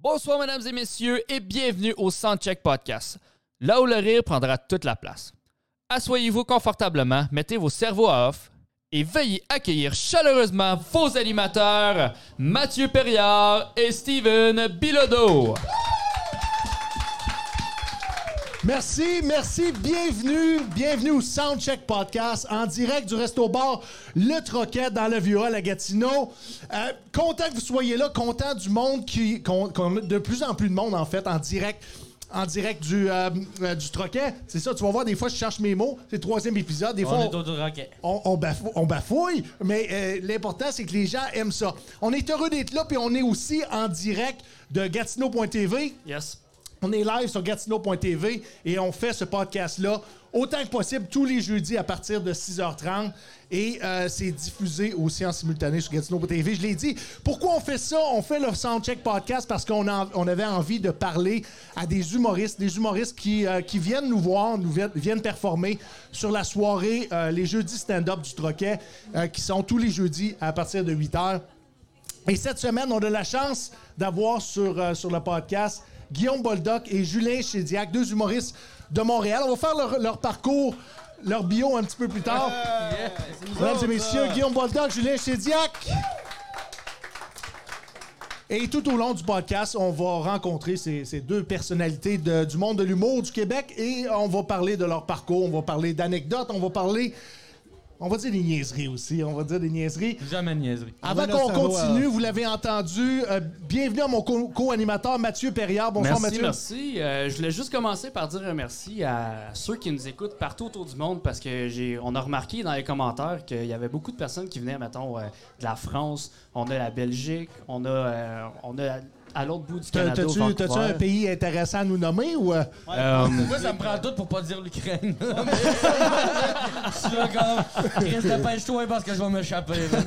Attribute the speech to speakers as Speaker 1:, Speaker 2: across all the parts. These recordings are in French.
Speaker 1: Bonsoir, mesdames et messieurs, et bienvenue au Soundcheck Podcast, là où le rire prendra toute la place. Assoyez-vous confortablement, mettez vos cerveaux à off et veuillez accueillir chaleureusement vos animateurs, Mathieu Perriard et Steven Bilodeau.
Speaker 2: Merci, merci, bienvenue, bienvenue au Soundcheck Podcast en direct du Resto Bar Le Troquet dans le Vieux Hall à Gatineau. Euh, content que vous soyez là, content du monde qui. qu'on- qu'on a de plus en plus de monde en fait en direct. En direct du, euh, euh, du Troquet. C'est ça, tu vas voir, des fois je cherche mes mots. C'est le troisième épisode. Des fois,
Speaker 3: On
Speaker 2: on-
Speaker 3: est au Rocket.
Speaker 2: on, on bafou- on bafouille, mais euh, l'important, c'est que les gens aiment ça. On est heureux d'être là, puis on est aussi en direct de Gatineau.tv.
Speaker 1: Yes.
Speaker 2: On est live sur gatineau.tv et on fait ce podcast-là autant que possible tous les jeudis à partir de 6h30. Et euh, c'est diffusé aussi en simultané sur gatineau.tv. Je l'ai dit. Pourquoi on fait ça? On fait le Soundcheck Podcast parce qu'on a- on avait envie de parler à des humoristes, des humoristes qui, euh, qui viennent nous voir, nous vi- viennent performer sur la soirée, euh, les jeudis stand-up du Troquet, euh, qui sont tous les jeudis à partir de 8h. Et cette semaine, on a la chance d'avoir sur, euh, sur le podcast Guillaume Boldoc et Julien Chédiac, deux humoristes de Montréal. On va faire leur, leur parcours, leur bio un petit peu plus tard. Mesdames et messieurs, Guillaume Boldoc, Julien Chédiac. Et tout au long du podcast, on va rencontrer ces, ces deux personnalités de- du monde de l'humour du Québec et on va parler de leur parcours, on va parler d'anecdotes, on va parler, on va dire des niaiseries aussi, on va dire des niaiseries.
Speaker 3: Jamais de niaiserie.
Speaker 2: Avant
Speaker 4: Vanessa
Speaker 2: qu'on
Speaker 4: Roy,
Speaker 2: continue, vous l'avez entendu, euh, bienvenue à mon co- co-animateur Mathieu Perriard. Bonsoir
Speaker 5: merci,
Speaker 2: Mathieu.
Speaker 5: merci. Euh, je voulais juste commencer par dire un merci à ceux qui nous écoutent partout autour du monde parce que j'ai, on a remarqué dans les commentaires qu'il y avait beaucoup de personnes qui venaient, mettons, euh, de la France, on a la Belgique, on a, euh, on a à l'autre bout du
Speaker 2: T'as-
Speaker 5: Canada.
Speaker 2: T'as-tu
Speaker 5: au Vancouver.
Speaker 2: t'as-tu un pays intéressant à nous nommer ou euh,
Speaker 3: Moi, ça me prend tout pour pas dire l'Ukraine. Je suis là comme. Chris, dépêche-toi parce que je vais m'échapper. là.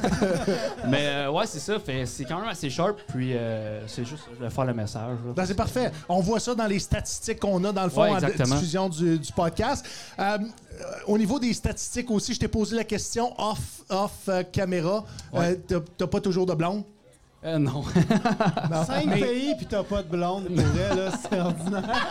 Speaker 5: Mais euh, ouais, c'est ça. Fait, c'est quand même assez sharp. Puis euh, c'est juste, je voulais faire le message. là.
Speaker 2: Non, Ben, c'est parfait. On voit ça dans les statistiques qu'on a dans le fond
Speaker 5: Ouais,
Speaker 2: en di-
Speaker 5: exactement.
Speaker 2: diffusion du, du podcast. Euh, euh, au niveau des statistiques aussi, je t'ai posé la question off off euh, caméra. Euh, t'as- T'as pas toujours de blonde.
Speaker 5: Euh, non.
Speaker 4: Cinq pays, puis t'as pas de blonde, pour vrai, là, c'est ordinaire.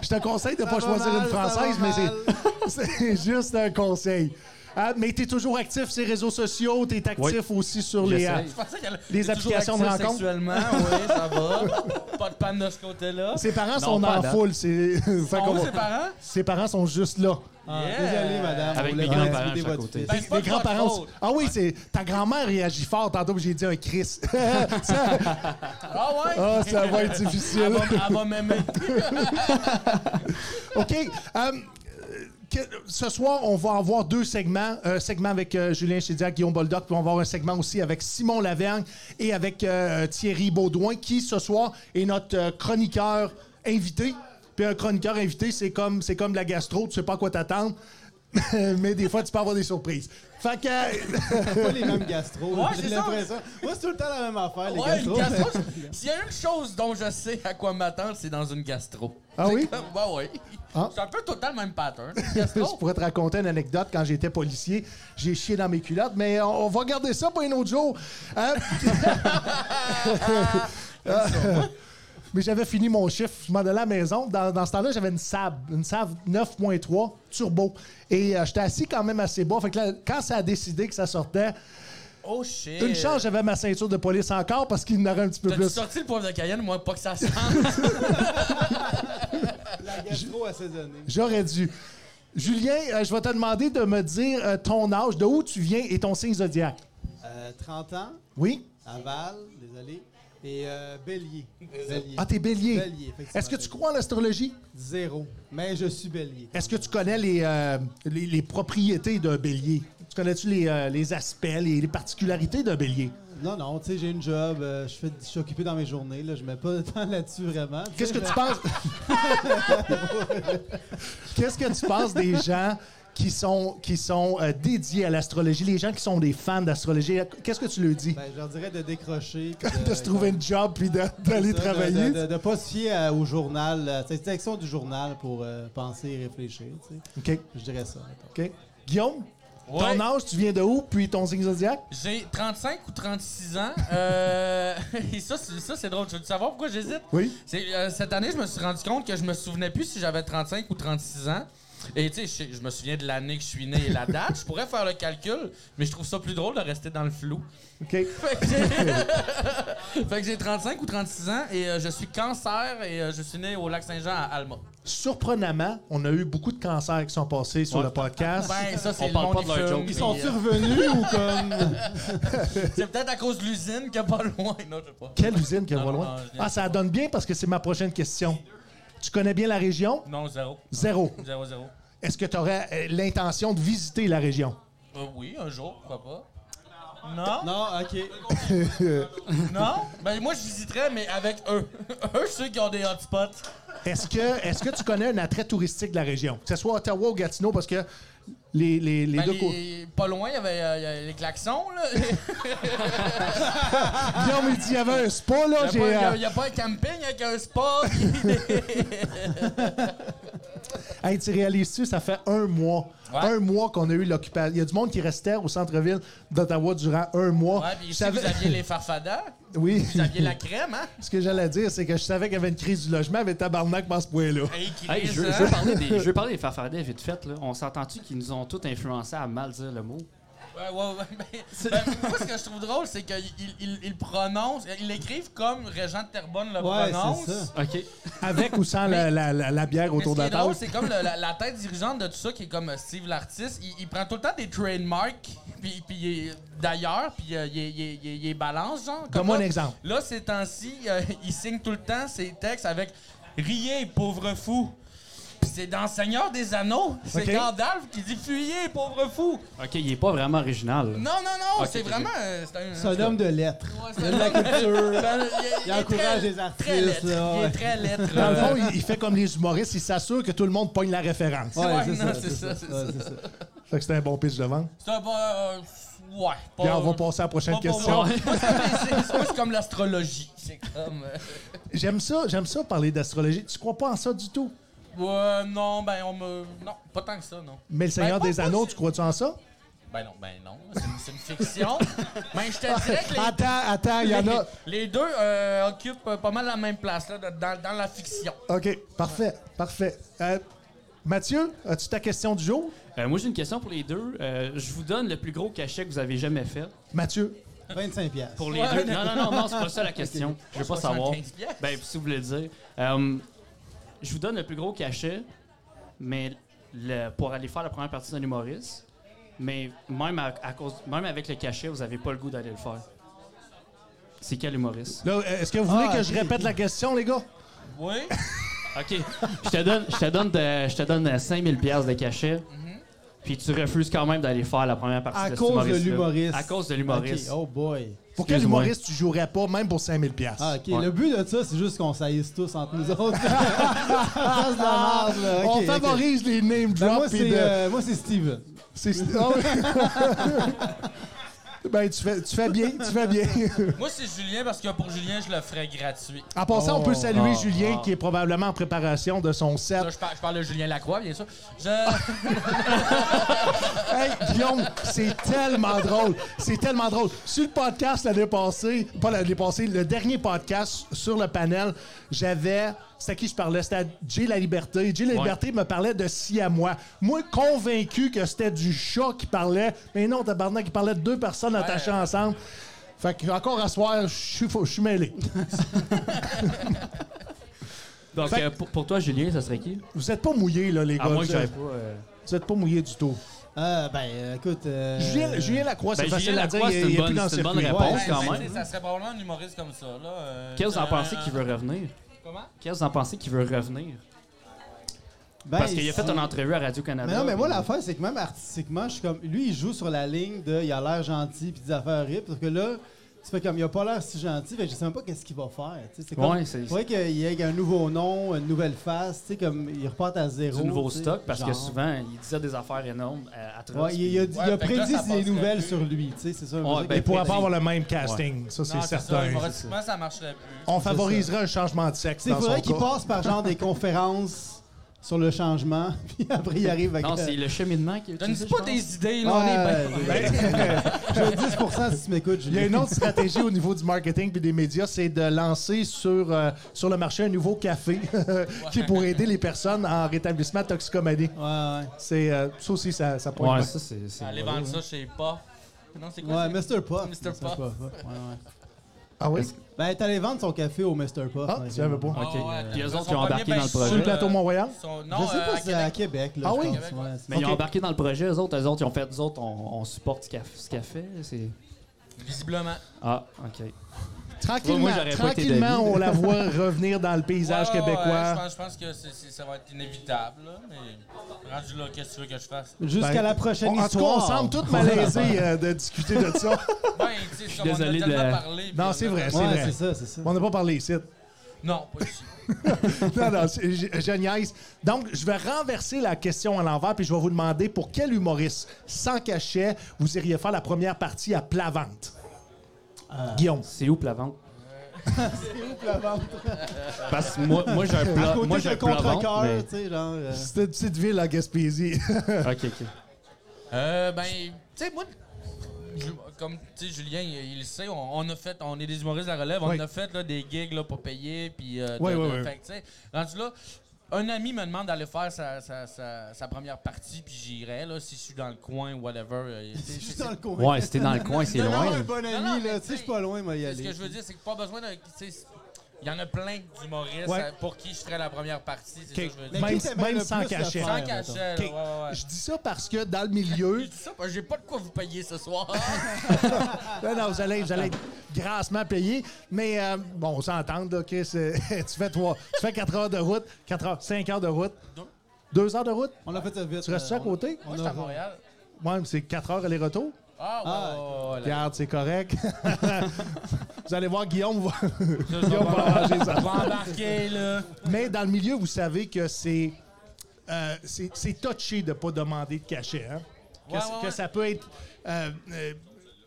Speaker 2: Je te conseille de
Speaker 4: Ça
Speaker 2: pas
Speaker 4: va
Speaker 2: choisir
Speaker 4: mal,
Speaker 2: une
Speaker 4: ça va
Speaker 2: française, mais
Speaker 4: mal.
Speaker 2: c'est- c'est juste un conseil. Ah, mais t'es toujours actif sur les réseaux sociaux, t'es actif aussi sur les.
Speaker 5: J'essaie.
Speaker 2: euh,
Speaker 3: Je pensais qu'elle-
Speaker 2: Les
Speaker 3: T'es toujours
Speaker 2: applications de
Speaker 3: actif
Speaker 2: rencontres.
Speaker 3: Sexuellement, oui, ça va. Pas de panne de ce côté-là.
Speaker 2: Ses
Speaker 1: Non,
Speaker 2: parents sont
Speaker 1: pas à
Speaker 2: en
Speaker 1: date.
Speaker 2: foule. c'est- fait
Speaker 3: Son
Speaker 2: qu'on-
Speaker 3: ou ses parents?
Speaker 2: Ses parents sont juste là.
Speaker 4: Ah,
Speaker 3: Yeah.
Speaker 4: Désolé, madame.
Speaker 5: Avec
Speaker 4: on
Speaker 5: mes
Speaker 4: voulait pas
Speaker 5: grands-parents
Speaker 4: discuter
Speaker 5: à
Speaker 4: votre
Speaker 5: côté.
Speaker 4: fils.
Speaker 3: Ben, c'est pas
Speaker 2: Les
Speaker 3: de votre
Speaker 2: grands-parents.
Speaker 3: faute.
Speaker 2: aussi- Ah oui, c'est ta grand-mère réagit fort. Tantôt, j'ai dit un Chris.
Speaker 3: Ah ouais?
Speaker 2: Ah, ça va être
Speaker 3: Elle
Speaker 2: difficile.
Speaker 3: va- elle va m'aimer.
Speaker 2: OK. euh, que- ce soir, on va avoir deux segments. Un segment avec euh, Julien Chédiac, Guillaume Boldoc, puis on va avoir un segment aussi avec Simon Lavergne et avec euh, Thierry Baudouin, qui ce soir est notre euh, chroniqueur invité. Puis un chroniqueur invité, c'est comme, c'est comme de la gastro, tu sais pas à quoi t'attendre, mais des fois, tu peux avoir des surprises. Fait que, euh,
Speaker 4: C'est pas les mêmes gastro.
Speaker 3: Ouais,
Speaker 4: j'ai
Speaker 3: c'est ça.
Speaker 4: l'impression. Moi, c'est tout le temps la même affaire, les
Speaker 3: Ouais, une
Speaker 4: gastro.
Speaker 3: gastro. c'est- S'il y a une chose dont je sais à quoi m'attendre, c'est dans une gastro.
Speaker 2: Ah oui?
Speaker 3: Ouais, ouais.
Speaker 2: Ah.
Speaker 3: C'est un peu total le même pattern.
Speaker 2: Je
Speaker 3: Gastro.
Speaker 2: pourrais te raconter une anecdote quand j'étais policier. J'ai chié dans mes culottes, mais on, on va garder ça pour un autre jour. Hein? Ah. mais j'avais fini mon chiffre. Je m'en allais à la maison. Dans, dans ce temps-là, j'avais une Saab, une Saab 9.3 turbo. Et euh, j'étais assis quand même assez bas. Fait que là, quand ça a décidé que ça sortait,
Speaker 3: Oh shit.
Speaker 2: une chance, j'avais ma ceinture de police encore parce qu'il en aurait un petit peu
Speaker 3: T'as-tu
Speaker 2: plus.
Speaker 3: sorti le poivre de Cayenne, moi, pas que ça sente?
Speaker 4: La gastro assaisonnée.
Speaker 2: J'aurais dû. Julien, euh, je vais te demander de me dire euh, ton âge, de où tu viens et ton signe zodiac.
Speaker 4: Euh, 30 ans,
Speaker 2: Oui?
Speaker 4: Laval, désolé. Et euh, Bélier. Bélier.
Speaker 2: Ah, t'es bélier.
Speaker 4: Bélier, effectivement,
Speaker 2: Est-ce que tu
Speaker 4: bélier.
Speaker 2: crois en l'astrologie?
Speaker 4: Zéro. Mais je suis Bélier.
Speaker 2: Est-ce que tu connais les, euh, les, les propriétés d'un bélier? Tu connais-tu les, euh, les aspects, les, les particularités d'un bélier?
Speaker 4: Non, non, tu sais, j'ai une job, euh, je fais- je suis occupé dans mes journées, là, je mets pas de temps là-dessus vraiment.
Speaker 2: Qu'est-ce que
Speaker 4: sais,
Speaker 2: tu penses? Qu'est-ce que tu penses des gens qui sont, qui sont euh, dédiés à l'astrologie, les gens qui sont des fans d'astrologie? Qu'est-ce que tu leur dis?
Speaker 4: Ben, je leur dirais de décrocher. puis
Speaker 2: de se trouver une job puis de- d'aller
Speaker 4: Ben, Ça, de-
Speaker 2: travailler?
Speaker 4: De ne pas se fier à- au journal, euh, cette section du journal pour euh, penser et réfléchir. tu sais.
Speaker 2: OK.
Speaker 4: Je dirais ça. mettons.
Speaker 2: OK. Guillaume?
Speaker 3: Ouais.
Speaker 2: Ton âge, tu viens de où? Puis ton signe zodiac?
Speaker 3: J'ai 35 ou 36 ans. Euh, et ça, c'est- ça, c'est drôle. Tu veux savoir pourquoi j'hésite?
Speaker 2: Oui.
Speaker 3: C'est, euh, cette année, je me suis rendu compte que je me souvenais plus si j'avais 35 ou 36 ans. Et tu sais, je, je me souviens de l'année que je suis né et la date. Je pourrais faire le calcul, mais je trouve ça plus drôle de rester dans le flou.
Speaker 2: OK.
Speaker 3: Fait que j'ai- fait que j'ai 35 ou 36 ans et euh, je suis cancer et euh, je suis né au lac Saint-Jean à Alma.
Speaker 2: Surprenamment, on a eu beaucoup de cancers qui sont passés sur
Speaker 1: Ouais.
Speaker 2: le podcast.
Speaker 3: Ben, ça, c'est
Speaker 1: On
Speaker 3: le
Speaker 1: parle
Speaker 3: monde
Speaker 1: pas de leur
Speaker 3: qui fume,
Speaker 1: joke.
Speaker 3: puis,
Speaker 4: Ils sont
Speaker 3: euh,
Speaker 4: survenus ou comme.
Speaker 3: C'est peut-être à cause de l'usine qu'il y a pas loin. Non, je sais pas.
Speaker 2: Quelle usine qui est
Speaker 3: Non,
Speaker 2: pas
Speaker 3: non,
Speaker 2: loin?
Speaker 3: non, je viens
Speaker 2: Ah, ça donne bien parce que c'est ma prochaine question. Tu connais bien la région?
Speaker 3: Non, zéro.
Speaker 2: Zéro.
Speaker 3: Zéro, zéro.
Speaker 2: Est-ce que tu aurais l'intention de visiter la région?
Speaker 3: Euh, oui, un jour, pourquoi pas. Non?
Speaker 4: Non, ok.
Speaker 3: Non? Ben moi, je visiterais, mais avec eux. eux, ceux qui ont des hotspots.
Speaker 2: Est-ce que, est que tu connais un attrait touristique de la région? Que ce soit Ottawa ou Gatineau, parce que les, les, les
Speaker 3: Ben,
Speaker 2: deux...
Speaker 3: les-
Speaker 2: côtés...
Speaker 3: Pas loin, il y avait euh, il y a les klaxons, là.
Speaker 2: Guillaume, il dit, il y avait un spa, là.
Speaker 3: Il
Speaker 2: j'ai,
Speaker 3: n'y a,
Speaker 2: euh,
Speaker 3: Ben, pas- y a pas un camping avec un spa.
Speaker 2: Hey, tu réalises-tu, ça fait un mois.
Speaker 3: Ouais.
Speaker 2: Un mois qu'on a eu l'occupation. Il y a du monde qui restait au centre-ville d'Ottawa durant un mois.
Speaker 3: ouais, puis
Speaker 2: Je
Speaker 3: si
Speaker 2: savais-
Speaker 3: vous aviez les farfadas,
Speaker 2: Oui.
Speaker 3: vous aviez la crème, hein?
Speaker 2: Ce que j'allais dire, c'est que je savais qu'il y avait une crise du logement, mais tabarnak pense ce point-là.
Speaker 3: Hey, Chris,
Speaker 5: Hey, je, veux-
Speaker 3: hein?
Speaker 5: je veux parler des, je veux parler des farfadets vite fait. Là. On s'entend-tu qu'ils nous ont tous influencés à mal dire le mot?
Speaker 3: Ouais, ouais, ouais. mais- ben, moi, ce que je trouve drôle, c'est qu'ils ils, ils- ils prononcent, ils l'écrivent comme Régent de Terrebonne le
Speaker 4: Ouais,
Speaker 3: prononce.
Speaker 4: c'est ça.
Speaker 5: OK.
Speaker 2: Avec ou sans la, la- la- la bière
Speaker 3: Mais ce
Speaker 2: autour de
Speaker 3: qui est
Speaker 2: la table.
Speaker 3: drôle, c'est comme le- la, la tête dirigeante de tout ça, qui est comme euh, Steve l'artiste, il, il prend tout le temps des trademarks, puis, puis il est- d'ailleurs, puis euh, il, est- il est- il est- il est balance, genre. Comme
Speaker 2: Donne-moi
Speaker 3: là,
Speaker 2: un exemple.
Speaker 3: Là, ces temps-ci, euh, il signe tout le temps ses textes avec « Riez, pauvre fou ». Puis C'est dans Seigneur des Anneaux, c'est
Speaker 2: Ok.
Speaker 3: Gandalf qui dit « Fuyez, pauvre fou
Speaker 5: OK, il est pas vraiment original. ».
Speaker 3: Non, non, non,
Speaker 5: Ok,
Speaker 3: c'est
Speaker 5: ok.
Speaker 3: vraiment... euh, c'est un-
Speaker 4: C'est un homme de lettres.
Speaker 3: Ouais,
Speaker 4: Il
Speaker 3: c'est
Speaker 4: aime
Speaker 3: un-
Speaker 4: la culture.
Speaker 3: Ben, il- il
Speaker 4: Il
Speaker 3: est
Speaker 4: encourage
Speaker 3: très-
Speaker 4: les artistes,
Speaker 3: Très lettre.
Speaker 4: là,
Speaker 3: Il est
Speaker 4: ouais.
Speaker 3: très lettre. euh,
Speaker 2: Dans le fond, il, il fait comme les humoristes, il s'assure que tout le monde pogne la référence.
Speaker 3: Ouais, non, c'est
Speaker 4: c'est
Speaker 3: ça,
Speaker 4: ça.
Speaker 3: c'est
Speaker 4: ouais, c'est ça.
Speaker 2: Fait que c'était un bon pitch de vente.
Speaker 3: C'est un bon... euh, ouais. pas-
Speaker 2: Puis on va passer à la prochaine
Speaker 3: Pas pour
Speaker 2: question.
Speaker 3: moi. Moi, c'est- c'est- c'est- moi, c'est comme l'astrologie. C'est comme. euh,
Speaker 2: J'aime ça, j'aime ça parler d'astrologie. Tu crois pas en ça du tout?
Speaker 3: euh, ouais, non, ben, on me. Non, pas tant que ça, non.
Speaker 2: Mais le Seigneur
Speaker 3: Ben, pas
Speaker 2: des Anneaux,
Speaker 3: possible.
Speaker 2: tu crois-tu en ça?
Speaker 3: Ben, non, ben, non. C'est une, c'est une fiction. Mais je te dirais que les.
Speaker 2: Attends, attends, il y en a.
Speaker 3: Les, les deux euh, occupent euh, pas mal la même place là, de- dans, dans la fiction.
Speaker 2: OK, parfait, parfait. Euh, Mathieu, as-tu ta question du jour?
Speaker 5: Euh, moi, j'ai une question pour les deux. Euh, je vous donne le plus gros cachet que vous avez jamais fait.
Speaker 2: Mathieu,
Speaker 4: 25 piastres.
Speaker 5: Pour les
Speaker 3: Ouais.
Speaker 5: deux. Non, non, non, non, c'est pas ça la question. Je veux pas savoir.
Speaker 3: 75 piastres.
Speaker 5: Ben, si vous voulez le dire. Euh, je vous donne le plus gros cachet, mais le- pour aller faire la première partie d'un humoriste. Mais même, à, à cause, même avec le cachet, vous avez pas le goût d'aller le faire. C'est quel humoriste?
Speaker 2: là, euh, est-ce que vous voulez
Speaker 4: Ah,
Speaker 2: que je
Speaker 4: ok.
Speaker 2: répète la question, les gars?
Speaker 3: Oui.
Speaker 5: OK. Je te donne, je te donne, de- je te donne euh, 5000 pièces de cachet. Puis tu refuses quand même d'aller faire la première partie
Speaker 4: À
Speaker 5: de cet
Speaker 4: cause de
Speaker 5: humoriste-là.
Speaker 4: l'humoriste.
Speaker 5: À cause de l'humoriste.
Speaker 4: Ok, Oh boy.
Speaker 2: Pour quel
Speaker 5: Excuse-moi.
Speaker 2: humoriste tu jouerais pas, même pour 5000$? piastres?
Speaker 4: Ah, ok.
Speaker 5: Ouais.
Speaker 4: Le but de ça, c'est juste qu'on saillisse tous entre nous autres. Ça, c'est de la merde, là.
Speaker 2: On
Speaker 4: Ok, ok.
Speaker 2: favorise les name
Speaker 4: Ben, moi,
Speaker 2: drops.
Speaker 4: c'est
Speaker 2: et de-
Speaker 4: euh, moi, c'est Steven.
Speaker 2: c'est- Ah oui. ben, tu fais, tu fais bien, tu fais bien.
Speaker 3: Moi, c'est Julien parce que pour Julien, je le ferais gratuit.
Speaker 2: En passant, on peut
Speaker 4: Oh,
Speaker 2: saluer
Speaker 4: oh,
Speaker 2: Julien
Speaker 3: oh.
Speaker 2: qui est probablement en préparation de son set.
Speaker 3: Là, je, par- je parle de Julien Lacroix, bien sûr. Je-
Speaker 2: Hey, Guillaume, c'est tellement drôle. C'est tellement drôle. Sur le podcast l'année passée, pas l'année passée, le dernier podcast sur le panel, j'avais. C'était à qui je parlais? C'était à Jay La Liberté. Jay La Liberté me parlait de si à moi. Moi, convaincu que c'était du chat qui parlait. Mais non, tabarnak, il parlait de deux personnes attachées ensemble. Fait que encore à soir, je suis fou- je suis mêlé.
Speaker 5: Donc,
Speaker 2: Fait-
Speaker 5: euh, pour, pour toi, Julien, ça serait qui?
Speaker 2: Vous êtes pas mouillés, là, les gars.
Speaker 5: À moins
Speaker 2: Vous
Speaker 5: que j'aille
Speaker 2: êtes-
Speaker 5: pas. euh,
Speaker 2: vous êtes pas mouillés du tout.
Speaker 4: Ah, ben, euh, écoute. euh,
Speaker 2: Julien, Julien Lacroix,
Speaker 5: ben,
Speaker 2: c'est
Speaker 5: Julien
Speaker 2: facile à dire.
Speaker 5: Lacroix,
Speaker 2: il-
Speaker 5: c'est une
Speaker 2: il est plus
Speaker 5: bonne-
Speaker 2: dans le
Speaker 5: c'est une bonne
Speaker 2: circuit.
Speaker 5: réponse.
Speaker 3: Ben,
Speaker 5: pense quand
Speaker 3: ben,
Speaker 5: même.
Speaker 3: tu sais, Ça serait probablement un humoriste comme ça. là, euh,
Speaker 5: Qu'est-ce que vous en
Speaker 3: un-
Speaker 5: pensez
Speaker 3: un-
Speaker 5: qui veut revenir?
Speaker 3: Comment?
Speaker 5: Qu'est-ce que vous en pensez qui veut revenir?
Speaker 4: ben,
Speaker 5: Parce qu'il a fait
Speaker 4: c'est-
Speaker 5: une entrevue à Radio-Canada.
Speaker 4: Mais non, mais moi,
Speaker 5: puis-
Speaker 4: l'affaire, c'est que même artistiquement, je suis comme. Lui, il joue sur la ligne de il a l'air gentil puis des affaires horribles. Parce que là, tu fais comme il a pas l'air si gentil, fait que je sais même pas qu'est-ce qu'il va faire. tu sais, C'est comme.
Speaker 5: Ouais, c'est-
Speaker 4: faudrait qu'il y ait un nouveau nom, une nouvelle face, tu sais, comme il repart à zéro.
Speaker 5: du nouveau
Speaker 4: tu sais,
Speaker 5: stock parce que
Speaker 4: genre.
Speaker 5: souvent, il disait des affaires énormes euh, atroces.
Speaker 4: Ouais, il, il a, il a
Speaker 3: Ouais, fait que là,
Speaker 4: prédit
Speaker 3: ça
Speaker 4: des
Speaker 3: passerait
Speaker 4: nouvelles
Speaker 3: plus.
Speaker 4: sur lui, tu sais, c'est ça.
Speaker 5: Ouais, ben,
Speaker 2: Il pourra
Speaker 5: Ouais.
Speaker 2: pas avoir le même casting, ça c'est
Speaker 3: Non, c'est ça.
Speaker 2: certain.
Speaker 3: Humoristiquement, ça marcherait plus.
Speaker 2: On favoriserait un changement de sexe
Speaker 4: il
Speaker 2: dans son
Speaker 4: faudrait qu'il
Speaker 2: cas.
Speaker 4: passe par genre des conférences sur le changement, puis après, il arrive avec. euh,
Speaker 5: Non, c'est le cheminement qui est
Speaker 3: Donne
Speaker 5: utilisé,
Speaker 3: pas
Speaker 5: je pense.
Speaker 3: des idées, là,
Speaker 4: Non,
Speaker 3: on est bien.
Speaker 4: ben, J'ai 10 si tu m'écoutes,
Speaker 2: Il y a
Speaker 4: Julien.
Speaker 2: une autre stratégie au niveau du marketing puis des médias, c'est de lancer sur, euh, sur le marché un nouveau café qui est pour aider les personnes en rétablissement de toxicomanie.
Speaker 4: Ouais,
Speaker 2: C'est euh, ça aussi, ça, ça pointe.
Speaker 1: Ouais,
Speaker 2: bien.
Speaker 1: ça, c'est. c'est
Speaker 3: Allez
Speaker 1: vrai,
Speaker 3: vendre
Speaker 1: ouais.
Speaker 3: ça chez Puff. Non, c'est
Speaker 4: ouais.
Speaker 3: quoi
Speaker 4: Ouais, Mr. Puff.
Speaker 3: Mr. Puff.
Speaker 4: Ouais, ouais.
Speaker 2: Ah oui?
Speaker 4: Ben, t'allais vendre son café au Mr. Puff.
Speaker 2: Ah,
Speaker 4: dans les
Speaker 2: tu savais
Speaker 4: rues.
Speaker 2: pas.
Speaker 3: Ah,
Speaker 1: Ok. Puis
Speaker 3: ouais, ok.
Speaker 1: eux
Speaker 3: Ils
Speaker 1: autres,
Speaker 3: sont
Speaker 1: ils ont embarqué
Speaker 3: pognés,
Speaker 1: dans
Speaker 3: ben,
Speaker 1: le projet.
Speaker 2: Sur le plateau
Speaker 3: euh,
Speaker 2: Mont-Royal?
Speaker 3: sont-
Speaker 4: Je
Speaker 3: Non,
Speaker 4: sais
Speaker 3: euh,
Speaker 4: pas
Speaker 3: à
Speaker 4: si c'est à
Speaker 3: Québec.
Speaker 4: Québec, là.
Speaker 2: Ah
Speaker 4: je
Speaker 2: oui?
Speaker 4: pense, ouais, c'est-
Speaker 5: Mais ils ont
Speaker 2: Ok.
Speaker 5: embarqué dans le projet, eux autres, eux autres, ils ont fait, nous autres, on, on supporte ce caf- ce café. c'est-
Speaker 3: Visiblement.
Speaker 5: Ah, OK.
Speaker 2: Tranquillement,
Speaker 5: Moi, j'aurais pas été
Speaker 2: tranquillement,
Speaker 5: d'avis.
Speaker 2: on la voit revenir dans le paysage
Speaker 3: Ouais, ouais, ouais, je
Speaker 2: québécois.
Speaker 3: pense- je pense que c'est- c'est- ça va être inévitable, là, mais rendu là, qu'est-ce que tu veux que je fasse?
Speaker 4: Jusqu'à
Speaker 2: Ben,
Speaker 4: la prochaine
Speaker 2: On- en tout cas,
Speaker 4: histoire.
Speaker 2: on semble tous malaisés euh, de discuter de ça.
Speaker 3: Ben, tu sais, ça, on en a
Speaker 5: désolé de-
Speaker 3: tellement parlé, puis
Speaker 2: Non,
Speaker 3: on a
Speaker 2: c'est vrai.
Speaker 4: Ouais,
Speaker 2: vrai.
Speaker 4: c'est ça, c'est ça.
Speaker 2: on n'a pas parlé ici.
Speaker 3: Non, pas ici.
Speaker 2: Non, non, c'est- je, je niaise. Donc, je vais renverser la question à l'envers, puis je vais vous demander pour quel humoriste sans cachet vous iriez faire la première partie à plat ventre. Guillaume.
Speaker 5: C'est où Plavante?
Speaker 4: La vente.
Speaker 5: Parce que moi, moi j'ai un
Speaker 4: À
Speaker 5: plat.
Speaker 4: côté
Speaker 5: Moi,
Speaker 4: de
Speaker 5: j'ai un
Speaker 4: le
Speaker 5: plat ventre,
Speaker 4: contre-cœur,
Speaker 5: mais-
Speaker 4: tu sais, genre. euh,
Speaker 2: C'est une petite ville en Gaspésie.
Speaker 5: OK, OK.
Speaker 3: Euh, ben, tu sais, moi, Ju- comme tu sais, Julien, il, il le sait, on, on a fait, on est des humoristes à relève,
Speaker 2: Oui.
Speaker 3: on a fait là, des gigs là, pour payer, puis euh, de-
Speaker 2: Oui, oui,
Speaker 3: de-
Speaker 2: oui.
Speaker 3: fait que, tu sais, rendu là, un ami me demande d'aller faire sa, sa- sa- sa première partie, puis j'irai là, si je suis dans le coin, whatever. euh, tu sais,
Speaker 4: Je
Speaker 3: je-
Speaker 4: suis dans le coin.
Speaker 5: Ouais, c'était dans le coin, c'est
Speaker 4: Non, non,
Speaker 5: loin.
Speaker 4: un bon
Speaker 3: Non, non,
Speaker 4: ami,
Speaker 3: mais
Speaker 4: là. Tu sais, je suis pas loin, moi, y
Speaker 3: Ce que
Speaker 4: aller.
Speaker 3: je veux dire, c'est que pas besoin d'un. tu sais, Il y en a plein d'humoristes
Speaker 2: Ouais.
Speaker 3: euh, pour qui je ferais la première partie, c'est
Speaker 2: Ok.
Speaker 3: ça que je veux
Speaker 2: Mais
Speaker 3: dire.
Speaker 2: même-
Speaker 4: t'aimerais
Speaker 2: même
Speaker 4: le
Speaker 2: sans
Speaker 4: plus le
Speaker 2: cachet.
Speaker 4: faire,
Speaker 3: Sans
Speaker 4: mettons?
Speaker 3: cachet, là,
Speaker 2: Ok.
Speaker 3: ouais, ouais, ouais.
Speaker 2: Je dis ça parce que dans le milieu,
Speaker 3: Je dis ça parce que j'ai pas de quoi vous payer ce soir.
Speaker 2: là, non, vous, allez, vous allez être grassement payé, mais euh, bon, on s'entend, là, OK, c'est- tu fais trois, tu fais 4 heures de route, 4 heures, 5 heures de route,
Speaker 3: Deux.
Speaker 2: 2 heures de route,
Speaker 4: On l'a fait ça vite.
Speaker 2: tu restes
Speaker 4: euh,
Speaker 2: ça à
Speaker 4: on-
Speaker 2: côté?
Speaker 3: Moi,
Speaker 4: On
Speaker 3: je suis à
Speaker 4: a-
Speaker 3: Montréal.
Speaker 2: Ouais, mais c'est 4 heures aller-retour.
Speaker 3: Ah, ouais, ouais, ouais, ouais, là.
Speaker 2: Regarde, c'est correct. vous allez voir Guillaume. va-
Speaker 3: Ça, ça
Speaker 2: Guillaume va
Speaker 3: va-
Speaker 2: arranger ça.
Speaker 3: va embarquer, là.
Speaker 2: Mais dans le milieu, vous savez que c'est euh, c'est c'est touché de ne pas demander de cachet. hein. Que,
Speaker 3: Ouais,
Speaker 2: c-
Speaker 3: ouais,
Speaker 2: que
Speaker 3: ouais.
Speaker 2: ça peut être. euh, euh,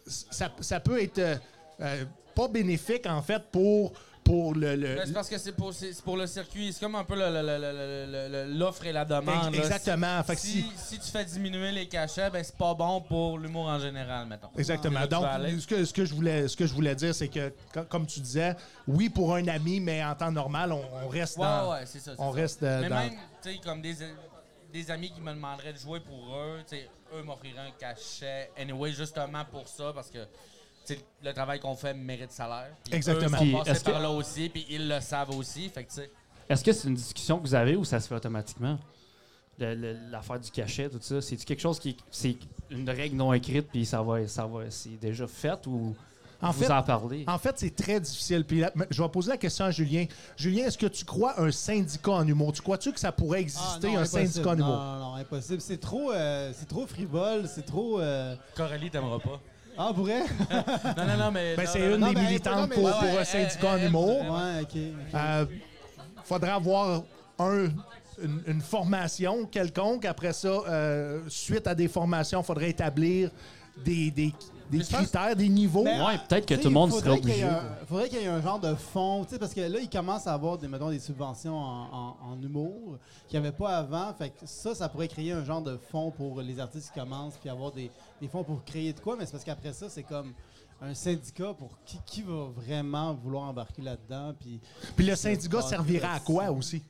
Speaker 2: ça, ça peut être euh, euh, pas bénéfique, en fait, pour, pour le. le-
Speaker 3: Mais C'est parce Ben, que c'est pour, c'est- c'est pour le circuit. C'est comme un peu le- le- le- le- le- le- le- l'offre et la demande. là.
Speaker 2: exactement. Fait que
Speaker 3: Si,
Speaker 2: si-
Speaker 3: si tu fais diminuer les cachets, ben c'est pas bon pour l'humour en général, mettons.
Speaker 2: Exactement.
Speaker 3: C'est là que tu
Speaker 2: Donc,
Speaker 3: vas aller.
Speaker 2: ce que, ce, que je voulais, ce que je voulais dire, c'est que, co- comme tu disais, oui, pour un ami, mais en temps normal, on, on reste dans.
Speaker 3: Ouais, ouais, c'est ça. c'est
Speaker 2: on
Speaker 3: ça.
Speaker 2: reste euh,
Speaker 3: Mais
Speaker 2: dans.
Speaker 3: même, tu sais, comme des, des amis qui me demanderaient de jouer pour eux, tu sais, eux m'offriraient un cachet. Anyway, justement pour ça, parce que tu sais, le travail qu'on fait mérite salaire. Puis eux
Speaker 2: Exactement.
Speaker 3: sont
Speaker 5: Puis
Speaker 3: passés
Speaker 5: est-ce que-
Speaker 3: par là aussi, puis ils le savent aussi. Fait que, tu sais,
Speaker 5: Est-ce que c'est une discussion que vous avez ou ça se fait automatiquement? Le- le- L'affaire du cachet, tout ça, c'est quelque chose qui c'est une règle non écrite puis ça va ça va c'est déjà fait ou
Speaker 2: En
Speaker 5: vous
Speaker 2: fait-
Speaker 5: en parlez?
Speaker 2: En fait, c'est très difficile. Puis là, je vais poser la question à Julien. Julien, est-ce que tu crois un syndicat en humour? Tu crois-tu que ça pourrait
Speaker 4: Ah,
Speaker 2: exister,
Speaker 4: non,
Speaker 2: un
Speaker 4: impossible.
Speaker 2: syndicat en
Speaker 4: Non,
Speaker 2: humour?
Speaker 4: Non, non, impossible. C'est trop, euh, c'est trop frivole, c'est trop. euh,
Speaker 3: Coralie t'aimera pas.
Speaker 4: Ah, pour vrai?
Speaker 3: Non, non, non, mais.
Speaker 2: Ben,
Speaker 3: non,
Speaker 2: c'est
Speaker 3: non,
Speaker 2: une
Speaker 4: non,
Speaker 2: des
Speaker 4: mais- non,
Speaker 2: militantes
Speaker 4: mais-
Speaker 2: pour,
Speaker 4: ouais,
Speaker 2: pour
Speaker 3: ouais,
Speaker 2: un syndicat
Speaker 3: elle-
Speaker 2: en
Speaker 3: elle-
Speaker 2: humour.
Speaker 4: Ouais, ok. ok.
Speaker 2: Euh, faudra avoir un, une, une formation quelconque. Après ça, euh, suite à des formations, il faudrait établir des, des- des
Speaker 3: Mais je pense-
Speaker 2: critères, des niveaux.
Speaker 4: Mais-
Speaker 5: ouais, peut-être que
Speaker 4: T'sais,
Speaker 5: tout le monde
Speaker 4: faudrait
Speaker 5: serait
Speaker 4: qu'il y ait
Speaker 5: obligé.
Speaker 4: un- faudrait qu'il y ait un genre de fonds, tu sais, parce que là, ils commencent à avoir des, mettons, des subventions en, en- en humour qu'il n'y avait pas avant. Fait que ça, ça pourrait créer un genre de fonds pour les artistes qui commencent, puis avoir des, des fonds pour créer de quoi. Mais c'est parce qu'après ça, c'est comme un syndicat pour qui, qui va vraiment vouloir embarquer là-dedans. Puis,
Speaker 2: Puis le syndicat
Speaker 4: Ouais,
Speaker 2: servirait à quoi
Speaker 4: c'est-
Speaker 2: aussi?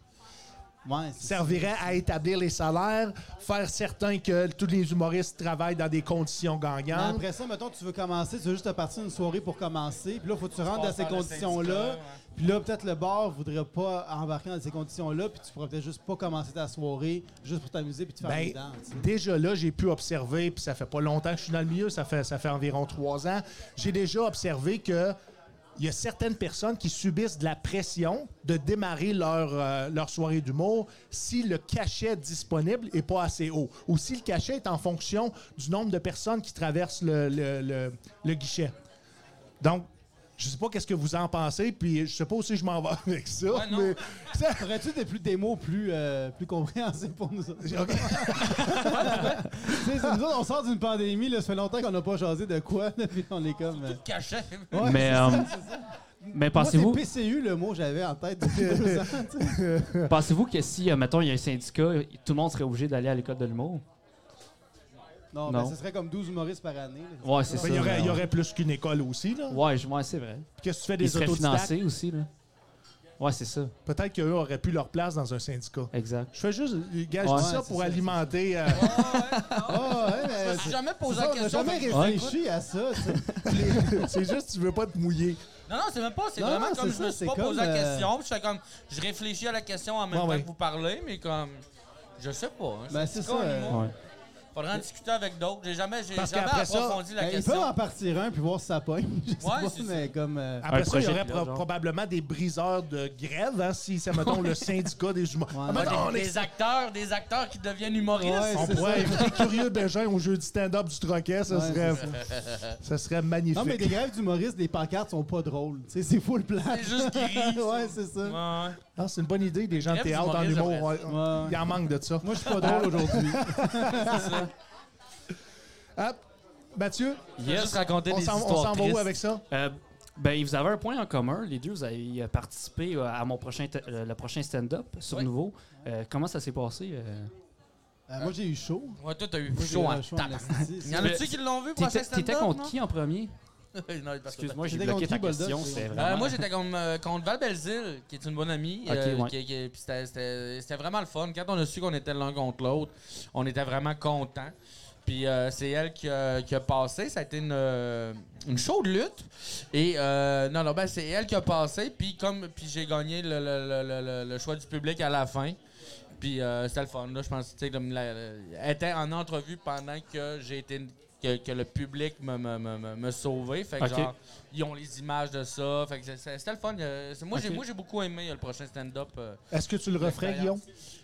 Speaker 4: ouais, c'est-
Speaker 2: Servirait à établir les salaires, faire certain que tous les humoristes travaillent dans des conditions
Speaker 4: Mais
Speaker 2: gagnantes.
Speaker 4: après ça, mettons, tu veux commencer, tu veux juste te partir une soirée pour commencer, puis là, faut que tu rentres dans
Speaker 3: passes
Speaker 4: ces
Speaker 3: par le
Speaker 4: conditions-là.
Speaker 3: syndicat, ouais.
Speaker 4: Puis là, peut-être le bar voudrait pas embarquer dans ces conditions-là, puis tu pourrais peut-être juste pas commencer ta soirée juste pour t'amuser puis te faire
Speaker 2: Ben,
Speaker 4: les dents. tu sais.
Speaker 2: déjà là, j'ai pu observer, puis ça fait pas longtemps que je suis dans le milieu, ça fait, ça fait environ trois ans, j'ai déjà observé que il y a certaines personnes qui subissent de la pression de démarrer leur, euh, leur soirée d'humour si le cachet disponible est pas assez haut ou si le cachet est en fonction du nombre de personnes qui traversent le, le- le- le guichet. Donc, je sais pas qu'est-ce que vous en pensez, puis je sais pas aussi je m'en vais avec ça,
Speaker 3: Ouais, non.
Speaker 2: mais...
Speaker 4: Aurais-tu des, plus, des mots plus, euh, plus compréhensibles pour nous autres?
Speaker 2: OK.
Speaker 4: Tu sais, c'est- nous autres, on sort d'une pandémie, là, ça fait longtemps qu'on n'a pas jasé de quoi, là, puis on est comme... euh,
Speaker 3: Cachet.
Speaker 4: ouais,
Speaker 5: Mais,
Speaker 4: c'est ça,
Speaker 5: euh,
Speaker 4: c'est ça.
Speaker 5: Mais
Speaker 4: Moi, c'est
Speaker 5: pensez-vous
Speaker 4: PCU, le mot que j'avais en tête depuis deux ans. tu sais.
Speaker 5: pensez-vous que si, euh, mettons, il y a un syndicat, tout le monde serait obligé d'aller à l'école de l'humour?
Speaker 4: Non,
Speaker 5: Non.
Speaker 4: ben, ce serait comme 12 humoristes par année. là.
Speaker 5: Ouais, c'est
Speaker 2: Ben,
Speaker 5: ça.
Speaker 2: Il y, aurait,
Speaker 5: ouais.
Speaker 2: il y aurait plus qu'une école aussi. Là.
Speaker 5: Ouais, je- ouais, c'est vrai.
Speaker 2: Qu'est-ce que tu fais
Speaker 5: Ils
Speaker 2: des
Speaker 5: seraient
Speaker 2: autodidactes?
Speaker 5: financés aussi, là. Ouais, c'est ça.
Speaker 2: Peut-être qu'eux auraient pu leur place dans un syndicat.
Speaker 5: Exact.
Speaker 2: Je fais juste, gars, je
Speaker 5: Ouais.
Speaker 2: dis ça
Speaker 4: Ouais, c'est
Speaker 2: pour
Speaker 4: ça,
Speaker 2: alimenter. euh,
Speaker 4: Ah, ouais,
Speaker 3: Je
Speaker 4: mais
Speaker 3: me suis jamais
Speaker 4: c'est
Speaker 3: posé
Speaker 4: ça,
Speaker 3: la
Speaker 4: on n'a
Speaker 3: question.
Speaker 4: jamais
Speaker 3: fait que-
Speaker 4: réfléchi à ça. tu sais.
Speaker 2: c'est juste, tu veux pas te mouiller.
Speaker 3: Non, non, c'est même pas. C'est
Speaker 4: Non,
Speaker 3: vraiment
Speaker 4: non,
Speaker 3: comme
Speaker 4: c'est
Speaker 3: je me
Speaker 4: ça,
Speaker 3: suis
Speaker 4: c'est
Speaker 3: pas posé la
Speaker 4: comme, euh,
Speaker 3: question. puis je fais comme. Je réfléchis à la question en même
Speaker 2: Ouais,
Speaker 3: temps
Speaker 2: ouais.
Speaker 3: que vous parlez, mais comme. Je sais pas. hein,
Speaker 4: Ben,
Speaker 3: sais
Speaker 4: c'est
Speaker 3: pas,
Speaker 4: ça,
Speaker 3: en humour.
Speaker 5: Ouais.
Speaker 3: Faudrait en discuter avec d'autres. J'ai jamais, j'ai
Speaker 2: Parce
Speaker 3: jamais
Speaker 2: qu'après ça,
Speaker 3: approfondi la
Speaker 4: Ben, ils peuvent
Speaker 3: question.
Speaker 4: en partir un puis voir si ça pogne. Je sais
Speaker 3: Ouais,
Speaker 4: pas,
Speaker 3: c'est
Speaker 4: mais comme. euh,
Speaker 2: Après
Speaker 5: Un
Speaker 2: ça, il y
Speaker 5: projet
Speaker 2: aurait
Speaker 5: pilote,
Speaker 2: pro-
Speaker 5: genre.
Speaker 2: probablement des briseurs de grève, hein, si c'est, mettons, le syndicat des jumeaux. Ah, mais
Speaker 4: Ouais.
Speaker 2: non,
Speaker 3: Des-
Speaker 2: les-
Speaker 3: des acteurs, des acteurs qui deviennent humoristes.
Speaker 4: Ouais,
Speaker 2: on
Speaker 4: c'est
Speaker 2: pourrait inviter Curieux Bégin au jeu du stand-up du Troquet, ça,
Speaker 4: Ouais,
Speaker 2: serait,
Speaker 4: c'est
Speaker 2: ça serait magnifique.
Speaker 4: Non, mais des grèves d'humoristes, des pancartes sont pas drôles. Tu sais, c'est full plat.
Speaker 3: C'est juste gris.
Speaker 4: ouais, c'est ça. Ouais,
Speaker 3: Ouais.
Speaker 2: Ah, c'est une bonne idée, des gens de
Speaker 3: Grève
Speaker 2: théâtre en
Speaker 3: d'humoristes,
Speaker 2: humour.
Speaker 3: j'aimerais
Speaker 2: ouais,
Speaker 4: ouais.
Speaker 2: Il en manque de ça.
Speaker 4: Moi, je suis pas drôle aujourd'hui.
Speaker 2: Hop, Mathieu,
Speaker 3: Yes. Juste raconter
Speaker 2: on
Speaker 3: des
Speaker 2: s'en, on
Speaker 3: histoires
Speaker 2: s'en va où
Speaker 3: tristes.
Speaker 2: avec ça?
Speaker 5: Euh, ben, vous avez un point en commun. Les deux, vous avez euh, participé euh, à mon prochain, te- euh, le prochain stand-up sur
Speaker 3: Oui.
Speaker 5: Nouveau. Euh, comment ça s'est passé? euh?
Speaker 4: Euh, moi, j'ai eu chaud.
Speaker 3: Ouais, toi, t'as eu
Speaker 4: Moi, j'ai eu
Speaker 3: chaud
Speaker 4: un
Speaker 3: en
Speaker 4: chaud en
Speaker 3: tabarnak.
Speaker 4: esti,
Speaker 3: Y en
Speaker 5: Mais-
Speaker 3: a-tu qui l'ont vu, prochain
Speaker 5: T'étais
Speaker 3: stand-up?
Speaker 5: t'étais contre
Speaker 3: non?
Speaker 5: qui en premier?
Speaker 3: Non, parce que-
Speaker 5: Excuse-moi, j'ai
Speaker 4: T'étais
Speaker 5: bloqué
Speaker 4: contre
Speaker 5: ta
Speaker 4: qui, Bolduc?
Speaker 5: question. C'est
Speaker 4: Euh,
Speaker 5: vraiment...
Speaker 3: Euh, moi, j'étais comme, euh, contre Val Belzile, qui est une bonne amie.
Speaker 5: Ok,
Speaker 3: euh,
Speaker 5: ouais.
Speaker 3: qui- qui- puis c'était- C'était c'était vraiment le fun. Quand on a su qu'on était l'un contre l'autre, on était vraiment contents. Puis euh, c'est elle qui a, qui a passé. Ça a été une, euh, une chaude lutte. Et euh, non, non, ben c'est elle qui a passé. Puis comme puis j'ai gagné le, le- le- le- le- le choix du public à la fin. Puis euh, c'était le fun. Là, je pense que comme la- elle était en entrevue pendant que j'ai été que, que le public me, me, me, me- me sauvait. Fait que
Speaker 5: Ok.
Speaker 3: genre, ils ont les images de ça. Fait que c'est- c'est- c'était le fun. Il y a- c'est- Moi, j'ai-
Speaker 5: Ok.
Speaker 3: moi, j'ai beaucoup aimé euh, le prochain stand-up. euh.
Speaker 2: Est-ce que tu le referais, Guillaume?
Speaker 3: L'expérience.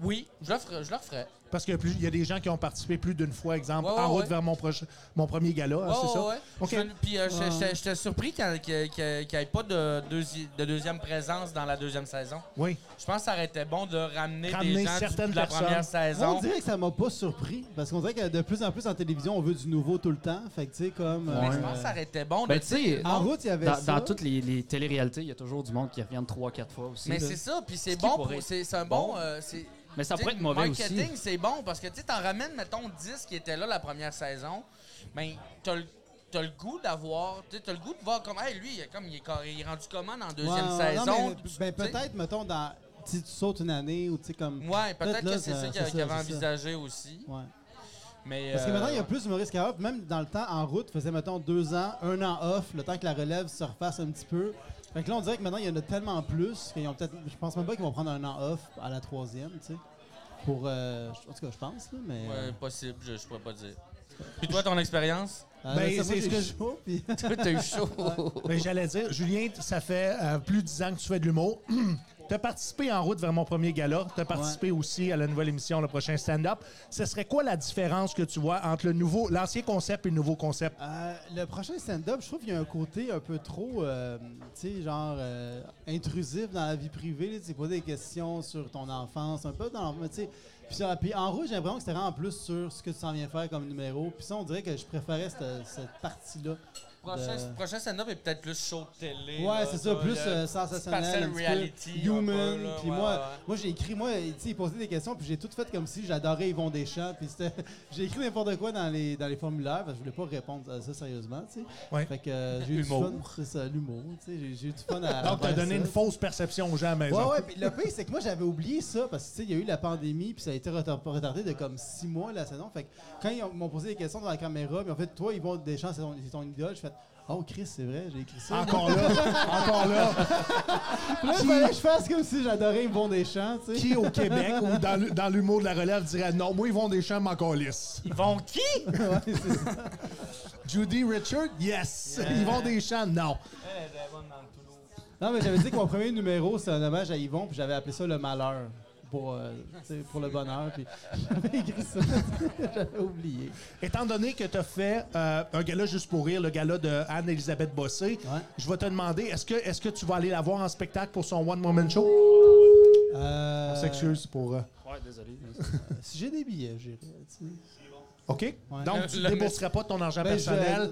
Speaker 3: Oui, je le ferai. Je le referai.
Speaker 2: Parce qu'il y, a plus- il y a des gens qui ont participé plus d'une fois, exemple,
Speaker 3: Ouais, ouais,
Speaker 2: en route
Speaker 3: ouais.
Speaker 2: vers mon, proche- mon premier gala, hein, c'est ça? Ok.
Speaker 3: Je me- Puis euh, j'étais- j'étais- j'étais surpris qu'il n'y ait pas de, deuxi- de deuxième présence dans la deuxième saison.
Speaker 2: Oui.
Speaker 3: Je pense que ça aurait été bon de ramener,
Speaker 2: Ramener
Speaker 3: des gens du-
Speaker 2: certaines
Speaker 3: de la
Speaker 2: personnes.
Speaker 3: première
Speaker 4: On
Speaker 3: saison.
Speaker 4: dirait que ça m'a pas surpris. Parce qu'on dirait que de plus en plus en télévision, on veut du nouveau tout le temps. Fait que, tu sais, comme.
Speaker 3: Mais
Speaker 4: euh,
Speaker 3: je pense que ça aurait été bon de
Speaker 5: Ben, tu sais,
Speaker 4: en route, il y avait
Speaker 5: dans,
Speaker 4: ça.
Speaker 5: dans toutes les, les téléréalités, il y a toujours du monde qui revient 3-4 fois aussi.
Speaker 3: Mais
Speaker 5: là.
Speaker 3: c'est ça, puis c'est
Speaker 5: qui
Speaker 3: bon, pour-
Speaker 5: pourrait être
Speaker 3: c'est c'est un bon.
Speaker 5: bon?
Speaker 3: euh, c'est-
Speaker 5: Mais ça
Speaker 3: tu sais,
Speaker 5: pourrait être mauvais
Speaker 3: marketing,
Speaker 5: aussi.
Speaker 3: c'est bon parce que tu sais, t'en ramènes, mettons, 10 qui étaient là la première saison, mais t'as le t'as le goût d'avoir, tu sais, t'as le goût de voir comme, hey, lui, il est comme, il est, carré- il est rendu comment dans la
Speaker 4: Ouais,
Speaker 3: deuxième
Speaker 4: ouais, non,
Speaker 3: saison?
Speaker 4: mais,
Speaker 3: Tu-
Speaker 4: ben,
Speaker 3: tu sais,
Speaker 4: peut-être, mettons, dans. Si tu sautes une année ou, tu sais, comme.
Speaker 3: Ouais, peut-être
Speaker 4: peut-être là,
Speaker 3: que c'est
Speaker 4: ça-
Speaker 3: ça qu'il
Speaker 4: c'est
Speaker 3: qu'il
Speaker 4: ça,
Speaker 3: avait
Speaker 4: c'est ça.
Speaker 3: envisagé aussi.
Speaker 4: Ouais.
Speaker 3: Mais,
Speaker 4: Parce que maintenant, il y a
Speaker 3: euh,
Speaker 4: plus d'humoristes qu'avant. Puis Même dans le temps, en route, faisait, mettons, deux ans, un an off, le temps que la relève se refasse un petit peu. Fait que là, on dirait que maintenant, il y en a tellement plus qu'ils ont peut-être. Je pense même pas qu'ils vont prendre un an off à la troisième, tu sais. Pour. euh, en tout cas, je pense, là, mais.
Speaker 3: ouais, possible, je, je pourrais pas dire. Puis toi, ton expérience?
Speaker 4: euh,
Speaker 2: Ben,
Speaker 4: ça, moi,
Speaker 2: c'est
Speaker 4: j'ai
Speaker 2: ce que je-
Speaker 4: chaud, puis-
Speaker 3: Toi, t'as eu chaud.
Speaker 2: Ben, J'allais dire, Julien, t- ça fait euh, plus de 10 ans que tu fais de l'humour. tu as participé en route vers mon premier gala. Tu as participé aussi à la nouvelle émission, le prochain stand-up. Ce serait quoi la différence que tu vois entre le nouveau, l'ancien concept et le nouveau concept?
Speaker 4: Euh, le prochain stand-up, je trouve qu'il y a un côté un peu trop, euh, tu sais, genre euh, intrusif dans la vie privée. là. Tu poses des questions sur ton enfance, un peu dans l'enfance, tu sais. Puis, ça- puis en rouge, j'ai l'impression que c'était vraiment plus sur ce que tu s'en viens faire comme numéro. Puis ça, on dirait que je préférais cette, cette partie-là.
Speaker 3: prochain,
Speaker 4: de-
Speaker 3: prochain stand-up est peut-être plus show de télé.
Speaker 4: Ouais,
Speaker 3: là,
Speaker 4: c'est ça, plus
Speaker 3: le-
Speaker 4: euh, sensationnel,
Speaker 3: spatial
Speaker 4: un petit peu
Speaker 3: reality, un peu,
Speaker 4: human.
Speaker 3: là,
Speaker 4: Puis
Speaker 3: ouais,
Speaker 4: moi,
Speaker 3: ouais.
Speaker 4: moi j'ai écrit, moi, tu sais, il posait des questions, puis j'ai tout fait comme si j'adorais Yvon Deschamps. Puis c'était- j'ai écrit n'importe quoi dans les, dans les formulaires, parce que je voulais pas répondre à ça sérieusement, tu sais.
Speaker 2: Ouais.
Speaker 4: Fait que euh, j'ai eu du
Speaker 2: Humour.
Speaker 4: fun, c'est ça, l'humour, tu sais, j'ai- j'ai eu du fun à.
Speaker 3: Ah,
Speaker 2: Donc, tu
Speaker 3: ben,
Speaker 2: as
Speaker 4: à
Speaker 2: donné
Speaker 4: faire
Speaker 2: une
Speaker 4: ça.
Speaker 2: fausse perception aux gens à la maison.
Speaker 4: Ouais, ouais, puis le pire, c'est que moi, j'avais oublié ça parce que, tu sais, il y a eu la pandémie, puis ça a été retar- retardé de comme six mois la saison. Fait que quand ils ont- m'ont posé des questions devant la caméra, mais en fait, toi, ils vont des chances, c'est ton, c'est ton idole, je fais. Oh Chris, c'est vrai, j'ai écrit ça.
Speaker 2: Encore là, encore là.
Speaker 4: Puis là, Ah, il fallait que je fasse comme si j'adorais Yvon Deschamps, tu sais.
Speaker 2: Qui au Québec ou dans, le- dans l'humour de la relève dirait non, moi, ils vont des chambres encore lisses.
Speaker 3: Ils vont qui?
Speaker 4: Ouais, c'est ça.
Speaker 2: Judy Richard, yes. Ils vont des chambres, non.
Speaker 4: non, mais j'avais dit que mon premier numéro, c'est un hommage à Yvon, puis j'avais appelé ça le malheur. Pour, euh, tu sais, pour le bonheur, puis j'avais écrit ça, j'avais oublié.
Speaker 2: Étant donné que tu as fait euh, un gala juste pour rire, le gala de Anne-Elisabeth Bossé,
Speaker 4: Ouais.
Speaker 2: je vais te demander, est-ce que, est que tu vas aller la voir en spectacle pour son One Moment Show?
Speaker 4: Euh,
Speaker 2: Sexueuse pour... euh,
Speaker 5: Ouais, désolé.
Speaker 4: Si j'ai des billets, j'irai. tu sais.
Speaker 2: OK? Donc, tu
Speaker 3: Le-
Speaker 2: ne
Speaker 3: le-
Speaker 2: débourseras pas ton argent
Speaker 4: Ben, je-
Speaker 2: personnel.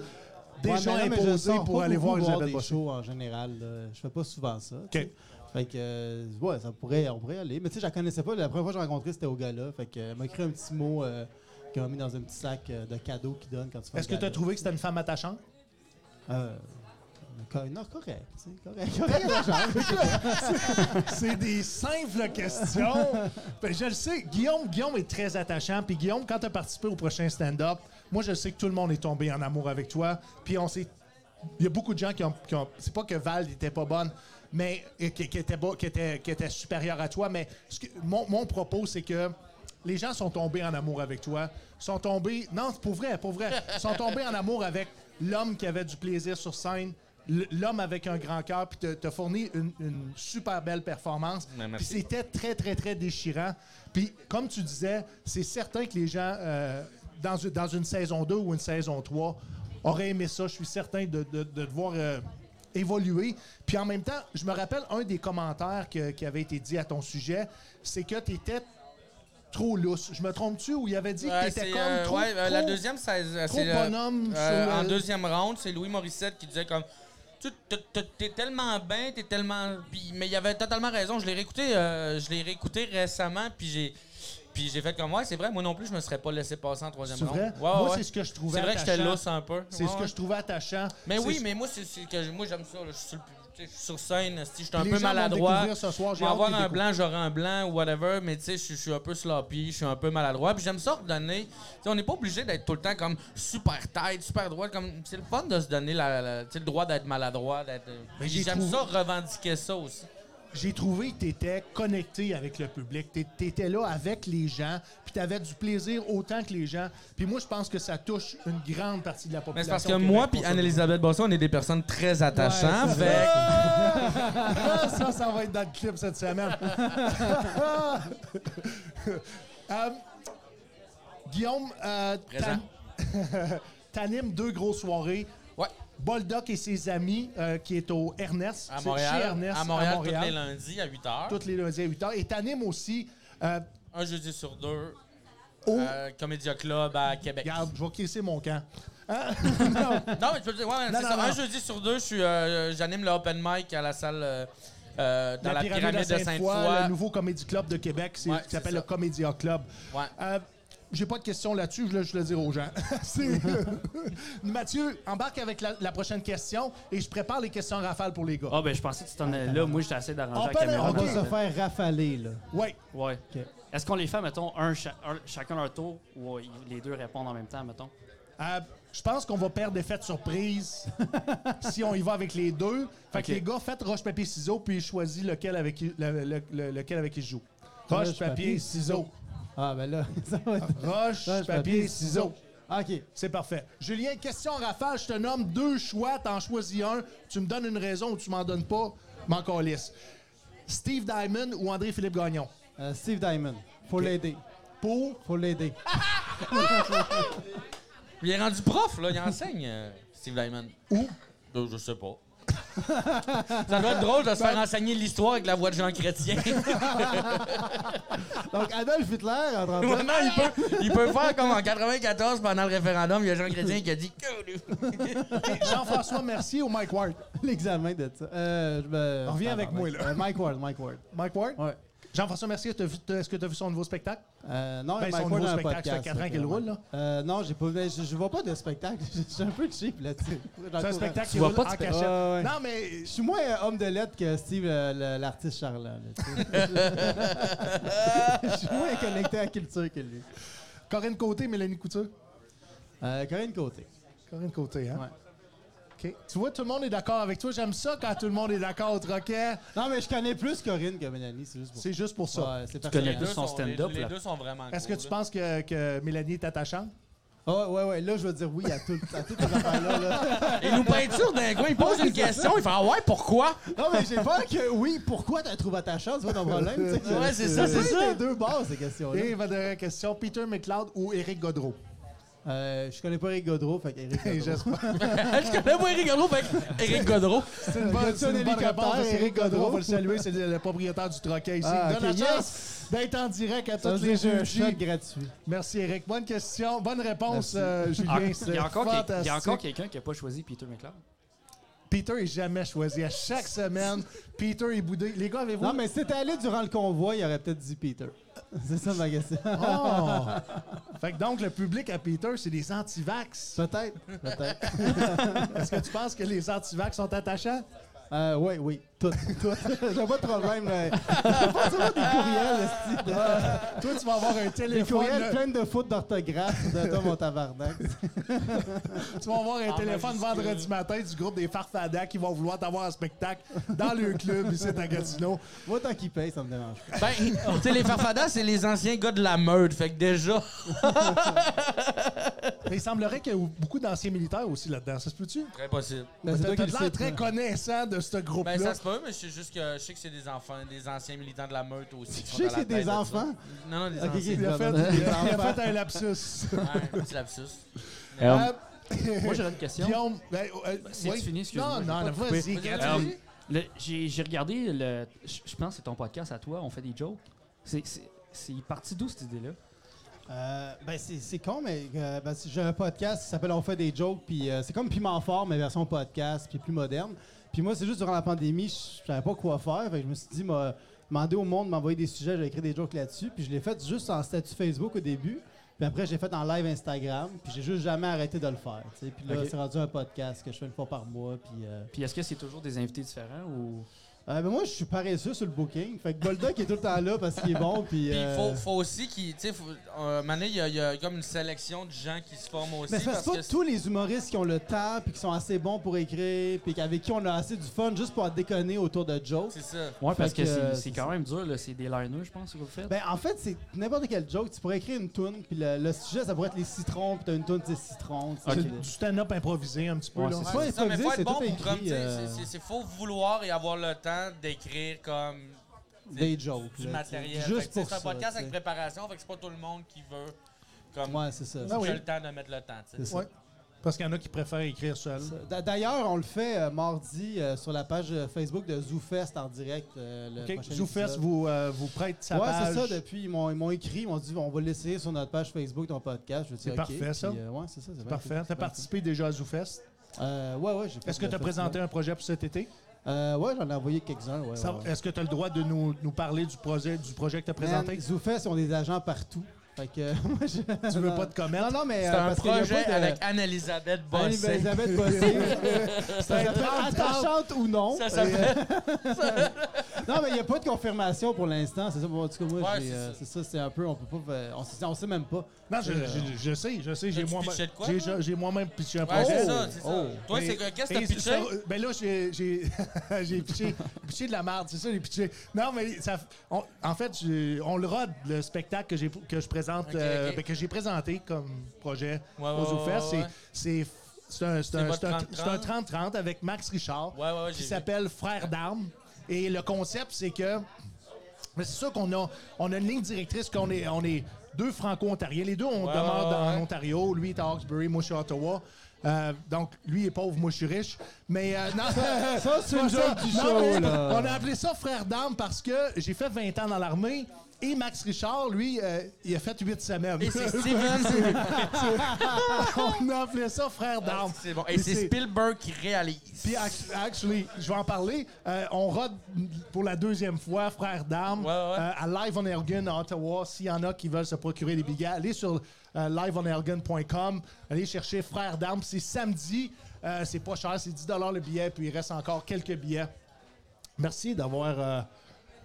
Speaker 2: déjà
Speaker 4: mais non, mais je
Speaker 2: imposé
Speaker 4: sors
Speaker 2: pour
Speaker 4: pas
Speaker 2: aller
Speaker 4: beaucoup
Speaker 2: voir Elisabeth
Speaker 4: des
Speaker 2: Bossé.
Speaker 4: shows en général. là. Je fais pas souvent ça. tu
Speaker 2: OK.
Speaker 4: sais. Fait que, euh, ouais, ça pourrait, on pourrait y aller. Mais tu sais, je la connaissais pas. La première fois que j'ai rencontré, c'était au gala. Fait que, euh, elle m'a écrit un petit mot euh, qu'elle m'a mis dans un petit sac euh, de cadeaux qu'il donne quand tu fais
Speaker 2: Est-ce que tu as trouvé que c'était une femme attachante?
Speaker 4: Euh, co- non, correct. tu sais, Correct. Correct, genre.
Speaker 2: C'est des simples questions. Ben, je le sais, Guillaume, Guillaume est très attachant. Puis Guillaume, quand tu as participé au prochain stand-up, moi, je sais que tout le monde est tombé en amour avec toi. Puis on s'est. Il y a beaucoup de gens qui ont. qui ont- c'est pas que Val n'était pas bonne, mais. et qui, qui était bas- qui, était, qui était supérieure à toi. Mais ce que- mon, mon propos, c'est que. Les gens sont tombés en amour avec toi, sont tombés, non, c'est pour vrai, pour vrai, sont tombés en amour avec l'homme qui avait du plaisir sur scène, l- l'homme avec un grand cœur, puis te- te fournit une, une super belle performance.
Speaker 3: Ouais,
Speaker 2: Puis
Speaker 3: merci.
Speaker 2: c'était très, très, très déchirant. Puis comme tu disais, c'est certain que les gens, euh, dans, une- dans une saison 2 ou une saison 3, auraient aimé ça. Je suis certain de, de, de te voir euh, évoluer. Puis en même temps, je me rappelle un des commentaires que- qui avait été dit à ton sujet, c'est que tu étais trop lousse. Je me trompe-tu? Ou il avait dit que
Speaker 3: Ouais,
Speaker 2: tu étais
Speaker 3: c'est,
Speaker 2: comme
Speaker 3: euh,
Speaker 2: trop,
Speaker 3: ouais, euh, la
Speaker 2: trop-
Speaker 3: deuxième, c'est euh,
Speaker 2: trop
Speaker 3: c'est, euh,
Speaker 2: bonhomme
Speaker 3: euh,
Speaker 2: sur le-
Speaker 3: en deuxième round, c'est Louis Morissette qui disait comme Tu- tu- tu- t'es tellement bien, t'es tellement. Puis- mais il avait totalement raison. Je l'ai réécouté, euh, je l'ai réécouté récemment, puis j'ai, puis j'ai fait comme ouais, c'est vrai. Moi non plus, je me serais pas laissé passer en troisième
Speaker 2: C'est
Speaker 3: round.
Speaker 2: vrai?
Speaker 3: Ouais,
Speaker 2: Moi,
Speaker 3: ouais.
Speaker 2: c'est ce que je trouvais
Speaker 3: C'est vrai que j'étais
Speaker 2: attachant.
Speaker 3: lousse un peu.
Speaker 2: C'est
Speaker 3: Ouais,
Speaker 2: ce que
Speaker 3: ouais.
Speaker 2: je trouvais attachant.
Speaker 3: Mais
Speaker 2: C'est-
Speaker 3: oui, mais moi, c'est c'est que moi j'aime ça. là. Je suis sur, le- tu sais, je suis sur scène, si je suis un
Speaker 2: Les
Speaker 3: peu
Speaker 2: gens vont
Speaker 3: maladroit.
Speaker 2: découvrir ce soir, j'ai
Speaker 3: Je vais
Speaker 2: hâte
Speaker 3: avoir
Speaker 2: qu'ils
Speaker 3: un
Speaker 2: découvrent.
Speaker 3: blanc, j'aurai un blanc ou whatever, mais tu sais, je je suis un peu sloppy, je suis un peu maladroit. Puis j'aime ça redonner. Tu sais, on n'est pas obligé d'être tout le temps comme super tight, super droit. Comme c'est le fun de se donner la, la- tu sais, le droit d'être maladroit. d'être-
Speaker 2: Mais j'ai
Speaker 3: J'aime
Speaker 2: trouvé-
Speaker 3: ça revendiquer ça aussi.
Speaker 2: j'ai trouvé que tu étais connecté avec le public. Tu étais là avec les gens, puis tu avais du plaisir autant que les gens. Puis moi, je pense que ça touche une grande partie de la population.
Speaker 3: Mais c'est parce que moi puis Anne-Elisabeth Bosson, on est des personnes très attachantes. fait que-
Speaker 2: Ah, ça, ça va être dans le clip cette semaine. Euh, Guillaume, euh,
Speaker 3: Présent.
Speaker 2: t'an- t'animes deux grosses soirées.
Speaker 3: Ouais.
Speaker 2: Boldoc et ses amis, euh, qui est au Ernest.
Speaker 3: à
Speaker 2: C'est chez
Speaker 3: Montréal,
Speaker 2: Ernest,
Speaker 3: à Montréal, tous les lundis à 8 h.
Speaker 2: tous les lundis à 8 h. Et t'animes aussi euh,
Speaker 3: Un jeudi sur deux.
Speaker 2: au.
Speaker 3: euh, Comédia Club à Québec.
Speaker 2: Regarde, je vais crisser mon camp. Hein? Non.
Speaker 3: Non, mais tu peux le dire, ouais,
Speaker 2: Non,
Speaker 3: c'est
Speaker 2: non,
Speaker 3: ça.
Speaker 2: non.
Speaker 3: Un jeudi sur deux, je suis, euh, j'anime le open mic à la salle euh, euh, dans la, pyramide, de Sainte-Foy.
Speaker 2: le nouveau Comédie Club de Québec, c'est
Speaker 3: Ouais,
Speaker 2: qui
Speaker 3: c'est
Speaker 2: s'appelle
Speaker 3: ça.
Speaker 2: le Comédia Club.
Speaker 3: Ouais.
Speaker 2: Euh, j'ai pas de questions là-dessus, je voulais juste le dire aux gens. C'est- Mathieu, embarque avec la, la prochaine question et je prépare les questions en rafale pour les gars.
Speaker 5: Ah, ben, je pensais que tu t'en allais là. Moi, j'étais assez d'arranger
Speaker 2: On
Speaker 5: la
Speaker 2: peut-
Speaker 5: caméra.
Speaker 4: on va
Speaker 5: dans
Speaker 4: se
Speaker 5: le-
Speaker 4: faire rafaler, là.
Speaker 3: Oh.
Speaker 2: Ouais.
Speaker 5: Ouais.
Speaker 4: Ok.
Speaker 5: Est-ce qu'on les fait, mettons, un, cha- un- chacun leur tour ou euh, les deux répondent en même temps, mettons?
Speaker 2: Euh, je pense qu'on va perdre des fêtes surprises si on y va avec les deux. Fait
Speaker 5: Ok.
Speaker 2: que les gars, faites roche-papier-ciseaux puis choisis lequel avec qui, le- le- le- lequel avec qui je joue. Roche-papier-ciseaux.
Speaker 4: Ah, ben là, ça va être.
Speaker 2: Roche-papier-ciseaux.
Speaker 4: Ah, OK.
Speaker 2: C'est parfait. Julien, question en rafale. Je te nomme deux choix. T'en choisis un. Tu me donnes une raison ou tu m'en donnes pas. M'en calisse. Steve Diamond ou André-Philippe Gagnon?
Speaker 4: Euh, Steve Diamond. Faut l'aider.
Speaker 2: Pour...
Speaker 4: Faut l'aider.
Speaker 3: Il est rendu prof, là, il enseigne, euh, Steve Diamond.
Speaker 2: Où?
Speaker 3: Euh, je sais pas. ça doit être drôle de se
Speaker 2: Ben-
Speaker 3: faire enseigner l'histoire avec la voix de Jean Chrétien.
Speaker 4: Donc, Adolf Hitler, en train de-
Speaker 3: Maintenant, il peut, il peut faire comme en 94 pendant le référendum, il y a Jean Chrétien qui a dit
Speaker 2: Jean-François Mercier ou Mike Ward?
Speaker 4: l'examen de ça. Euh, je me-
Speaker 2: On revient
Speaker 4: Ah,
Speaker 2: avec
Speaker 4: pardon.
Speaker 2: moi, là.
Speaker 4: Euh, Mike Ward, Mike Ward.
Speaker 2: Mike Ward?
Speaker 4: Ouais.
Speaker 2: Jean-François Mercier, t'as vu- t'as- est-ce que tu as vu son nouveau spectacle?
Speaker 4: Euh, non,
Speaker 2: Ben,
Speaker 4: Mike
Speaker 2: son
Speaker 4: Ward
Speaker 2: nouveau
Speaker 4: a un
Speaker 2: spectacle, ça fait
Speaker 4: podcast.
Speaker 2: quatre ans
Speaker 4: fait
Speaker 2: qu'il
Speaker 4: que,
Speaker 2: roule,
Speaker 4: ouais.
Speaker 2: là.
Speaker 4: Euh, non, j'ai pas, je, je vois pas de spectacle. Je suis un peu cheap là-dessus.
Speaker 2: C'est un spectacle qui
Speaker 5: vois
Speaker 2: roule
Speaker 5: pas
Speaker 2: en
Speaker 5: de spectacle.
Speaker 2: cachette.
Speaker 4: Ouais, ouais.
Speaker 2: Non, mais...
Speaker 4: Je suis moins euh, homme de lettres que Steve, euh, le- l'artiste charlant. là, tu sais. je suis moins connecté à la culture que lui.
Speaker 2: Corinne Côté, Mélanie Couture?
Speaker 4: Euh, Corinne Côté.
Speaker 2: Corinne Côté, hein?
Speaker 4: Ouais.
Speaker 2: OK. Tu vois, tout le monde est d'accord avec toi. J'aime ça quand tout le monde est d'accord au troquet.
Speaker 4: Non, mais je connais plus Corinne que Mélanie, c'est juste pour
Speaker 2: C'est juste pour ça.
Speaker 4: Ouais, c'est
Speaker 5: connais
Speaker 4: personnel.
Speaker 5: plus son stand-up,
Speaker 3: Les
Speaker 5: là.
Speaker 3: deux sont vraiment
Speaker 2: Est-ce que
Speaker 3: cool,
Speaker 2: tu
Speaker 3: là.
Speaker 2: penses que, que Mélanie est attachante?
Speaker 4: Ah ouais, ouais, ouais. Là, je veux dire oui à, tout, à toutes les affaires-là. là.
Speaker 3: Il nous peinture d'un coin, il pose une question, il fait Ah ouais, pourquoi
Speaker 4: Non, mais j'ai peur que oui, pourquoi t'as trouvé ta chance, c'est pas ton problème. tu sais, que-
Speaker 3: Ouais, c'est ça, c'est
Speaker 4: Oui,
Speaker 3: ça.
Speaker 4: les deux bases, ces questions-là.
Speaker 2: Et ma dernière question, Peter McLeod ou Eric Godreau?
Speaker 4: Euh, je connais pas Eric Godreau, fait qu'Éric Godreau.
Speaker 2: J'espère.
Speaker 3: je connais pas Eric Godreau, fait que Eric Godreau.
Speaker 2: C'est une bonne, c'est une bonne réponse. de Cyril Godreau, on va le saluer, c'est le le propriétaire du troquet ici.
Speaker 4: Ah,
Speaker 2: Il donne
Speaker 4: ok,
Speaker 2: la
Speaker 4: yes.
Speaker 2: chance d'être en direct à
Speaker 4: Ça,
Speaker 2: tous les
Speaker 4: c'est un
Speaker 2: jeux.
Speaker 4: choc gratuit.
Speaker 2: Merci Eric. Bonne question, bonne réponse,
Speaker 4: Merci.
Speaker 2: euh,
Speaker 5: Ah,
Speaker 2: Julien.
Speaker 5: Il y
Speaker 2: C'est
Speaker 5: a encore, quel- il y a encore
Speaker 2: fantastique.
Speaker 5: quelqu'un qui n'a pas choisi Peter McLeod.
Speaker 2: Peter est jamais choisi. À chaque semaine, Peter est boudé. Les gars, avez-vous
Speaker 4: Non, mais si t'étais allé durant le convoi, il aurait peut-être dit Peter. C'est ça ma question.
Speaker 2: Oh! fait que donc, le public à Peter, c'est des anti-vax.
Speaker 4: Peut-être. Peut-être.
Speaker 2: Est-ce que tu penses que les anti-vax sont attachants?
Speaker 4: Euh, oui, oui. Tout. Tout. J'ai pas de problème. euh, J'ai pas toujours des courriels, esti, de-
Speaker 2: Toi, tu vas avoir un
Speaker 4: Des
Speaker 2: téléphone. euh,
Speaker 4: courriels
Speaker 2: là.
Speaker 4: pleins de fautes d'orthographe de Tom Montavarnac.
Speaker 2: tu vas avoir un téléphone vendredi matin du groupe des Farfadas qui vont vouloir t'avoir un spectacle dans le club ici à Gatineau.
Speaker 4: Moi, tant qu'il paye, ça me dérange pas.
Speaker 3: Ben, tu sais, les farfadas, c'est les anciens gars de la meute. Fait que déjà,
Speaker 2: Mais il semblerait qu'il y a beaucoup d'anciens militaires aussi là-dedans. Ça se peut-tu?
Speaker 3: très possible.
Speaker 4: Ben, c'est
Speaker 2: T'as
Speaker 4: toi
Speaker 2: t'as
Speaker 4: qui
Speaker 2: de
Speaker 4: le
Speaker 2: l'air
Speaker 4: sais,
Speaker 2: très
Speaker 4: toi.
Speaker 2: connaissant de ce
Speaker 3: Ben,
Speaker 2: groupe-là.
Speaker 3: ça se peut, mais c'est juste que je sais que c'est des enfants, des anciens militants de la meute aussi. qui
Speaker 4: Je
Speaker 3: sont
Speaker 4: sais
Speaker 3: à
Speaker 4: que
Speaker 3: la
Speaker 4: c'est
Speaker 3: tête
Speaker 4: des
Speaker 3: de ça.
Speaker 4: enfants.
Speaker 3: Non, non, des
Speaker 4: Ok,
Speaker 3: anciens.
Speaker 2: il, a fait, il a- il a fait un lapsus.
Speaker 3: Ouais, un petit lapsus.
Speaker 2: Euh,
Speaker 5: Moi, j'aurais une question.
Speaker 2: Guillaume, ben, euh,
Speaker 5: C'est
Speaker 2: oui.
Speaker 5: fini,
Speaker 2: Non,
Speaker 5: excuse-moi, j'ai
Speaker 2: non,
Speaker 5: pas
Speaker 2: non,
Speaker 5: coupé.
Speaker 2: vas-y,
Speaker 5: Euh,
Speaker 2: Guillaume.
Speaker 5: le- J'ai j'ai regardé, le, je je pense que c'est ton podcast à toi, on fait des jokes. C'est- C'est c'est parti d'où cette idée-là?
Speaker 4: Euh, ben, c'est c'est con, mais euh, ben, j'ai un podcast qui s'appelle On fait des jokes, puis euh, c'est comme Piment Fort, mais version podcast, puis plus moderne. Puis moi, c'est juste durant la pandémie, je savais pas quoi faire, fait que je me suis dit, m'a demander au monde de m'envoyer des sujets, j'ai écrit des jokes là-dessus, puis je l'ai fait juste en statut Facebook au début, puis après, j'ai fait en live Instagram, puis j'ai juste jamais arrêté de le faire, tu sais. Puis là,
Speaker 5: Ok.
Speaker 4: c'est rendu un podcast que je fais une fois par mois, puis... euh,
Speaker 5: Puis est-ce que c'est toujours des invités différents ou.
Speaker 4: euh, ben, moi, je suis paresseux sur le booking, fait que Boldock est tout le temps là parce qu'il est bon,
Speaker 3: Puis
Speaker 4: puis...
Speaker 3: il
Speaker 4: euh,
Speaker 3: faut, faut aussi qu'il. Tu sais, faut- euh, Mané, il y, a- il y a comme une sélection de gens qui se forment aussi.
Speaker 4: Mais c'est parce
Speaker 3: parce
Speaker 4: que
Speaker 3: que
Speaker 4: pas tous les humoristes qui ont le temps, puis qui sont assez bons pour écrire, puis avec qui on a assez du fun juste pour déconner autour de jokes.
Speaker 3: c'est ça.
Speaker 5: Ouais, parce
Speaker 4: Fait
Speaker 5: que,
Speaker 4: que,
Speaker 5: c'est-
Speaker 4: euh,
Speaker 5: c'est
Speaker 4: c'est
Speaker 5: quand même dur, là, c'est des liners, je pense, que vous faites.
Speaker 4: Ben, en fait, c'est n'importe quel joke. Tu pourrais écrire une toune, puis le, le sujet, ça pourrait être les citrons, puis t'as une toune, c'est citron. tu sais.
Speaker 2: C'est Ah, Du stand-up improvisé un petit peu.
Speaker 5: Ouais,
Speaker 2: là.
Speaker 5: c'est
Speaker 4: C'est
Speaker 3: Ouais,
Speaker 4: pas
Speaker 3: c'est ça, mais
Speaker 4: improvisé,
Speaker 3: faut être
Speaker 4: c'est
Speaker 3: bon
Speaker 4: tout
Speaker 3: pour comme. tu
Speaker 4: écrit.
Speaker 3: sais,
Speaker 4: euh,
Speaker 3: c'est- c'est- C'est faut vouloir et avoir le temps d'écrire comme. c'est
Speaker 4: des jokes.
Speaker 3: Du
Speaker 4: là, tu sais.
Speaker 3: matériel. Fait
Speaker 4: Juste
Speaker 3: que, tu sais,
Speaker 4: pour
Speaker 3: C'est
Speaker 4: ça.
Speaker 3: un podcast
Speaker 4: tu
Speaker 3: avec
Speaker 4: sais.
Speaker 3: préparation, fait que c'est pas tout le monde qui veut. Comme.
Speaker 4: Ouais, c'est ça.
Speaker 3: qui
Speaker 2: Ah
Speaker 3: a
Speaker 2: oui.
Speaker 3: le temps de mettre le temps, tu sais.
Speaker 4: C'est ça.
Speaker 2: Ouais. Parce qu'il y en a qui préfèrent écrire seul.
Speaker 4: Ça. D'a- D'ailleurs, on le fait euh, mardi euh, sur la page euh, Facebook de ZooFest en direct. euh, le
Speaker 2: OK,
Speaker 4: prochain
Speaker 2: Zoufest
Speaker 4: épisode.
Speaker 2: vous, euh, vous prête sa
Speaker 4: ouais,
Speaker 2: page.
Speaker 4: c'est ça. Depuis, ils m'ont, ils m'ont écrit, ils m'ont dit on va l'essayer sur notre page Facebook, ton podcast. Je dis,
Speaker 2: C'est
Speaker 4: OK.
Speaker 2: parfait, ça.
Speaker 4: Puis, euh, ouais, c'est ça. C'est bien
Speaker 2: Parfait.
Speaker 4: cool.
Speaker 2: T'as participé déjà à Zoufest.
Speaker 4: Euh, ouais, ouais, j'ai fait
Speaker 2: Est-ce que
Speaker 4: le
Speaker 2: tu as présenté
Speaker 4: festival.
Speaker 2: un projet pour cet été?
Speaker 4: Euh, ouais, j'en ai envoyé quelques-uns. Ouais,
Speaker 2: Ça-
Speaker 4: ouais, ouais.
Speaker 2: Est-ce que tu as le droit de nous, nous parler du projet, du projet que tu as
Speaker 4: Man,
Speaker 2: présenté?
Speaker 4: Zoufès, ils ont des agents partout. Fait que euh, moi, je.
Speaker 2: tu veux pas te
Speaker 4: Non,
Speaker 2: commettre?
Speaker 4: non, mais.
Speaker 3: C'est
Speaker 4: euh,
Speaker 3: un
Speaker 4: parce qu'il y a
Speaker 3: projet
Speaker 4: pas de-
Speaker 3: avec Anne-Elisabeth Bossé.
Speaker 4: Anne-Elisabeth Bossé. ça s'appelle attachante ou non.
Speaker 3: Ça s'appelle.
Speaker 4: Non, mais il n'y a pas de confirmation pour l'instant. C'est ça, bon, en tout cas, moi,
Speaker 3: Ouais,
Speaker 4: j'ai,
Speaker 3: c'est
Speaker 4: euh,
Speaker 3: ça.
Speaker 4: c'est ça, c'est un peu. On peut pas. euh, On sait, on sait même pas.
Speaker 2: Non, je, je- je sais, je sais. J'ai
Speaker 3: As-tu
Speaker 2: moi-même
Speaker 3: pitché de quoi,
Speaker 2: j'ai-
Speaker 3: toi?
Speaker 2: j'ai moi-même pitché un
Speaker 3: Ouais,
Speaker 2: projet. Oh.
Speaker 3: c'est ça, c'est ça. Toi,
Speaker 2: Et-
Speaker 3: c'est que. Qu'est-ce que
Speaker 2: et
Speaker 3: t'as
Speaker 2: c'est
Speaker 3: pitché?
Speaker 2: ça, euh, Ben là, j'ai j'ai- j'ai pitché, pitché de la merde, c'est ça, j'ai pitché. Non, mais ça, on- en fait, j'ai- on le rode, le spectacle que, j'ai- que je présente,
Speaker 3: Ok,
Speaker 2: euh,
Speaker 3: ok.
Speaker 2: ben, que j'ai présenté comme projet
Speaker 3: Ouais,
Speaker 2: aux
Speaker 3: ouais,
Speaker 2: Zoufest,
Speaker 3: ouais, ouais.
Speaker 2: c'est- c'est c'est un c'est un-
Speaker 3: votre
Speaker 2: c'est un-
Speaker 3: 30-30?
Speaker 2: c'est un 30-30 avec Max Richard
Speaker 3: Ouais, ouais, ouais,
Speaker 2: qui
Speaker 3: j'ai vu.
Speaker 2: s'appelle Frères d'armes. Et le concept, c'est que. Mais c'est sûr qu'on a, on a une ligne directrice qu'on est, on est deux franco-ontariens. Les deux, on
Speaker 3: Ouais,
Speaker 2: demeure
Speaker 3: ouais,
Speaker 2: dans
Speaker 3: ouais.
Speaker 2: Ontario. Lui est à Hawkesbury, moi je suis à Ottawa. Euh, donc, lui est pauvre, moi je suis riche. Mais euh, non,
Speaker 4: Ça, c'est
Speaker 2: pas
Speaker 4: une
Speaker 2: ça.
Speaker 4: joke du
Speaker 2: Non,
Speaker 4: show,
Speaker 2: mais
Speaker 4: là.
Speaker 2: On a appelé ça frère d'armes parce que j'ai fait 20 ans dans l'armée et Max Richard, lui, euh, il a fait 8 semaines.
Speaker 3: Et c'est Steven.
Speaker 2: on a appelé ça frère d'armes.
Speaker 3: Ah, C'est bon. Et c'est Spielberg qui réalise.
Speaker 2: Puis, ac- actually, je vais en parler. Euh, on rode pour la deuxième fois, frère d'armes,
Speaker 3: Ouais, ouais.
Speaker 2: euh, à Live on Ergun à Ottawa. S'il y en a qui veulent se procurer des billets, allez sur euh, liveonergun.com, allez chercher frère d'armes. C'est samedi, Euh, c'est pas cher, c'est 10 le billet, puis il reste encore quelques billets. Merci d'avoir euh,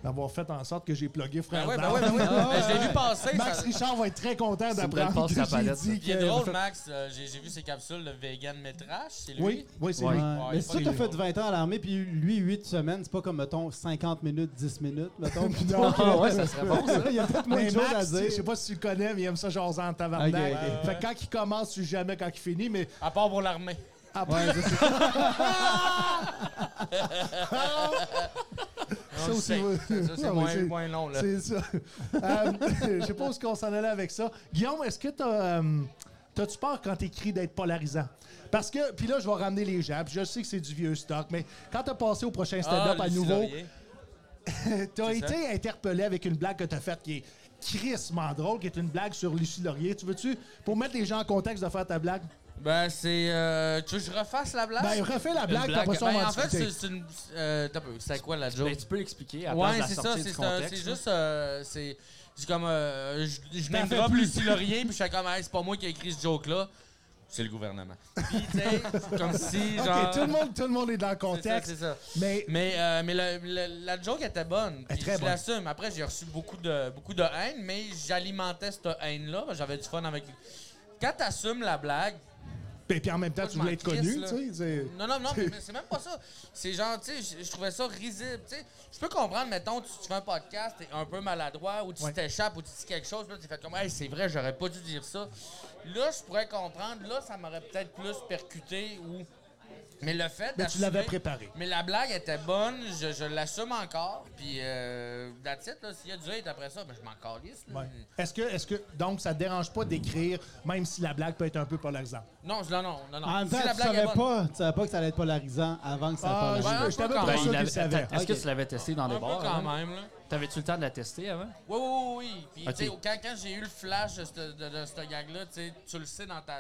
Speaker 2: d'avoir fait en sorte que j'ai plugué frère
Speaker 3: Ben ouais, ben
Speaker 2: d'armes.
Speaker 3: ouais, ben ouais. Ben, je l'ai vu passer.
Speaker 2: Ah, Max
Speaker 3: ça-
Speaker 2: Richard va être très content
Speaker 5: une belle
Speaker 2: d'apprendre
Speaker 5: passe
Speaker 2: que
Speaker 5: à la
Speaker 2: j'ai
Speaker 5: palette,
Speaker 2: dit
Speaker 3: Il est
Speaker 2: que-
Speaker 3: drôle, Max. Euh, J'ai j'ai vu ses capsules de vegan métrage. C'est lui.
Speaker 2: Oui, oui, c'est
Speaker 5: Ouais.
Speaker 2: lui.
Speaker 4: Ouais.
Speaker 3: il
Speaker 4: mais
Speaker 3: est
Speaker 4: si
Speaker 3: pas
Speaker 4: toi, t'as
Speaker 3: rigolo.
Speaker 4: fait 20 ans à l'armée, puis lui, 8 semaines, c'est pas comme, mettons, 50 minutes, 10 minutes, mettons. puis
Speaker 2: Non.
Speaker 4: donc,
Speaker 5: Ah ouais, ça serait bon, ça.
Speaker 4: Il y a peut-être moins
Speaker 2: Mais
Speaker 4: de choses à
Speaker 2: Max, tu sais,
Speaker 4: dire.
Speaker 2: je sais pas si tu le connais, mais il aime ça jaser en tabarnak. Euh,
Speaker 4: Ok, ok.
Speaker 2: Fait que quand il commence, tu sais jamais quand il finit, mais
Speaker 3: À part pour l'armée.
Speaker 2: après,
Speaker 3: Non,
Speaker 2: Ça aussi,
Speaker 3: c'est-
Speaker 2: ouais.
Speaker 3: ça, c'est
Speaker 2: Non, mais
Speaker 3: moins,
Speaker 2: c'est-
Speaker 3: moins long. Là.
Speaker 2: c'est ça. Euh, je sais pas où est-ce qu'on s'en allait avec ça. Guillaume, est-ce que t'as... euh, T'as-tu peur quand t'écris d'être polarisant? Parce que, puis là, je vais ramener les gens, puis je sais que c'est du vieux stock, mais quand t'as passé au prochain
Speaker 3: Ah,
Speaker 2: stand-up à nouveau, T'as
Speaker 3: C'est
Speaker 2: été interpellé avec une blague que t'as faite qui est crissement drôle, qui est une blague sur Lucie Laurier. Tu veux-tu, pour mettre les gens en contexte de faire ta blague,
Speaker 3: Ben, c'est. euh, tu veux que je refasse la Ah, blague?
Speaker 2: ben refais la blague, puis après ça, on
Speaker 3: Ben,
Speaker 2: va en
Speaker 3: en fait,
Speaker 2: discuter.
Speaker 3: c'est c'est une. euh, t'as peu, c'est quoi la joke?
Speaker 5: Ben, tu peux l'expliquer à
Speaker 3: Ouais,
Speaker 5: la
Speaker 3: c'est
Speaker 5: sortie
Speaker 3: ça,
Speaker 5: du
Speaker 3: c'est ça,
Speaker 5: contexte.
Speaker 3: c'est juste. euh, c'est c'est comme. euh, je je
Speaker 2: T'en
Speaker 3: name
Speaker 2: fais
Speaker 3: drop
Speaker 2: plus.
Speaker 3: Lucie Laurier, puis je suis comme, Hey, c'est pas moi qui ai écrit ce joke-là, c'est le gouvernement. Puis, tu sais, comme si,
Speaker 2: OK,
Speaker 3: genre.
Speaker 2: tout, le monde, tout le monde est dans le
Speaker 3: C'est ça,
Speaker 2: contexte,
Speaker 3: c'est ça.
Speaker 2: mais
Speaker 3: Mais, euh, mais le- le- la joke était bonne.
Speaker 2: Elle est
Speaker 3: puis
Speaker 2: très
Speaker 3: je
Speaker 2: bonne.
Speaker 3: l'assume. Après, j'ai reçu beaucoup de, beaucoup de haine, mais j'alimentais cette haine-là. parce que J'avais du fun avec. Quand t'assumes la blague,
Speaker 2: et puis en même temps,
Speaker 3: Moi,
Speaker 2: tu
Speaker 3: je
Speaker 2: voulais
Speaker 3: m'en
Speaker 2: être connu,
Speaker 3: crisse, là.
Speaker 2: tu sais. c'est-
Speaker 3: Non, non, non, mais mais c'est même pas ça. C'est genre, tu sais, je- je trouvais ça risible. Tu sais, je peux comprendre, mettons, tu, tu fais un podcast, t'es un peu maladroit, ou tu
Speaker 2: Ouais.
Speaker 3: t'échappes, ou tu dis quelque chose, puis là, t'es fait comme, hey, c'est vrai, j'aurais pas dû dire ça. Là, je pourrais comprendre, là, ça m'aurait peut-être plus percuté, ou. Mais le fait
Speaker 2: Mais tu l'avais
Speaker 3: d'assumer-
Speaker 2: préparé.
Speaker 3: Mais la blague était bonne, je, je l'assume encore, puis euh, that's it, là, s'il y a du hate après ça, ben, je m'en calisse. là.
Speaker 2: Ouais. Est-ce que, est-ce que, donc, ça te dérange pas d'écrire, même si la blague peut être un peu polarisante?
Speaker 3: Non, je- non, non, non, non.
Speaker 4: En même temps,
Speaker 3: Si Ah, la
Speaker 4: tu
Speaker 3: blague est
Speaker 4: savais
Speaker 3: bonne-
Speaker 4: pas, tu savais pas que ça allait être polarisant avant que ça
Speaker 2: Ah,
Speaker 4: polarise.
Speaker 3: ouais.
Speaker 2: je, je t'avais
Speaker 3: Ben,
Speaker 2: pas
Speaker 5: Ben,
Speaker 2: sûr
Speaker 5: il
Speaker 2: qu'il
Speaker 5: l'avait-
Speaker 2: savait.
Speaker 5: Est-ce
Speaker 4: Ok.
Speaker 5: que tu l'avais testé dans
Speaker 3: Un
Speaker 5: des
Speaker 3: peu
Speaker 5: bars? hein.
Speaker 3: quand
Speaker 5: avant?
Speaker 3: même, là.
Speaker 5: T'avais-tu le temps de la tester avant?
Speaker 3: Oui, oui, oui. Puis,
Speaker 5: Ok.
Speaker 3: tu sais, quand, quand j'ai eu le flash de ce de, de ce gag-là, tu sais, tu le sais dans ta.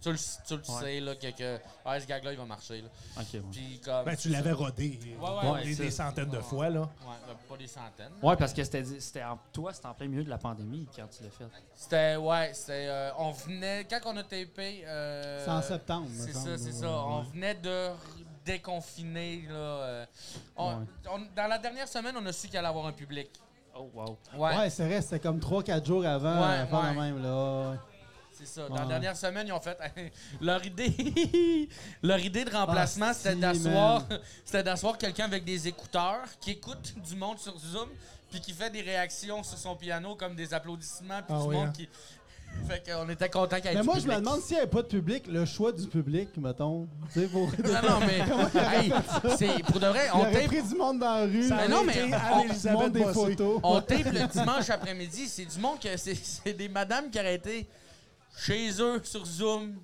Speaker 3: Tu le, tu le sais, là, que, que. Ouais, ce gag-là, il va marcher, là.
Speaker 5: Ok, ouais.
Speaker 3: Puis, comme.
Speaker 2: Ben, tu l'avais rodé
Speaker 3: ouais, ouais,
Speaker 2: des,
Speaker 3: c'est-
Speaker 2: des centaines de fois, là.
Speaker 3: Ouais, ben, pas des centaines.
Speaker 5: Ouais, parce que c'était c'était en, toi, c'était en plein milieu de la pandémie quand tu l'as fait.
Speaker 3: C'était. Ouais, c'était. euh, on venait. Quand on a tapé. euh,
Speaker 4: C'est en septembre, me
Speaker 3: C'est
Speaker 4: semble,
Speaker 3: ça, c'est
Speaker 4: ouais,
Speaker 3: ça.
Speaker 4: ouais.
Speaker 3: On venait de r- déconfiner, là. euh, on-
Speaker 5: Ouais.
Speaker 3: on- dans la dernière semaine, on a su qu'il allait avoir un public.
Speaker 5: Oh, wow.
Speaker 3: Ouais.
Speaker 4: Ouais, c'est vrai, c'était comme 3-4 jours avant,
Speaker 3: Ouais,
Speaker 4: euh, pas
Speaker 3: ouais.
Speaker 4: de même, là.
Speaker 3: C'est ça. Dans la
Speaker 4: Ouais.
Speaker 3: dernière semaine, ils ont fait leur idée. leur idée de remplacement,
Speaker 4: Ah,
Speaker 3: c'était
Speaker 4: si,
Speaker 3: d'asseoir, c'était d'asseoir quelqu'un avec des écouteurs qui écoute du monde sur Zoom, puis qui fait des réactions sur son piano comme des applaudissements, puis
Speaker 2: Ah
Speaker 3: du
Speaker 2: oui,
Speaker 3: monde
Speaker 2: hein.
Speaker 3: qui. fait qu'on était content qu'il y ait
Speaker 4: Mais
Speaker 3: du
Speaker 4: moi, je
Speaker 3: public.
Speaker 4: me demande s'il n'y avait pas de public, le choix du public, mettons. Tu sais, pour.
Speaker 3: Non, non, mais hey, c'est pour de vrai, on
Speaker 4: Il aurait
Speaker 3: tape,
Speaker 4: pris du monde dans la rue.
Speaker 2: Ça
Speaker 3: Mais
Speaker 2: avait
Speaker 3: non, mais
Speaker 2: été
Speaker 3: on-
Speaker 2: Anne
Speaker 3: on
Speaker 2: Elisabeth
Speaker 4: montre des
Speaker 2: Bossé.
Speaker 4: photos.
Speaker 3: on tape le dimanche après-midi. C'est du monde que c'est, c'est des madames qui auraient été chez eux sur Zoom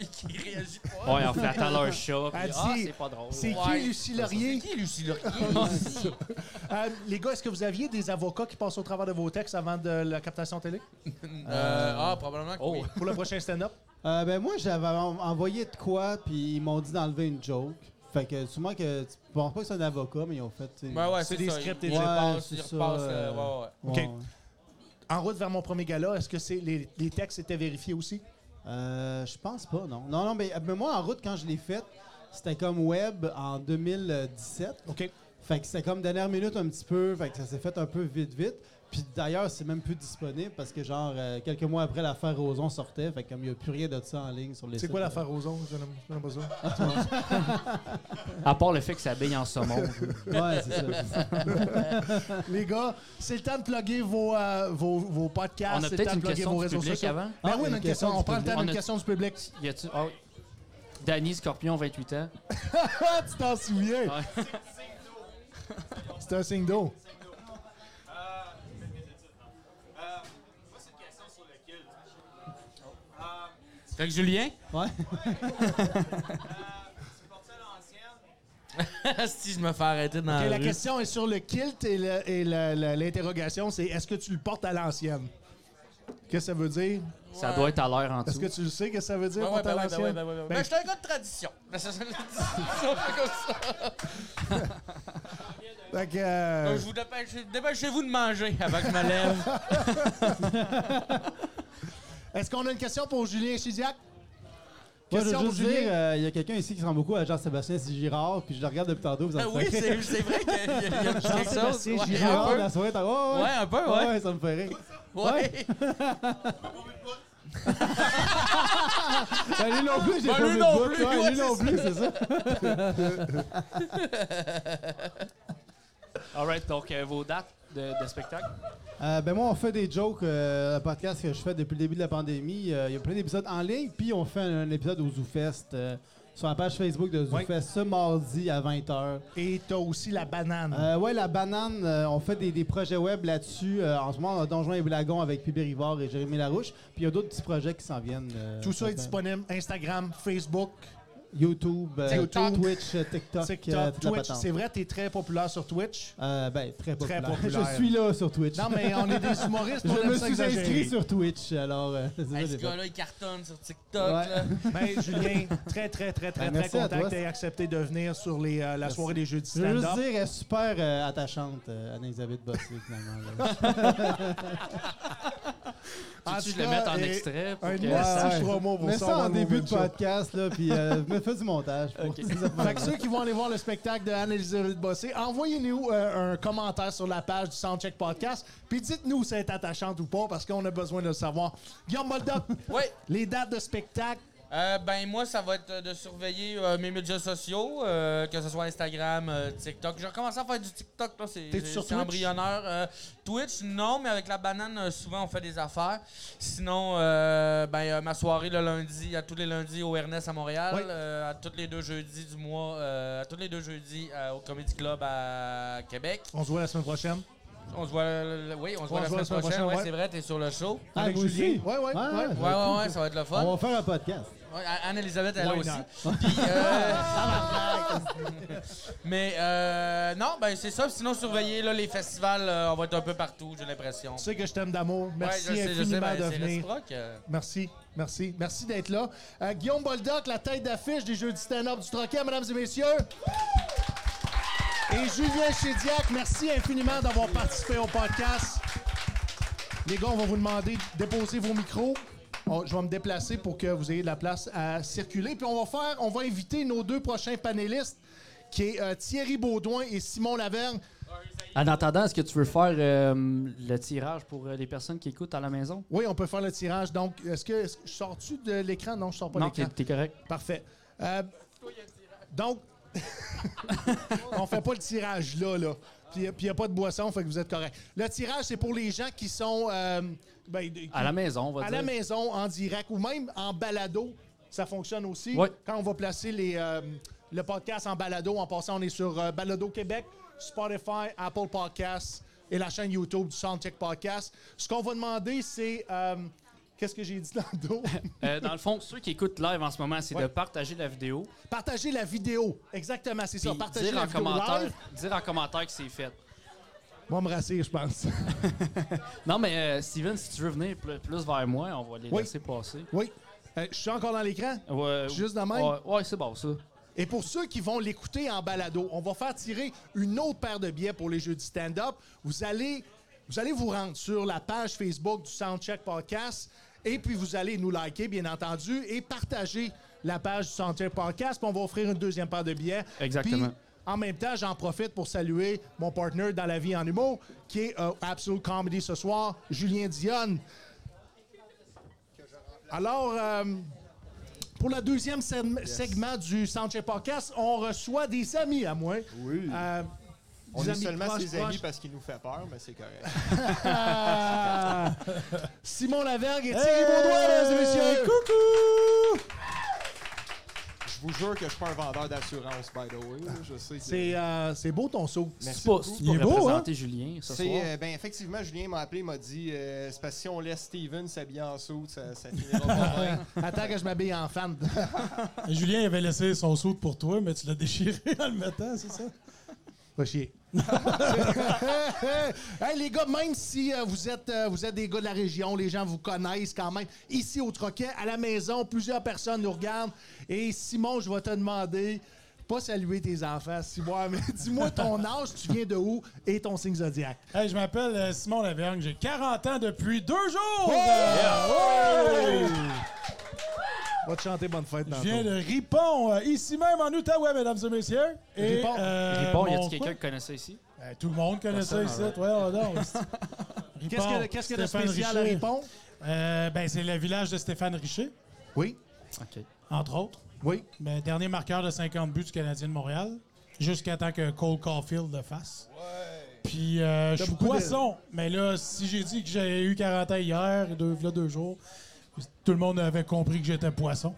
Speaker 3: et qui réagissent pas.
Speaker 5: Ouais, en flattant leur chat.
Speaker 2: Ah,
Speaker 5: puis, Ah,
Speaker 2: dis-
Speaker 5: c'est pas drôle.
Speaker 2: C'est
Speaker 3: Ouais.
Speaker 2: qui, Lucie
Speaker 3: Oh, C'est
Speaker 2: Laurier?
Speaker 3: qui Lucie Laurier?
Speaker 4: Ah,
Speaker 2: Euh, les gars, est-ce que vous aviez des avocats qui passent au travers de vos textes avant de la captation télé
Speaker 3: Euh, ah, probablement que
Speaker 5: Oh.
Speaker 3: oui.
Speaker 2: pour le prochain stand-up?
Speaker 4: Euh, ben moi, j'avais en- envoyé de quoi, puis ils m'ont dit d'enlever une joke. Fait que souvent que tu penses pas que c'est un avocat, mais ils ont fait. tu sais,
Speaker 3: Ouais, ouais,
Speaker 2: C'est
Speaker 3: c'est
Speaker 2: des
Speaker 3: ça.
Speaker 2: scripts
Speaker 3: il,
Speaker 2: et
Speaker 3: il
Speaker 4: des-
Speaker 3: repasse,
Speaker 4: Ouais,
Speaker 3: il
Speaker 4: c'est ça,
Speaker 3: repasse.
Speaker 4: euh,
Speaker 3: euh, ouais, ouais.
Speaker 4: ouais,
Speaker 2: Ben Ok.
Speaker 4: ouais.
Speaker 2: En route vers mon premier gala, est-ce que c'est les, les textes étaient vérifiés aussi?
Speaker 4: Euh, je pense pas, non. Non, non, mais, mais moi, en route, quand je l'ai faite, c'était comme web en 2017.
Speaker 2: OK.
Speaker 4: Fait que c'était comme dernière minute un petit peu, fait que ça s'est fait un peu vite vite. Puis d'ailleurs, c'est même plus disponible parce que genre euh, quelques mois après l'affaire Roson sortait, fait que comme il n'y a plus rien de ça en ligne sur les
Speaker 2: C'est quoi l'affaire aux ondes? Je n'aime- je n'aime pas ça.
Speaker 5: À part le fait que ça baigne en saumon.
Speaker 4: Ouais, c'est ça.
Speaker 2: Les gars, c'est le temps de plugger vos, euh, vos, vos podcasts.
Speaker 5: On a
Speaker 2: c'est le
Speaker 5: peut-être
Speaker 2: temps de
Speaker 5: une
Speaker 2: plugger
Speaker 5: question
Speaker 2: vos
Speaker 5: du
Speaker 2: réseaux
Speaker 5: public
Speaker 2: sociaux.
Speaker 5: avant?
Speaker 2: Ben
Speaker 4: Ah,
Speaker 2: oui, on a une question.
Speaker 4: du
Speaker 2: On prend le
Speaker 4: public.
Speaker 2: temps d'une
Speaker 5: On a-
Speaker 2: question du public.
Speaker 5: Y a-tu. ah oui. Danny Scorpion, 28 ans.
Speaker 2: Ah, tu t'en souviens? C'est un signe d'eau.
Speaker 3: Fait que Julien,
Speaker 4: Ouais.
Speaker 3: si je me fais arrêter dans
Speaker 5: Ah,
Speaker 2: Ok,
Speaker 3: la
Speaker 2: la
Speaker 3: rue.
Speaker 2: question est sur le kilt et le- et la- la- l'interrogation, c'est est-ce que tu le portes à l'ancienne? Qu'est-ce que ça veut dire?
Speaker 5: Ça doit être à l'heure en
Speaker 2: Est-ce
Speaker 5: dessous.
Speaker 2: que tu le sais que ça veut dire
Speaker 3: Ouais, ouais,
Speaker 2: porter à
Speaker 3: ben ouais, ben
Speaker 2: l'ancienne?
Speaker 3: ouais, ben ouais, ben ouais.
Speaker 2: Ben,
Speaker 3: Ben, je suis un gars de tradition. Ben, c'est ça, la tradition, c'est comme ça.
Speaker 2: fait que, euh,
Speaker 3: Donc, Ben, je vous dépêche- dépêchez-vous de manger avant que je me lève.
Speaker 2: Est-ce qu'on a une question pour Julien Chidiac?
Speaker 4: Moi, je
Speaker 2: Question
Speaker 4: veux
Speaker 2: pour
Speaker 4: juste dire,
Speaker 2: Julien.
Speaker 4: euh, il y a quelqu'un ici qui se rend beaucoup à Jean-Sébastien Girard, puis je le regarde depuis tantôt. Vous
Speaker 3: Ben
Speaker 4: en
Speaker 3: oui,
Speaker 4: faites-
Speaker 3: c'est c'est vrai qu'il y a, il y a quelque chose.
Speaker 2: Jean-Sébastien
Speaker 3: Ouais,
Speaker 4: Girard,
Speaker 3: un
Speaker 4: la soirée, t'as-
Speaker 3: peu.
Speaker 4: ouais,
Speaker 3: Ouais, un peu,
Speaker 4: ouais, ouais,
Speaker 3: ouais.
Speaker 4: ça me fait rire.
Speaker 3: Ouais.
Speaker 4: Ben, lui non plus, j'ai
Speaker 3: Ben,
Speaker 4: pas
Speaker 3: lui
Speaker 4: vu de
Speaker 3: non
Speaker 4: bout,
Speaker 3: plus,
Speaker 4: ouais,
Speaker 3: ouais,
Speaker 4: lui non
Speaker 3: c'est
Speaker 4: plus, c'est ça.
Speaker 5: Alright, donc euh, vos dates de, de spectacle.
Speaker 4: Euh, ben moi, on fait des jokes, euh, un podcast que je fais depuis le début de la pandémie. Euh, Il y a plein d'épisodes en ligne, puis on fait un, un épisode au ZooFest euh, sur la page Facebook de Zoufest ce mardi à 20h.
Speaker 2: Et t'as aussi la banane.
Speaker 4: Euh, ouais, la banane, euh, on fait des, des projets web là-dessus. Euh, en ce moment, on a Donjon et Blagon avec Pibé Rivard et Jérémy Larouche. Puis il y a d'autres petits projets qui s'en viennent. euh,
Speaker 2: Tout ça est
Speaker 4: là-dedans.
Speaker 2: disponible. Instagram, Facebook,
Speaker 4: YouTube, euh,
Speaker 2: TikTok.
Speaker 4: Twitch, euh, TikTok, euh,
Speaker 2: TikTok,
Speaker 4: toute la
Speaker 2: Twitch.
Speaker 4: patente.
Speaker 2: C'est vrai, t'es très populaire sur Twitch.
Speaker 4: Euh, ben, très populaire.
Speaker 2: populaire.
Speaker 4: Je suis là sur Twitch.
Speaker 2: Non, mais on est des humoristes. on
Speaker 4: je
Speaker 2: aime
Speaker 4: me
Speaker 2: ça
Speaker 4: suis
Speaker 2: exagérer.
Speaker 4: inscrit sur Twitch, alors... euh, c'est ça,
Speaker 3: Hey,
Speaker 4: j'ai
Speaker 3: ce
Speaker 4: fait.
Speaker 3: gars-là, il cartonne sur TikTok.
Speaker 4: Ouais.
Speaker 3: là.
Speaker 2: Ben, Julien, très, très, très, très,
Speaker 4: Ben,
Speaker 2: très
Speaker 4: merci à
Speaker 2: content
Speaker 4: toi.
Speaker 2: que t'aies accepté de venir sur les, euh, la
Speaker 4: Merci.
Speaker 2: soirée des jeudis
Speaker 4: Je veux juste
Speaker 2: stand-up.
Speaker 4: dire, elle est super euh, attachante, euh, Anne-Elisabeth Bossé, finalement. là.
Speaker 2: En tout
Speaker 5: tu je le
Speaker 2: cas,
Speaker 5: mettre en
Speaker 2: et-
Speaker 5: extrait? pour
Speaker 2: Un
Speaker 5: que-
Speaker 2: message promo pour
Speaker 4: Mets
Speaker 2: on
Speaker 4: ça
Speaker 2: va
Speaker 4: en
Speaker 2: le
Speaker 4: début de
Speaker 2: movie show.
Speaker 4: podcast, là, puis euh, me fais du montage. pour-
Speaker 2: Fait que ceux qui vont aller voir le spectacle de Anne-Elisabeth Bossé, envoyez-nous euh, un commentaire sur la page du Soundcheck Podcast, puis dites-nous si c'est attachante ou pas, parce qu'on a besoin de le savoir. Guillaume Moldoc,
Speaker 3: Ouais.
Speaker 2: les dates de spectacle,
Speaker 3: Euh, ben moi, ça va être euh, de surveiller euh, mes médias sociaux, euh, que ce soit Instagram, euh, TikTok. J'ai recommencé à faire du TikTok, là, c'est
Speaker 2: T'es-tu
Speaker 3: c'est-
Speaker 2: sur
Speaker 3: c'est
Speaker 2: Twitch?
Speaker 3: embryonnaire. Euh, Twitch, non, mais avec la banane, euh, souvent on fait des affaires. Sinon, euh, ben euh, ma soirée le lundi, à tous les lundis au Ernest à Montréal,
Speaker 2: Oui.
Speaker 3: euh, à tous les deux jeudis du mois, euh, à tous les deux jeudis euh, au Comedy Club à Québec.
Speaker 2: on se voit la semaine prochaine.
Speaker 3: On se voit, le- le- oui, on se voit la semaine prochaine. ouais,
Speaker 2: ouais.
Speaker 3: c'est vrai, t'es sur le show.
Speaker 4: Ah,
Speaker 2: Avec
Speaker 4: vous
Speaker 2: Julien.
Speaker 4: aussi?
Speaker 2: Ouais, ouais, ouais.
Speaker 4: ça
Speaker 3: Ouais,
Speaker 4: va être
Speaker 3: ouais,
Speaker 4: cool,
Speaker 3: ouais,
Speaker 4: ça.
Speaker 3: ça va être le fun.
Speaker 4: On va faire un podcast.
Speaker 3: Ouais, Anne- Anne-Elisabeth, elle
Speaker 2: Why
Speaker 3: là aussi. Puis, euh, mais euh, non, ben c'est ça. Sinon, surveillez là, les festivals. euh, on va être un peu partout, j'ai l'impression.
Speaker 2: Tu sais que je t'aime d'amour. Merci
Speaker 3: ouais, je sais, je sais,
Speaker 2: infiniment
Speaker 3: ben,
Speaker 2: de
Speaker 3: c'est
Speaker 2: venir.
Speaker 3: réciproque. euh.
Speaker 2: Merci, merci, merci d'être là. Euh, Guillaume Boldoc, la tête d'affiche des Jeux du stand-up du Troquet, mesdames et messieurs. Et Julien Chédiac, merci infiniment d'avoir participé au podcast. Les gars, on va vous demander de déposer vos micros. On- je vais me déplacer pour que vous ayez de la place à circuler. Puis on va faire, on va inviter nos deux prochains panélistes, qui est euh, Thierry Baudouin et Simon Lavergne.
Speaker 5: En attendant, est-ce que tu veux faire euh, le tirage pour euh, les personnes qui écoutent à la maison?
Speaker 2: Oui, on peut faire le tirage. Donc, est-ce que, est-ce que- sors-tu de l'écran? Non, je sors pas de
Speaker 5: non, t'es
Speaker 2: l'écran.
Speaker 5: t'es correct.
Speaker 2: Parfait. Euh, donc, on fait pas le tirage là, là. Puis il n'y a pas de boisson, fait que vous êtes correct. Le tirage, c'est pour les gens qui sont euh, ben, de- qui-
Speaker 5: À la maison, on va
Speaker 2: à
Speaker 5: dire.
Speaker 2: la maison, en direct ou même en balado. Ça fonctionne aussi.
Speaker 5: Ouais.
Speaker 2: Quand on va placer les, euh, le podcast en balado, en passant, on est sur euh, Balado Québec, Spotify, Apple Podcasts et la chaîne YouTube du Soundcheck Podcast. Ce qu'on va demander, c'est. euh, Qu'est-ce que j'ai dit tantôt?
Speaker 5: Euh, dans le fond, ceux qui écoutent live en ce moment, c'est
Speaker 2: Ouais.
Speaker 5: de partager la vidéo.
Speaker 2: Partager la vidéo. Exactement, c'est ça.
Speaker 5: puis
Speaker 2: Partager
Speaker 5: dire
Speaker 2: la
Speaker 5: en,
Speaker 2: vidéo
Speaker 5: commentaire,
Speaker 2: live.
Speaker 5: dire en commentaire que c'est fait.
Speaker 2: Moi, me rassurer, je pense.
Speaker 5: Non, mais euh, Steven, si tu veux venir pl- plus vers moi, on va les
Speaker 2: Oui.
Speaker 5: laisser passer.
Speaker 2: Oui. Euh, je suis encore dans l'écran.
Speaker 5: Ouais,
Speaker 2: Juste de même?
Speaker 5: Ouais, ouais, c'est bon, ça.
Speaker 2: Et pour ceux qui vont l'écouter en balado, on va faire tirer une autre paire de billets pour les jeux du stand-up. Vous allez, vous allez vous rendre sur la page Facebook du Soundcheck Podcast et puis vous allez nous liker, bien entendu, et partager la page du Soundcheck Podcast. Puis on va offrir une deuxième paire de billets.
Speaker 5: Exactement.
Speaker 2: Puis, en même temps, j'en profite pour saluer mon partner dans la vie en humour, qui est euh, Absolute Comedy ce soir, Julien Dionne. Alors, euh, pour le deuxième sem- segment du Sanchez Podcast, on reçoit des amis à moi.
Speaker 6: Oui.
Speaker 2: Euh,
Speaker 6: On
Speaker 2: des
Speaker 6: est
Speaker 2: amis
Speaker 6: seulement
Speaker 2: proches,
Speaker 6: ses amis
Speaker 2: proches.
Speaker 6: parce qu'il nous fait peur, mais c'est correct.
Speaker 2: Ah! Simon Lavergue et Thierry Baudouin, mesdames et messieurs. Coucou!
Speaker 6: Je vous jure que je suis pas un vendeur d'assurance, by the way. Je sais que-
Speaker 2: C'est euh, c'est beau ton saut.
Speaker 6: Merci
Speaker 5: C'est pas,
Speaker 6: beaucoup.
Speaker 5: c'est pas
Speaker 2: Il est beau, hein?
Speaker 5: représenter Julien ce
Speaker 6: C'est,
Speaker 5: soir.
Speaker 6: euh, ben, effectivement, Julien m'a appelé, il m'a dit euh, c'est parce que si on laisse Steven s'habiller en saut, ça, ça finira pas bien.
Speaker 2: Attends que je m'habille en fan.
Speaker 7: Julien avait laissé son saut pour toi, mais tu l'as déchiré en le mettant, c'est ça?
Speaker 2: Va chier. hey, les gars, même si euh, vous, êtes, euh, vous êtes des gars de la région, les gens vous connaissent quand même. Ici au Troquet, à la maison, plusieurs personnes nous regardent. Et Simon, je vais te demander, pas saluer tes enfants, Simon, mais dis-moi ton âge, tu viens de où et ton signe zodiac.
Speaker 7: Hey, je m'appelle euh, Simon Lavergne, j'ai 40 ans depuis deux jours! Euh,
Speaker 2: Va te chanter bonne fête
Speaker 7: Je
Speaker 2: tantôt.
Speaker 7: viens de Ripon, euh, ici même en Outaouais, mesdames et messieurs. Et,
Speaker 2: Ripon.
Speaker 7: euh,
Speaker 5: Ripon, y
Speaker 7: mon-
Speaker 5: a-t-il quelqu'un qui connaît ça ici?
Speaker 7: Ben, tout le monde connaît ça ici, toi, on adore.
Speaker 2: Qu'est-ce que-
Speaker 7: Ripon,
Speaker 2: Qu'est-ce qu'il y a de
Speaker 7: Stéphane
Speaker 2: spécial à
Speaker 7: Richer.
Speaker 2: répondre?
Speaker 7: Euh, ben, c'est le village de Stéphane Richer,
Speaker 2: Oui,
Speaker 5: OK.
Speaker 7: entre autres.
Speaker 2: oui.
Speaker 7: Ben, dernier marqueur de 50 buts du Canadien de Montréal, jusqu'à temps que Cole Caulfield le fasse. Puis euh, je suis
Speaker 2: beaucoup de-
Speaker 7: poisson, mais là, si j'ai dit que j'ai eu 40 ans hier, et deux, là, deux jours, tout le monde avait compris que j'étais poisson.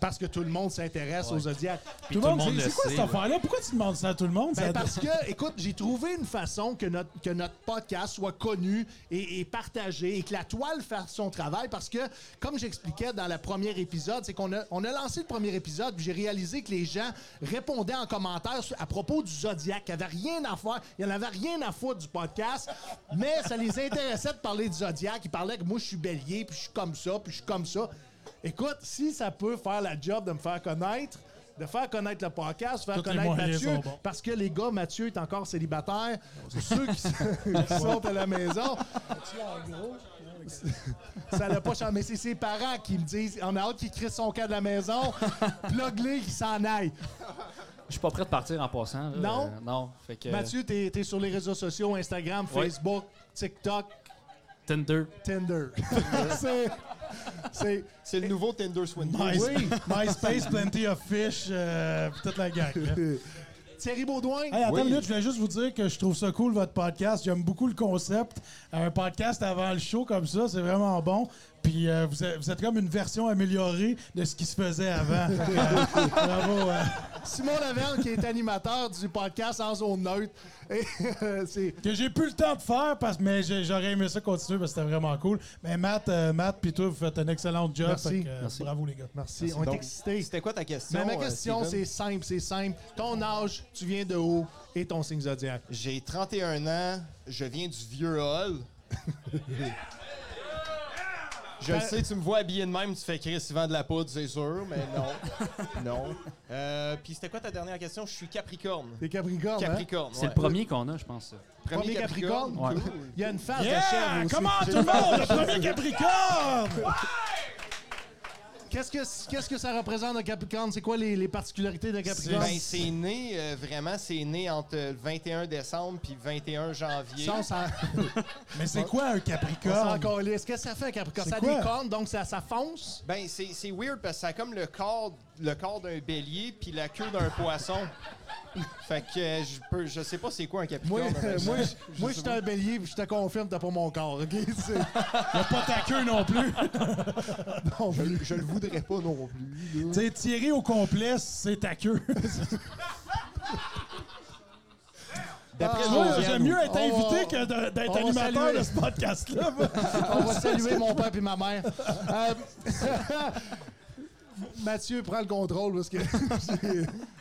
Speaker 2: parce que tout le monde s'intéresse aux Zodiacs.
Speaker 7: Tout le monde, dit, c'est quoi cette affaire-là? Pourquoi tu demandes ça à tout le monde?
Speaker 2: Ben,
Speaker 7: Ça-
Speaker 2: parce que, écoute, j'ai trouvé une façon que notre, que notre podcast soit connu et, et partagé et que la toile fasse son travail parce que, comme j'expliquais dans le premier épisode, c'est qu'on a, on a lancé le premier épisode puis j'ai réalisé que les gens répondaient en commentaire sur- à propos du Zodiac. Ils n'avaient rien à faire. Ils n'en avaient rien à foutre du podcast, mais ça les intéressait de parler du Zodiac. Ils parlaient que moi, je suis bélier, puis je suis comme ça, puis je suis comme ça. Écoute, si ça peut faire la job de me faire connaître, de faire connaître le podcast, faire
Speaker 7: Tous les
Speaker 2: connaître
Speaker 7: moyens
Speaker 2: Mathieu,
Speaker 7: sont bons.
Speaker 2: parce que les gars, Mathieu est encore célibataire. Ceux qui, qui sont à la maison. ça l'a pas changé. Mais c'est ses parents qui me disent on a hâte qu'il crisse son cas de la maison. Plug-les, qu'il s'en aille.
Speaker 5: Je suis pas prêt de partir en passant. là.
Speaker 2: Non?
Speaker 5: Euh, non. Fait que,
Speaker 2: Mathieu, t'es es sur les réseaux sociaux Instagram,
Speaker 5: Ouais.
Speaker 2: Facebook, TikTok,
Speaker 5: Tinder.
Speaker 2: Tinder. c'est. C'est.
Speaker 8: C'est le nouveau Tinder Swindler.
Speaker 7: My-
Speaker 2: Oui.
Speaker 7: MySpace, Plenty of Fish, euh, pis toute la gang. là.
Speaker 2: Thierry Baudouin.
Speaker 7: Hey, attends
Speaker 8: Oui.
Speaker 7: une minute, je voulais juste vous dire que je trouve ça cool, votre podcast. J'aime beaucoup le concept. Un podcast avant le show comme ça, c'est vraiment bon. Puis euh, vous, êtes, vous êtes comme une version améliorée de ce qui se faisait avant. Fait que, euh, bravo. euh,
Speaker 2: Simon Laverne, qui est animateur du podcast en zone neutre. Et, euh, c'est.
Speaker 7: que j'ai plus le temps de faire, parce, mais j'ai- j'aurais aimé ça continuer parce que c'était vraiment cool. Mais Matt, euh, Matt puis toi, vous faites un excellent job.
Speaker 2: Merci.
Speaker 7: Fait que, euh,
Speaker 5: Merci.
Speaker 7: Bravo les gars.
Speaker 2: Merci, on est
Speaker 8: Donc,
Speaker 2: excités.
Speaker 8: C'était quoi ta question?
Speaker 2: Mais ma
Speaker 8: euh,
Speaker 2: question,
Speaker 8: Steven?
Speaker 2: c'est simple, c'est simple. Ton âge, tu viens de où et ton signe zodiac?
Speaker 8: J'ai 31 ans, je viens du vieux hall. Je le sais, tu me vois habillé de même, tu fais Chris, il vend de la poudre, c'est sûr, mais non. non. Euh, Puis c'était quoi ta dernière question? Je suis Capricorne.
Speaker 2: T'es Capricorne, hein?
Speaker 8: Capricorne.
Speaker 5: C'est
Speaker 8: ouais.
Speaker 5: le premier qu'on a, je pense. ça.
Speaker 2: Premier Capricorne?
Speaker 8: cool.
Speaker 2: Il y a une phase de chèvre
Speaker 7: Yeah!
Speaker 2: aussi.
Speaker 7: Comment tout le monde? Le premier Capricorne!
Speaker 2: Qu'est-ce que, qu'est-ce que ça représente un Capricorne? C'est quoi les, les particularités d'un Capricorne?
Speaker 8: Ben, c'est né, euh, vraiment, c'est né entre le 21 décembre puis le 21 janvier.
Speaker 2: Ça, on s'en-
Speaker 7: Mais c'est quoi un
Speaker 2: on s'en
Speaker 7: Capricorne?
Speaker 2: calisse. Qu'est-ce que ça fait un Capricorne?
Speaker 7: C'est
Speaker 2: Ça
Speaker 7: quoi?
Speaker 2: décorne, donc ça, ça fonce.
Speaker 8: Ben, c'est c'est weird parce que ça a comme le corps, le corps d'un bélier puis la queue d'un poisson. Fait que euh, je peux, je sais pas c'est quoi un
Speaker 2: Moi,
Speaker 8: capricorne.
Speaker 2: euh,
Speaker 8: honnêtement.
Speaker 2: moi, je- moi, je suis un bélier, puis je te confirme, t'as pas mon corps, OK? C'est-
Speaker 7: Il a pas ta queue non plus.
Speaker 2: non, mais-
Speaker 8: je le voudrais pas non plus. là.
Speaker 7: Tu sais, Thierry au complet, c'est ta queue.
Speaker 8: D'après
Speaker 7: Ah, Moi,
Speaker 8: Josiane,
Speaker 7: j'aime mieux être
Speaker 2: on va-
Speaker 7: invité que de-
Speaker 2: on
Speaker 7: d'être
Speaker 2: va
Speaker 7: animateur
Speaker 2: saluer.
Speaker 7: de ce podcast-là. moi.
Speaker 2: On va saluer mon père et ma mère. Euh, Mathieu, prends le contrôle, parce que...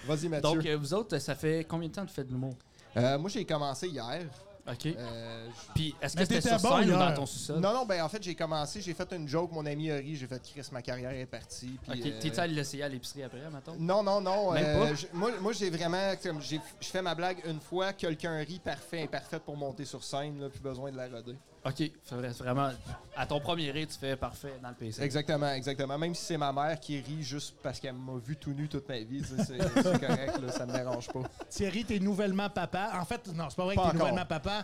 Speaker 8: Vas-y Mathieu.
Speaker 5: Donc, euh, vous autres, euh, ça fait combien de temps que tu fais de l'humour?
Speaker 8: Euh, moi j'ai commencé hier.
Speaker 5: OK.
Speaker 8: Euh, je-
Speaker 5: Puis, est-ce que
Speaker 7: Mais
Speaker 5: c'était
Speaker 7: t'étais
Speaker 5: sur
Speaker 7: bon
Speaker 5: scène ou
Speaker 7: hier.
Speaker 5: dans ton sous-sol?
Speaker 8: Non non ben en fait j'ai commencé, j'ai fait une joke, mon ami a ri, j'ai fait Chris ma carrière est partie. puis,
Speaker 5: OK.
Speaker 8: euh,
Speaker 5: T'es-tu allé l'essayer à l'épicerie après, mettons?
Speaker 8: Non, non, non.
Speaker 5: Même
Speaker 8: euh,
Speaker 5: pas?
Speaker 8: je- moi, moi j'ai vraiment. comme, j'ai- Je fais ma blague une fois, quelqu'un rit, parfait, imparfait pour monter sur scène, là, plus besoin de la roder.
Speaker 5: OK. Fait vrai- Vraiment, à ton premier rire, tu fais parfait dans le PC.
Speaker 8: Exactement, exactement. Même si c'est ma mère qui rit juste parce qu'elle m'a vu tout nu toute ma vie, tu sais, c'est c'est correct, là, ça me dérange pas.
Speaker 2: Thierry, t'es nouvellement papa. En fait, non, c'est pas vrai
Speaker 8: Pas
Speaker 2: que t'es
Speaker 8: encore.
Speaker 2: nouvellement papa.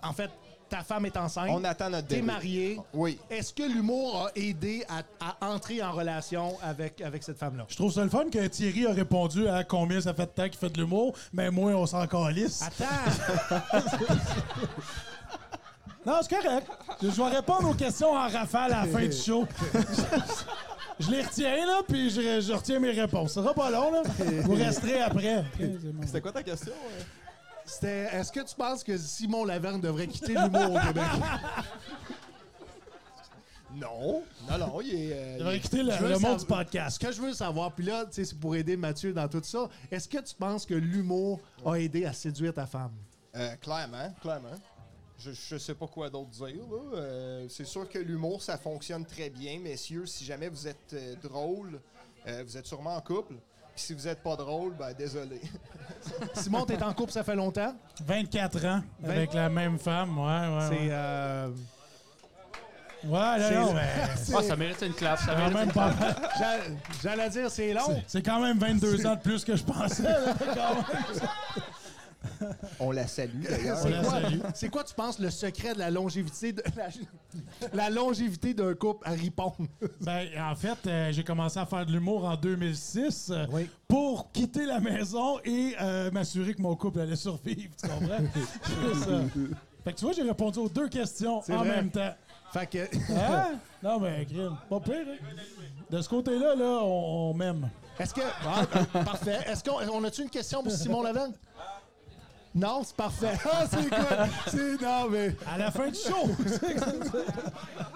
Speaker 2: En fait, ta femme est enceinte.
Speaker 8: On attend notre
Speaker 2: T'es
Speaker 8: bébé.
Speaker 2: marié.
Speaker 8: Oui.
Speaker 2: Est-ce que l'humour a aidé à, à entrer en relation avec, avec cette femme-là?
Speaker 7: Je trouve ça le fun que Thierry a répondu à combien ça fait de temps qu'il fait de l'humour, mais moi, on s'en calisse.
Speaker 2: Attends!
Speaker 7: Non, c'est correct. Je je vais répondre aux questions en rafale à la fin du show. Je les retiens, là, puis je, je retiens mes réponses. Ça sera pas long, là. Vous resterez après. Ok, c'est bon.
Speaker 8: C'était quoi ta question? euh?
Speaker 2: C'était, est-ce que tu penses que Simon Laverne devrait quitter l'humour au Québec?
Speaker 8: Non, non, non, il est. euh,
Speaker 7: Je vais
Speaker 8: il est-
Speaker 7: quitter le,
Speaker 2: Je veux
Speaker 7: le
Speaker 2: savoir-
Speaker 7: monde du podcast.
Speaker 2: Ce que je veux savoir, puis là, tu sais, c'est pour aider Mathieu dans tout ça, est-ce que tu penses que l'humour a aidé à séduire ta femme?
Speaker 8: Euh, clairement, clairement. Je, je sais pas quoi d'autre dire. là. Euh, c'est sûr que l'humour, ça fonctionne très bien, messieurs. Si jamais vous êtes euh, drôle, euh, vous êtes sûrement en couple. Puis si vous êtes pas drôle, ben désolé.
Speaker 2: Simon, t'es en couple, ça fait longtemps.
Speaker 7: 24 ans, avec la même femme, ouais, Ah ouais.
Speaker 2: C'est.
Speaker 7: ouais.
Speaker 2: euh,
Speaker 7: Ouais, là,
Speaker 2: c'est-
Speaker 7: non, mais
Speaker 5: Ah, ça mérite une clap. Ça
Speaker 7: quand
Speaker 5: mérite
Speaker 7: même pas mal.
Speaker 2: j'a- J'allais dire, c'est long.
Speaker 7: C'est quand même 22 ans de plus que je pensais. là, quand même.
Speaker 8: On la salue d'ailleurs.
Speaker 7: On la salue.
Speaker 2: C'est quoi, tu penses, le secret de la longévité de la, la longévité d'un couple à répondre?
Speaker 7: Ben, en fait, euh, j'ai commencé à faire de l'humour en 2006 euh,
Speaker 2: Oui.
Speaker 7: pour quitter la maison et euh, m'assurer que mon couple allait survivre, tu comprends? C'est ça. Fait que tu vois, j'ai répondu aux deux questions
Speaker 2: C'est
Speaker 7: en
Speaker 2: vrai.
Speaker 7: même temps.
Speaker 2: Fait que.
Speaker 7: Hein? Non, mais crime. Pas pire. hein? De ce côté-là, là, on, on m'aime.
Speaker 2: Est-ce que. ah, parfait. Est-ce qu'on on a-tu une question pour Simon Laval? Non, c'est parfait. Ah, c'est good. C'est- Non, mais.
Speaker 7: À la fin du show!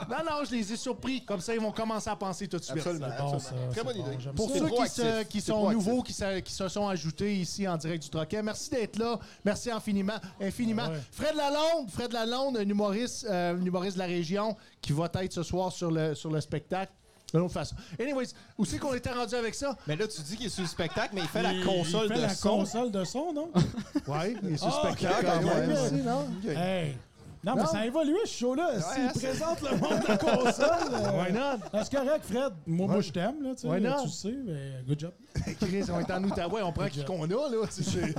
Speaker 2: Non, non, je les ai surpris. Comme ça, ils vont commencer à penser tout de suite.
Speaker 6: Absolument.
Speaker 7: bon,
Speaker 6: absolument.
Speaker 7: ça, c'est
Speaker 6: Très bonne
Speaker 7: bon,
Speaker 6: idée.
Speaker 7: j'aime
Speaker 2: Pour
Speaker 7: C'est
Speaker 2: ceux qui,
Speaker 6: proactif,
Speaker 2: se- qui
Speaker 6: c'est
Speaker 2: sont
Speaker 6: proactif.
Speaker 2: nouveaux, qui se, qui se sont ajoutés ici en direct du Troquet, merci d'être là. Merci infiniment. infiniment.
Speaker 7: Ah ouais.
Speaker 2: Fred Lalonde, Fred Lalonde, un humoriste, euh, un humoriste de la région qui va être ce soir sur le, sur le spectacle. D'une autre façon. Anyways, où c'est qu'on était rendu avec ça?
Speaker 8: Mais là, tu dis qu'il est sous le spectacle, mais il fait
Speaker 7: Il-
Speaker 8: la console
Speaker 7: il fait
Speaker 8: de
Speaker 7: la
Speaker 8: son.
Speaker 7: console de son, non?
Speaker 2: Oui, il est sur le
Speaker 7: Ah,
Speaker 2: spectacle
Speaker 6: ok,
Speaker 2: quand
Speaker 6: ok,
Speaker 2: même.
Speaker 6: ouais,
Speaker 2: aussi, non?
Speaker 7: Hey! Non, mais
Speaker 2: Non.
Speaker 7: ça a évolué ce show-là. S'il
Speaker 8: c'est-
Speaker 7: présente le monde de la console. euh,
Speaker 2: Why not?
Speaker 7: non, c'est correct, Fred. Moi, moi je t'aime, là, tu sais.
Speaker 2: Ouais, non.
Speaker 7: tu le sais, mais good job.
Speaker 2: Chris, on est en Outaouais, on prend qui qu'on a, là. tu sais.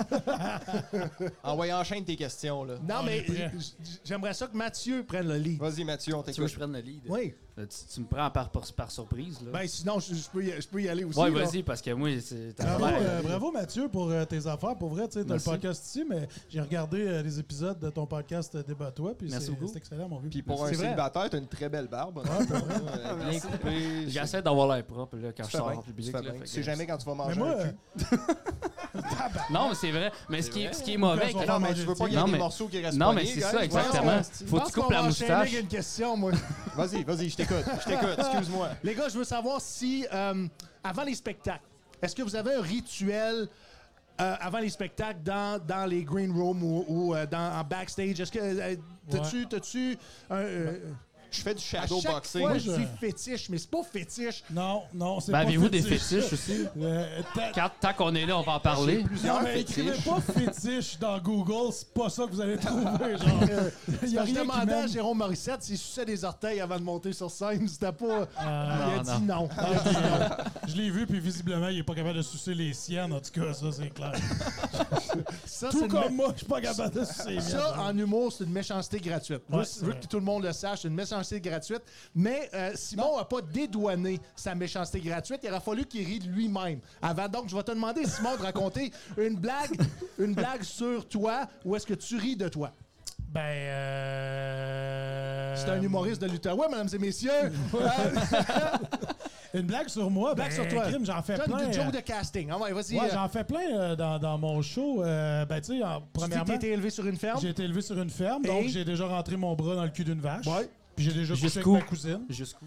Speaker 8: Envoyez en chaîne tes questions, là.
Speaker 2: Non,
Speaker 7: On
Speaker 2: mais
Speaker 7: est prêt.
Speaker 2: j- j- j'aimerais ça que Mathieu prenne le lead.
Speaker 8: Vas-y, Mathieu, on
Speaker 5: Tu veux que
Speaker 8: t'écoute.
Speaker 5: je prenne le lead?
Speaker 2: Oui.
Speaker 5: Euh, Tu, tu me prends par, par- par surprise, là.
Speaker 2: Ben, sinon, je, je peux, y, je peux y aller aussi.
Speaker 5: ouais,
Speaker 2: là.
Speaker 5: vas-y, parce que moi, c'est... t'as
Speaker 7: Bravo,
Speaker 5: l'air-
Speaker 7: euh, bravo, Mathieu, pour euh, tes affaires. Pour vrai, tu sais,
Speaker 5: Ah,
Speaker 7: t'as le
Speaker 5: Merci.
Speaker 7: podcast ici, mais j'ai regardé euh, les épisodes de ton podcast euh, Débat-toi, puis
Speaker 5: Merci
Speaker 7: c'est
Speaker 5: beaucoup.
Speaker 7: c'est excellent, mon vieux.
Speaker 8: Puis pour un
Speaker 2: C'est vrai.
Speaker 8: célibataire, t'as une très belle barbe. Euh, Bien coupée.
Speaker 5: J'essaie d'avoir l'air propre là, quand je
Speaker 8: Tu fais
Speaker 5: sors
Speaker 8: bien,
Speaker 5: en
Speaker 8: tu
Speaker 5: public.
Speaker 8: fais
Speaker 5: là,
Speaker 8: bien.
Speaker 5: fait
Speaker 8: Tu
Speaker 5: que-
Speaker 8: sais jamais quand tu vas
Speaker 7: mais
Speaker 8: manger
Speaker 7: moi,
Speaker 8: un
Speaker 7: euh,
Speaker 8: cul.
Speaker 5: Non, mais c'est vrai. Mais ce qui, est, ce qui est
Speaker 7: Quand
Speaker 5: mauvais...
Speaker 7: ils vont
Speaker 5: avec la-
Speaker 7: faire
Speaker 8: Non, mais tu veux pas qu'il y ait
Speaker 5: Non,
Speaker 8: des
Speaker 5: mais-
Speaker 8: morceaux qui restent
Speaker 5: Non, mais
Speaker 8: poignés,
Speaker 5: c'est
Speaker 8: guys.
Speaker 5: ça, exactement.
Speaker 8: Voyons.
Speaker 5: Faut
Speaker 2: Je
Speaker 5: que tu
Speaker 2: pense qu'on
Speaker 5: coupes la
Speaker 2: va enchaîner avec
Speaker 5: moustache.
Speaker 2: une question, moi.
Speaker 8: Vas-y, vas-y, je t'écoute. Je t'écoute, excuse-moi.
Speaker 2: Les gars, je veux savoir si, euh, avant les spectacles, est-ce que vous avez un rituel euh, avant les spectacles dans, dans les green rooms ou, ou, euh, dans, en backstage? Est-ce que euh, t'as-tu, t'as-tu un, euh,
Speaker 8: Je fais du
Speaker 2: à
Speaker 8: shadow
Speaker 2: chaque
Speaker 8: boxing.
Speaker 2: fois,
Speaker 7: Moi,
Speaker 2: je
Speaker 7: je-
Speaker 2: dis fétiche, mais c'est pas fétiche.
Speaker 7: Non, non, c'est
Speaker 5: Ben,
Speaker 7: pas
Speaker 5: avez-vous des
Speaker 7: fétiche.
Speaker 5: fétiches aussi?
Speaker 7: Euh, t'as-
Speaker 5: Quand, tant qu'on est là, on va en parler.
Speaker 7: Non, mais écrivez pas fétiche dans Google, c'est pas ça que vous allez trouver, genre. Il y a
Speaker 2: Quand je
Speaker 7: rien qui
Speaker 2: demandais à
Speaker 7: mène.
Speaker 2: Jérôme Morissette s'il suçait des orteils avant de monter sur scène, c'était pas. il a
Speaker 5: non,
Speaker 2: dit non.
Speaker 7: Ah, je l'ai- Je l'ai vu, puis visiblement, il est pas capable de sucer les siennes, en tout cas, ça, c'est clair.
Speaker 2: Ça, c'est
Speaker 7: Tout
Speaker 2: une
Speaker 7: comme moi, je suis pas capable de sucer les
Speaker 2: Ça,
Speaker 7: miennes.
Speaker 2: en humour, c'est une méchanceté gratuite. Je
Speaker 7: Ouais,
Speaker 2: veux-
Speaker 7: c'est
Speaker 2: je veux
Speaker 7: vrai.
Speaker 2: que tout le monde le sache, c'est une méchanceté gratuite. Mais euh, Simon n'a pas dédouané sa méchanceté gratuite. Il aurait fallu qu'il rie de lui-même. Avant, donc, je vais te demander, Simon, de raconter une blague, une blague sur toi ou est-ce que tu ris de toi?
Speaker 7: Ben, euh...
Speaker 2: C'est un humoriste de l'Outaouais, mesdames et messieurs.
Speaker 7: Ben, Une blague sur moi,
Speaker 2: Blague
Speaker 7: ben,
Speaker 2: sur toi.
Speaker 7: crime, j'en fais
Speaker 2: Donne
Speaker 7: plein.
Speaker 2: du
Speaker 7: euh,
Speaker 2: joke de casting. Ah ouais, vas-y.
Speaker 7: Ouais,
Speaker 2: euh,
Speaker 7: j'en fais plein euh, dans, dans mon show. Euh, ben, tu sais, en-
Speaker 2: tu dis que t'as
Speaker 7: premièrement,
Speaker 2: été élevé sur une ferme?
Speaker 7: j'ai été élevé sur une ferme, donc
Speaker 2: Et?
Speaker 7: j'ai déjà rentré mon bras dans le cul d'une vache.
Speaker 2: Ouais.
Speaker 7: Puis j'ai déjà couché avec
Speaker 5: Jusqu'où?
Speaker 7: ma cousine.
Speaker 5: Jusqu'où?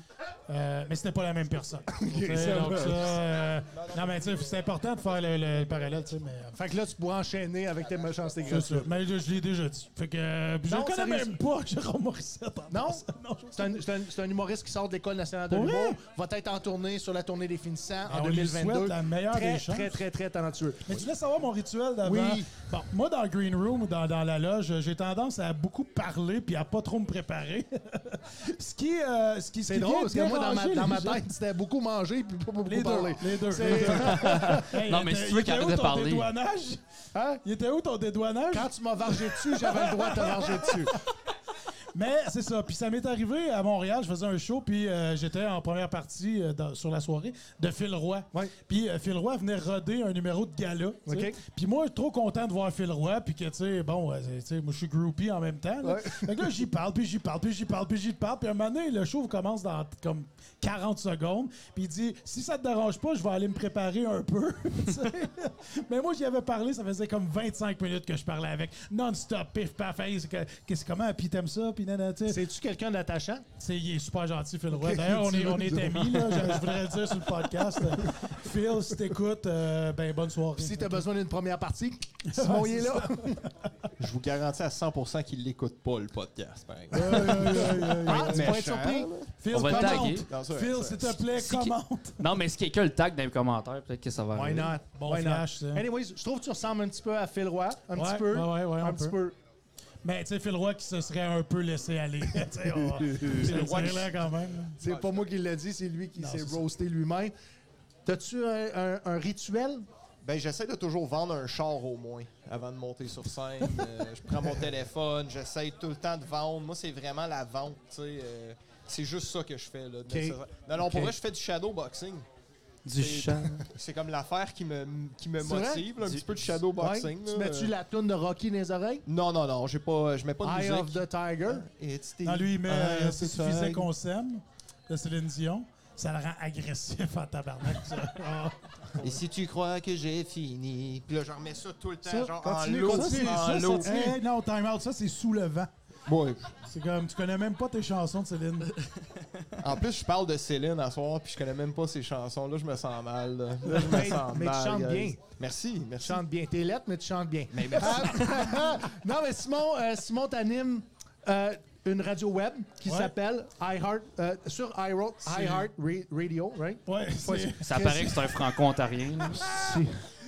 Speaker 7: Euh, mais c'était pas la même personne. Tu sais,
Speaker 2: ça
Speaker 7: donc
Speaker 2: va.
Speaker 7: ça, euh, non, mais tu sais, c'est important de faire le, le- le parallèle, tu sais, mais... euh,
Speaker 2: Fait que là, tu pourras enchaîner avec tes méchancetés
Speaker 7: C'est
Speaker 2: gratuites.
Speaker 7: ça. Mais je, je l'ai déjà dit. Fait que euh, puis je
Speaker 2: Non,
Speaker 7: le connais
Speaker 2: sérieux.
Speaker 7: même pas, Jérôme Morissette. en
Speaker 2: Non?
Speaker 7: passant. non je-
Speaker 2: C'est un, c'est un- c'est un humoriste qui sort de l'École nationale de
Speaker 7: Pour
Speaker 2: l'humour.
Speaker 7: vrai?
Speaker 2: Va être en tournée sur la tournée des finissants
Speaker 7: Ben,
Speaker 2: en
Speaker 7: on lui
Speaker 2: 2022.
Speaker 7: souhaite la meilleure
Speaker 2: très,
Speaker 7: des chances.
Speaker 2: Très, très, très talentueux.
Speaker 7: Mais tu voulais savoir mon rituel d'avant?
Speaker 2: Oui.
Speaker 7: Bon, moi, dans le green room ou dans, dans la loge, j'ai tendance à beaucoup parler puis à pas trop me préparer. ce qui, euh, ce qui ce
Speaker 2: C'est
Speaker 7: qui
Speaker 2: drôle
Speaker 7: vient
Speaker 2: parce que moi, dans ma,
Speaker 7: déranger
Speaker 2: dans ma
Speaker 7: les gens.
Speaker 2: tête, c'était beaucoup manger puis pas beaucoup
Speaker 7: Les deux,
Speaker 2: parler.
Speaker 7: les deux.
Speaker 2: C'est-
Speaker 7: les deux. Hey,
Speaker 5: Non, mais
Speaker 7: il
Speaker 5: si
Speaker 7: était-
Speaker 5: tu veux
Speaker 7: il était
Speaker 5: qu'il arrête
Speaker 7: où
Speaker 5: de
Speaker 7: ton
Speaker 5: parler.
Speaker 7: dédouanage?
Speaker 2: Hein?
Speaker 7: Il était où ton dédouanage?
Speaker 2: Quand tu m'as vargé dessus, j'avais le droit de te varger dessus.
Speaker 7: Mais c'est ça. Puis ça m'est arrivé à Montréal, je faisais un show, puis euh, j'étais en première partie euh, dans- sur la soirée de Phil Roy.
Speaker 2: Ouais.
Speaker 7: Puis euh, Phil Roy venait roder un numéro de gala. tu sais.
Speaker 2: OK.
Speaker 7: Puis moi, trop content de voir Phil Roy, puis que, tu sais, bon, euh, tu sais, moi, je suis groupie en même temps. Là. Fait que là, j'y parle, puis j'y parle, puis j'y parle, puis j'y parle. Puis à un moment donné, le show commence dans comme 40 secondes. Puis il dit, si ça te dérange pas, je vais aller me préparer un peu. Tu sais. Mais moi, j'y avais parlé, ça faisait comme 25 minutes que je parlais avec. Non-stop, pif, paf, hey, c'est que- qu'est-ce comment, puis t'aimes ça, puis nanana, tu sais.
Speaker 2: C'est-tu quelqu'un d'attachant?
Speaker 7: C'est- il est super gentil, Phil Roy. D'ailleurs, on est, on est amis, là, je, je voudrais le dire sur le podcast. Phil, si t'écoutes, euh, ben, bonne soirée.
Speaker 2: Si t'as besoin d'une première partie, Simon, il est là.
Speaker 8: Je vous garantis à 100% qu'il l'écoute pas, le podcast, par exemple.
Speaker 2: Ah, tu pourrais être
Speaker 8: Méchant,
Speaker 2: surpris.
Speaker 8: là.
Speaker 7: Phil,
Speaker 5: On va le
Speaker 7: commente.
Speaker 5: taguer.
Speaker 8: Non, c'est vrai,
Speaker 7: Phil,
Speaker 8: c'est
Speaker 7: s'il te plaît,
Speaker 5: Si-
Speaker 7: commente.
Speaker 5: Non, mais si quelqu'un le tag dans les commentaires, peut-être que ça va
Speaker 2: Why
Speaker 5: arriver.
Speaker 2: not?
Speaker 7: Bon
Speaker 2: Why not?
Speaker 7: flash, ça.
Speaker 2: Anyways, je trouve que tu ressembles un petit peu à Phil Roy. Un
Speaker 7: Ouais,
Speaker 2: petit peu.
Speaker 7: ouais, ouais, ouais,
Speaker 2: un
Speaker 7: un
Speaker 2: petit
Speaker 7: peu.
Speaker 2: peu.
Speaker 7: Mais tu sais, Phil Roy qui se serait un peu laissé aller. Tu sais, on va- C'est
Speaker 8: Roy qui-
Speaker 7: là quand même.
Speaker 2: C'est pas moi qui l'ai dit, c'est lui qui
Speaker 7: Non,
Speaker 2: s'est
Speaker 7: c'est ça.
Speaker 2: roasté lui-même. T'as-tu un, un- un rituel?
Speaker 8: Ben, j'essaie de toujours vendre un char au moins avant de monter sur scène. Euh, je prends mon téléphone, j'essaie tout le temps de vendre. Moi, c'est vraiment la vente, tu sais. euh, c'est juste ça que je fais, là. de
Speaker 2: Ok.
Speaker 8: nécessaire. Non, non,
Speaker 2: Ok.
Speaker 8: pour vrai, je fais du shadow boxing.
Speaker 5: du chant.
Speaker 8: C'est comme l'affaire qui me, qui me
Speaker 2: C'est vrai?
Speaker 8: motive, là, un petit peu de shadowboxing.
Speaker 2: Ouais. Tu
Speaker 8: là,
Speaker 2: mets-tu
Speaker 8: euh.
Speaker 2: la toune de Rocky dans les oreilles?
Speaker 8: Non, non, non, j'ai pas, je mets pas de
Speaker 2: Eye of
Speaker 8: musique.
Speaker 2: the Tiger.
Speaker 8: It's the-
Speaker 7: Non, lui, il met euh,
Speaker 8: Ah,
Speaker 7: C'est
Speaker 8: c'est ça.
Speaker 7: suffisait qu'on s'aime de Céline Dion. Ça le rend agressif en tabarnak, ça. Ah.
Speaker 8: Et si tu crois que j'ai fini. Puis là, je remets ça tout le temps,
Speaker 2: Ça,
Speaker 8: genre
Speaker 2: continue,
Speaker 8: en loop,
Speaker 2: continue,
Speaker 8: en
Speaker 2: ça,
Speaker 8: loop.
Speaker 2: continue.
Speaker 7: Hey, non, time out, ça, c'est soulevant.
Speaker 8: Ouais.
Speaker 7: C'est comme, tu connais même pas tes chansons de Céline.
Speaker 8: En plus, je parle de Céline à soir, puis je connais même pas ses chansons. Là, je me sens mal. Là, Là, je me
Speaker 2: Mais-
Speaker 8: sens
Speaker 2: mais tu
Speaker 8: mal,
Speaker 2: chantes
Speaker 8: guys.
Speaker 2: bien.
Speaker 8: Merci,
Speaker 2: Tu
Speaker 8: merci.
Speaker 2: chantes bien. T'es lettre, mais tu chantes bien. Euh, non, mais Simon, euh, Simon t'anime euh, une radio web qui
Speaker 7: Ouais.
Speaker 2: s'appelle iHeart, euh, sur iHeart, iHeart Ra- Radio, right?
Speaker 7: Ouais, c'est-
Speaker 5: Ça paraît que c'est un franco-ontarien. là.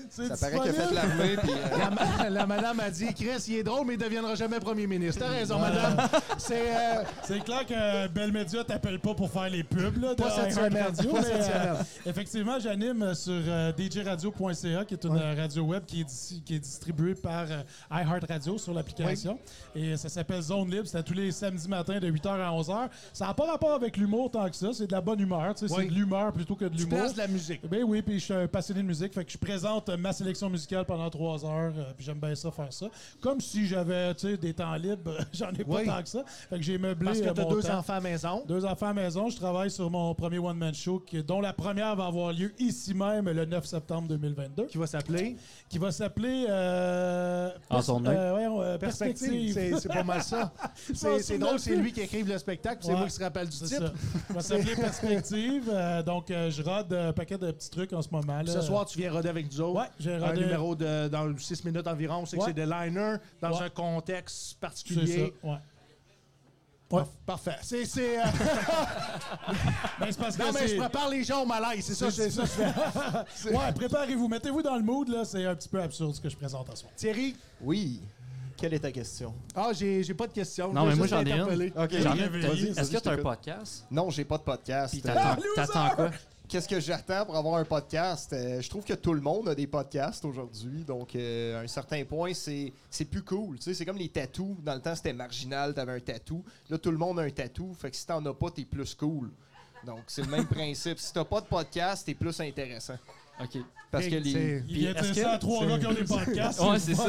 Speaker 7: c'est
Speaker 6: Ça paraît qu'il a fait
Speaker 7: disponible.
Speaker 6: l'armée, puis euh,
Speaker 2: La, ma- la madame a dit, Chris, il est drôle, mais il ne deviendra jamais premier ministre. T'as raison, madame. C'est euh,
Speaker 7: C'est clair que Belle Média t'appelle pas pour faire les pubs là, de
Speaker 2: Pas cette semaine,
Speaker 7: Radio,
Speaker 2: pas
Speaker 7: mais,
Speaker 2: cette
Speaker 7: euh,
Speaker 2: semaine.
Speaker 7: effectivement, j'anime sur euh, djradio.ca, qui est une euh, radio web qui est, d'ici- qui est distribuée par euh, iHeartRadio sur l'application. Et ça s'appelle Zone Libre. C'est à tous les samedis matins de 8h à 11h. Ça n'a pas rapport avec l'humour tant que ça. C'est de la bonne humeur. tu sais,
Speaker 2: Oui.
Speaker 7: C'est de l'humeur plutôt que de
Speaker 2: tu
Speaker 7: l'humour.
Speaker 2: places de la musique.
Speaker 7: Ben oui, puis je suis un passionné de musique, fait que je présente euh, ma sélection musicale pendant trois heures, euh, puis j'aime bien ça faire ça. Comme si j'avais, tu sais, des temps libres, j'en ai
Speaker 2: Oui.
Speaker 7: pas tant que ça. Fait que j'ai meublé
Speaker 2: Parce que
Speaker 7: euh,
Speaker 2: t'as
Speaker 7: mon
Speaker 2: deux
Speaker 7: temps.
Speaker 2: enfants à maison.
Speaker 7: Deux enfants à maison, je travaille sur mon premier one-man show, qui- dont la première va avoir lieu ici même le 9 septembre 2022,
Speaker 2: Qui va s'appeler
Speaker 7: qui va s'appeler... euh,
Speaker 5: En
Speaker 7: pers-
Speaker 5: son œil.
Speaker 7: euh, ouais, euh,
Speaker 2: Perspective.
Speaker 7: Perspective.
Speaker 2: C'est- C'est pas mal ça.
Speaker 7: m'en
Speaker 2: C'est c'est
Speaker 7: souviens
Speaker 2: drôle, c'est
Speaker 7: plus.
Speaker 2: lui qui écrive le spectacle, puis c'est
Speaker 7: Ouais,
Speaker 2: vous qui se rappelle du
Speaker 7: C'est
Speaker 2: titre.
Speaker 7: ça. Ça va s'appeler Perspective. euh, donc, euh, je rode un paquet de petits trucs en ce moment. Là.
Speaker 2: Ce soir, tu viens roder avec nous autres.
Speaker 7: Euh, Ouais, j'ai
Speaker 2: un
Speaker 7: rodé-
Speaker 2: numéro de dans 6 minutes environ. On sait
Speaker 7: Ouais.
Speaker 2: que c'est des liners dans
Speaker 7: Ouais.
Speaker 2: un contexte
Speaker 7: c'est ça.
Speaker 2: particulier.
Speaker 7: Ouais.
Speaker 2: Ouais. Parfait. C'est, c'est, euh,
Speaker 7: Ben, c'est parce
Speaker 2: non,
Speaker 7: que
Speaker 2: mais je
Speaker 7: c'est-
Speaker 2: prépare les gens au malaise. C'est ça, c'est ça. que je fais.
Speaker 7: Ouais, préparez-vous, mettez-vous dans le mood, là, c'est un petit peu absurde ce que je présente en soi.
Speaker 2: Thierry,
Speaker 8: Oui. Quelle est ta question?
Speaker 2: ah, j'ai, j'ai pas de questions.
Speaker 5: Non, mais moi, j'en ai une.
Speaker 2: interpellé.
Speaker 8: OK.
Speaker 5: J'en ai-
Speaker 7: Réveillé,
Speaker 5: Est-ce que
Speaker 8: je
Speaker 5: t'as un
Speaker 8: t'écoute.
Speaker 5: podcast?
Speaker 8: Non, j'ai pas de podcast.
Speaker 5: Puis
Speaker 8: Euh,
Speaker 5: t'attends t'attends quoi?
Speaker 8: Qu'est-ce que j'attends pour avoir un podcast? Euh, je trouve que tout le monde a des podcasts aujourd'hui. Donc, euh, à un certain point, c'est c'est plus cool. Tu sais, c'est comme les tatous. Dans le temps, c'était marginal, t'avais un tatou. Là, tout le monde a un tatou. Fait que si t'en as pas, t'es plus cool. Donc, c'est le même principe. Si t'as pas de podcast, t'es plus intéressant.
Speaker 5: OK.
Speaker 8: Parce que les.
Speaker 2: C'est-
Speaker 7: Il y a
Speaker 5: est-ce
Speaker 7: ça
Speaker 5: que-
Speaker 7: à trois gars qui ont des podcasts.
Speaker 5: Ouais, c'est ça.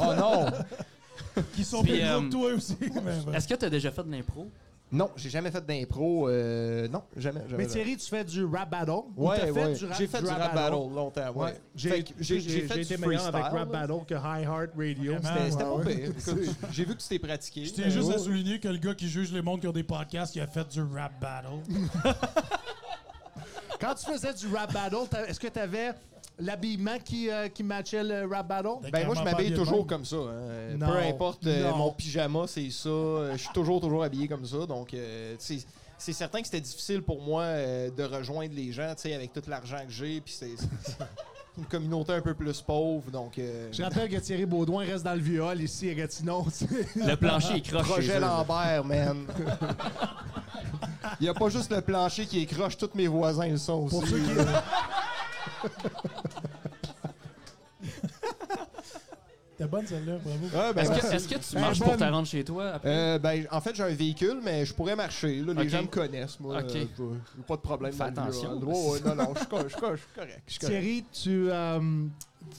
Speaker 8: Oh non!
Speaker 7: Qui sont
Speaker 5: Puis,
Speaker 7: plus gros
Speaker 5: euh,
Speaker 7: que toi aussi. mais ouais.
Speaker 5: Est-ce que t'as déjà fait de l'impro?
Speaker 8: Non, j'ai jamais fait d'impro. euh, non, jamais. jamais,
Speaker 2: Mais
Speaker 8: jamais.
Speaker 2: Thierry, tu fais du rap battle. ou
Speaker 8: Ouais,
Speaker 2: t'as fait
Speaker 8: ouais.
Speaker 2: du rap-
Speaker 8: J'ai fait du rap battle longtemps. Ouais.
Speaker 2: Ouais. J'ai,
Speaker 8: Fait que
Speaker 2: j'ai, j'ai,
Speaker 8: fait
Speaker 2: été
Speaker 8: du
Speaker 2: meilleur avec
Speaker 8: freestyle,
Speaker 2: rap
Speaker 8: là.
Speaker 2: battle que High Heart Radio.
Speaker 8: C'était c'était
Speaker 2: Ouais,
Speaker 8: pas
Speaker 2: ouais.
Speaker 8: pire. Écoute, J'ai vu que tu t'es pratiqué. Euh,
Speaker 7: Je tiens juste à souligner que le gars qui juge les mondes qui ont des podcasts, il a fait du rap battle.
Speaker 2: Quand tu faisais du rap battle, t'as- est-ce que tu avais l'habillement qui, euh, qui matchait le rap battle?
Speaker 8: Ben moi je
Speaker 7: Clairement
Speaker 8: m'habille
Speaker 7: pas
Speaker 8: toujours
Speaker 7: bien.
Speaker 8: comme ça. hein.
Speaker 2: Non,
Speaker 8: Peu importe euh,
Speaker 2: non.
Speaker 8: mon pyjama, c'est ça. Euh, Je suis toujours toujours habillé comme ça. Donc euh, tu sais, c'est certain que c'était difficile pour moi euh, de rejoindre les gens, tu sais, avec tout l'argent que j'ai. Puis c'est c'est une communauté un peu plus pauvre. Donc euh,
Speaker 2: Je rappelle que Thierry Baudouin reste dans le viol ici à Gatineau.
Speaker 5: Le plancher est croche. chez
Speaker 8: projet
Speaker 5: eux, là.
Speaker 8: Lambert, man. Il n'y a pas juste le plancher qui écroche, tous mes voisins le sont aussi.
Speaker 2: Pour ceux qui-
Speaker 7: T'es bonne celle-là, bravo.
Speaker 8: Ouais, ben,
Speaker 5: Est-ce que,
Speaker 8: merci.
Speaker 5: est-ce que tu
Speaker 8: Ben,
Speaker 5: marches
Speaker 8: bonne-
Speaker 5: pour te rendre chez toi après?
Speaker 8: Euh, ben, en fait, j'ai un véhicule, mais je pourrais marcher. là. les
Speaker 5: Ok.
Speaker 8: gens me connaissent, moi.
Speaker 5: Ok.
Speaker 8: Euh, je- j'ai pas de problème.
Speaker 5: Fais
Speaker 8: dans le
Speaker 5: attention.
Speaker 8: viol. Ouais, ouais, non, non, je suis co- je suis co- je suis correct. je suis correct.
Speaker 2: Thierry, tu, euh,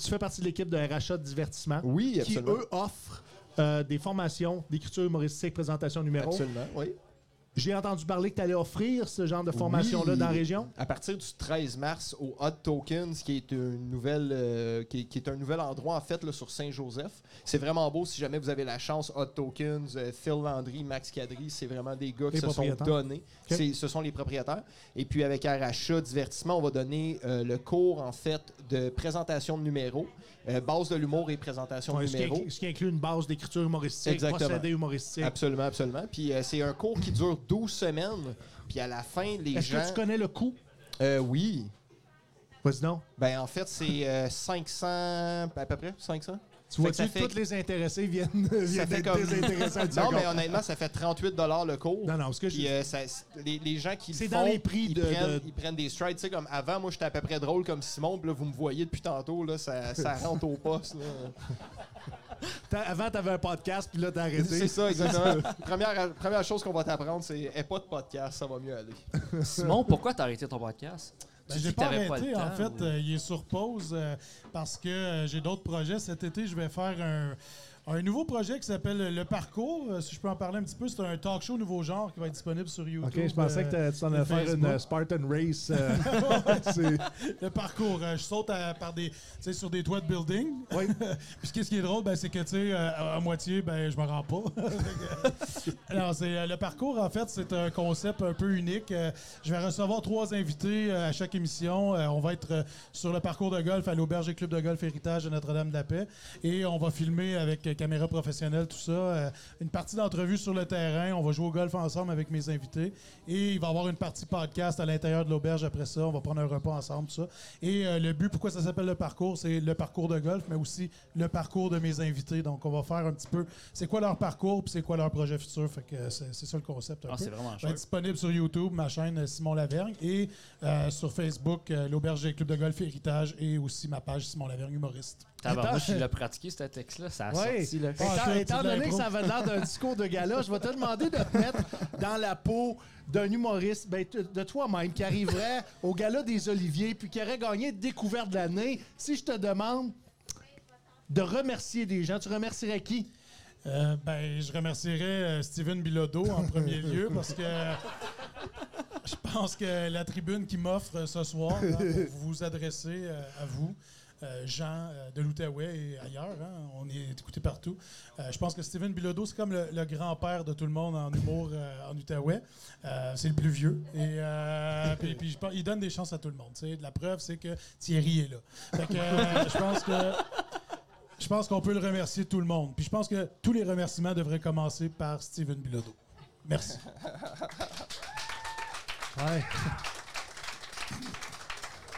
Speaker 2: tu fais partie de l'équipe de rachat de divertissement
Speaker 8: Oui,
Speaker 2: qui,
Speaker 8: absolument.
Speaker 2: eux, offrent euh, des formations d'écriture humoristique, présentation numéro.
Speaker 8: Absolument, oui.
Speaker 2: J'ai entendu parler que tu allais offrir ce genre de formation-là
Speaker 8: Oui.
Speaker 2: dans la région.
Speaker 8: À partir du 13 mars au Hot Tokens, qui est, une nouvelle, euh, qui, qui est un nouvel endroit en fait là, sur Saint-Joseph. C'est vraiment beau si jamais vous avez la chance. Hot Tokens, euh, Phil Landry, Max Cadry, c'est vraiment des gars qui
Speaker 2: Les
Speaker 8: se sont
Speaker 2: propriétaires.
Speaker 8: donnés. C'est- Ce sont les propriétaires. Et puis avec Aracha Divertissement, on va donner euh, le cours en fait de présentation de numéros, euh, base de l'humour et présentation
Speaker 2: Ouais,
Speaker 8: de
Speaker 2: ce, qui,
Speaker 8: numéros.
Speaker 2: inc- ce qui inclut une base d'écriture humoristique,
Speaker 8: Exactement.
Speaker 2: procédé humoristique.
Speaker 8: Absolument, absolument. Puis euh, c'est un cours qui dure 12 semaines. Puis à la fin, les
Speaker 2: Est-ce
Speaker 8: gens.
Speaker 2: que tu connais le coût?
Speaker 8: Euh, oui.
Speaker 2: Vas-y non.
Speaker 8: Ben, en fait, c'est euh, 500, à peu près, 500.
Speaker 2: Tu vois-tu
Speaker 8: ça
Speaker 2: que
Speaker 8: fait-
Speaker 2: tous les intéressés viennent,
Speaker 8: Ça
Speaker 2: viennent
Speaker 8: fait
Speaker 2: d'être
Speaker 8: comme...
Speaker 2: désintéressés à
Speaker 8: non,
Speaker 2: dire
Speaker 8: mais honnêtement, ça fait 38 le cours.
Speaker 2: Non, non, parce que je-
Speaker 8: Puis, euh, ça- c'est- les, les gens qui le
Speaker 2: C'est dans
Speaker 8: font,
Speaker 2: les prix
Speaker 8: ils,
Speaker 2: de-
Speaker 8: prennent,
Speaker 2: de-
Speaker 8: ils prennent des strides. Tu sais, comme avant, moi, j'étais à peu près drôle comme Simon. Puis là, vous me voyez depuis tantôt. Là, ça, ça rentre au poste. là.
Speaker 2: T'as- Avant, t'avais un podcast, puis là, t'as
Speaker 8: C'est
Speaker 2: arrêté.
Speaker 8: ça, exactement. première, première chose qu'on va t'apprendre, c'est eh, pas de podcast, ça va mieux aller.
Speaker 5: Simon, pourquoi t'as arrêté ton podcast?
Speaker 7: Ben,
Speaker 1: Tu
Speaker 7: j'ai
Speaker 1: dis que
Speaker 7: pas
Speaker 1: t'avais
Speaker 7: arrêté,
Speaker 1: pas le
Speaker 7: en
Speaker 1: temps,
Speaker 7: fait.
Speaker 1: ou-
Speaker 7: euh, il est sur pause euh, parce que euh, j'ai d'autres projets. Cet été, je vais faire un, un nouveau projet qui s'appelle Le Parcours. Euh, si je peux en parler un petit peu, c'est un talk show nouveau genre qui va être disponible sur YouTube.
Speaker 2: Ok, je pensais
Speaker 7: euh,
Speaker 2: que t'a- tu t'en allais faire une
Speaker 7: Facebook.
Speaker 2: euh, Spartan Race. euh, c'est-
Speaker 7: le parcours. euh, je saute à- par des, tu sais, sur des toits de building.
Speaker 2: Oui.
Speaker 7: Puis ce qui est drôle, ben, c'est que tu sais, euh, à, à moitié, ben, je me rends pas. Fait que, Alors, c'est euh, le parcours, en fait, c'est un concept un peu unique. Euh, je vais recevoir trois invités euh, à chaque émission. Euh, on va être euh, sur le parcours de golf à l'auberge et club de golf Héritage de Notre-Dame-de-la-Paix. Et on va filmer avec euh, caméra professionnelle, tout ça. Euh, une partie d'entrevue sur le terrain. On va jouer au golf ensemble avec mes invités. Et il va y avoir une partie podcast à l'intérieur de l'auberge après ça. On va prendre un repas ensemble, tout ça. Et euh, le but, pourquoi ça s'appelle le parcours, c'est le parcours de golf, mais aussi le parcours de mes invités. Donc, on va faire un petit peu c'est quoi leur parcours, puis c'est quoi leur projet futur. Fait que euh, c'est c'est ça le concept. un
Speaker 1: Ah,
Speaker 7: peu.
Speaker 1: c'est vraiment
Speaker 7: Je vais
Speaker 1: cher.
Speaker 7: être disponible sur YouTube, ma chaîne euh, Simon Lavergne, et euh, sur Facebook, euh, l'Auberge des clubs de golf et héritage, et aussi ma page Simon Lavergne humoriste.
Speaker 1: Tabarnouche, il l'a pratiqué, ce texte-là. Ça a
Speaker 2: Ouais.
Speaker 1: sorti, là.
Speaker 2: Étant-
Speaker 7: Ah, ça,
Speaker 2: étant
Speaker 7: c'est de
Speaker 2: donné que
Speaker 7: l'impro.
Speaker 2: ça avait l'air d'un discours de gala, je vais te demander de te mettre dans la peau d'un humoriste, ben, t- de toi-même, qui arriverait au gala des Oliviers, puis qui aurait gagné découverte de l'année. Si je te demande de remercier des gens, tu remercierais qui?
Speaker 7: Euh, ben, je remercierais euh, Steven Bilodeau en premier lieu parce que euh, je pense que la tribune qui m'offre euh, ce soir hein, pour vous adresser euh, à vous, euh, gens euh, de l'Outaouais et ailleurs, hein, on est écouté partout. Euh, je pense que Steven Bilodeau, c'est comme le, le grand-père de tout le monde en humour euh, en Outaouais. Euh, c'est le plus vieux. Et euh, puis, puis je pense- il donne des chances à tout le monde. tu sais. La preuve, c'est que Thierry est là. Fait que, euh, je pense que. Je pense qu'on peut le remercier tout le monde. Puis je pense que tous les remerciements devraient commencer par Steven Bilodeau. Merci.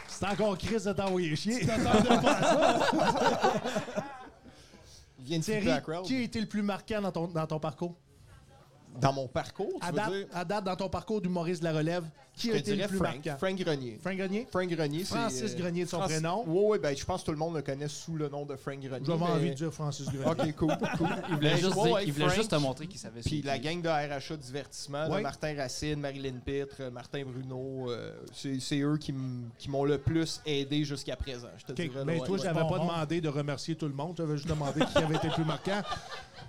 Speaker 2: C'est encore Chris de t'envoyer chier.
Speaker 8: Il vient
Speaker 2: Thierry,
Speaker 8: de flipper la crowd.
Speaker 2: qui a été le plus marquant dans ton, dans ton parcours?
Speaker 8: Dans mon parcours, tu
Speaker 2: À
Speaker 8: veux
Speaker 2: date,
Speaker 8: dire?
Speaker 2: à date, dans ton parcours d'humoriste de la relève, qui
Speaker 8: Je
Speaker 2: a
Speaker 8: te
Speaker 2: été le
Speaker 8: dirais
Speaker 2: plus
Speaker 8: Frank.
Speaker 2: marquant?
Speaker 8: Frank Grenier.
Speaker 2: Frank Grenier?
Speaker 8: Frank Grenier, c'est... euh,
Speaker 2: Francis Grenier de son prénom.
Speaker 8: Oui, oui, ben, je pense que tout le monde le connaît sous le nom de Frank Grenier.
Speaker 2: J'avais
Speaker 8: mais-
Speaker 2: envie de dire Francis Grenier.
Speaker 8: OK, cool, cool.
Speaker 1: Il voulait,
Speaker 8: Ben,
Speaker 1: juste,
Speaker 8: ouais,
Speaker 1: dire-
Speaker 8: ouais,
Speaker 1: il voulait
Speaker 8: Frank,
Speaker 1: juste te montrer qu'il savait
Speaker 8: Puis
Speaker 1: ce
Speaker 8: la
Speaker 1: qu'il-
Speaker 8: gang de RHA Divertissement, là,
Speaker 2: Ouais.
Speaker 8: Martin Racine, Marilyn Pitre, euh, Martin Bruno, euh, c'est c'est eux qui m- qui m'ont le plus aidé jusqu'à présent, je te
Speaker 2: OK,
Speaker 8: dirais. là,
Speaker 7: ben,
Speaker 2: Mais
Speaker 8: ouais,
Speaker 2: ben, toi,
Speaker 8: ouais.
Speaker 2: je n'avais pas
Speaker 7: Bonbon.
Speaker 2: demandé de remercier tout le monde. J'avais juste demandé qui avait été le plus marquant.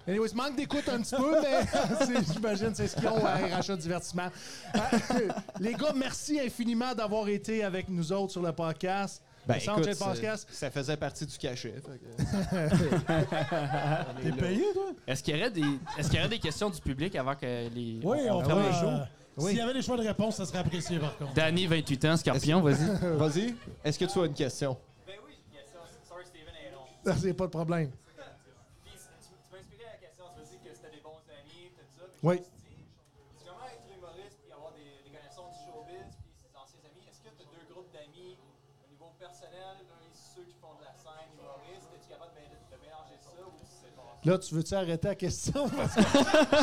Speaker 2: Anyway, ce manque d'écoute un petit peu, mais c'est- j'imagine c'est ce qu'ils ont à RHA Divertissement. Euh, Les gars, merci infiniment d'avoir été avec nous autres sur le podcast.
Speaker 8: Ben,
Speaker 2: Le Soundcheck
Speaker 8: écoute,
Speaker 2: Podcast.
Speaker 8: ça, ça faisait partie du cachet. fait que-
Speaker 7: T'es payé, toi?
Speaker 1: Est-ce qu'il y aurait des, est-ce qu'il y aurait des questions du public avant que les.
Speaker 7: Oui,
Speaker 2: Ah,
Speaker 7: on fait
Speaker 1: ferme le
Speaker 7: un
Speaker 1: show?
Speaker 7: show. S'il y avait des choix de réponse, ça serait apprécié, par contre.
Speaker 1: Danny, 28 ans, Scorpion, vas-y.
Speaker 8: Vas-y, est-ce que tu as une question?
Speaker 9: Ben oui, j'ai une question. Sorry, Steven est rond.
Speaker 2: C'est pas de problème.
Speaker 9: Puis, tu, tu peux expliquer la question. Tu me dis que c'était des bons amis, tout ça. Puis,
Speaker 2: Oui.
Speaker 9: tu te dis, c'est comment être humoriste puis avoir des, des connaissances du showbiz puis ses anciens amis? Est-ce que tu as deux groupes d'amis au niveau personnel? L'un, c'est ceux qui font de la scène humoriste. Es-tu capable de, de mélanger ça ou c'est bon?
Speaker 2: Là, tu veux-tu arrêter la question? Parce que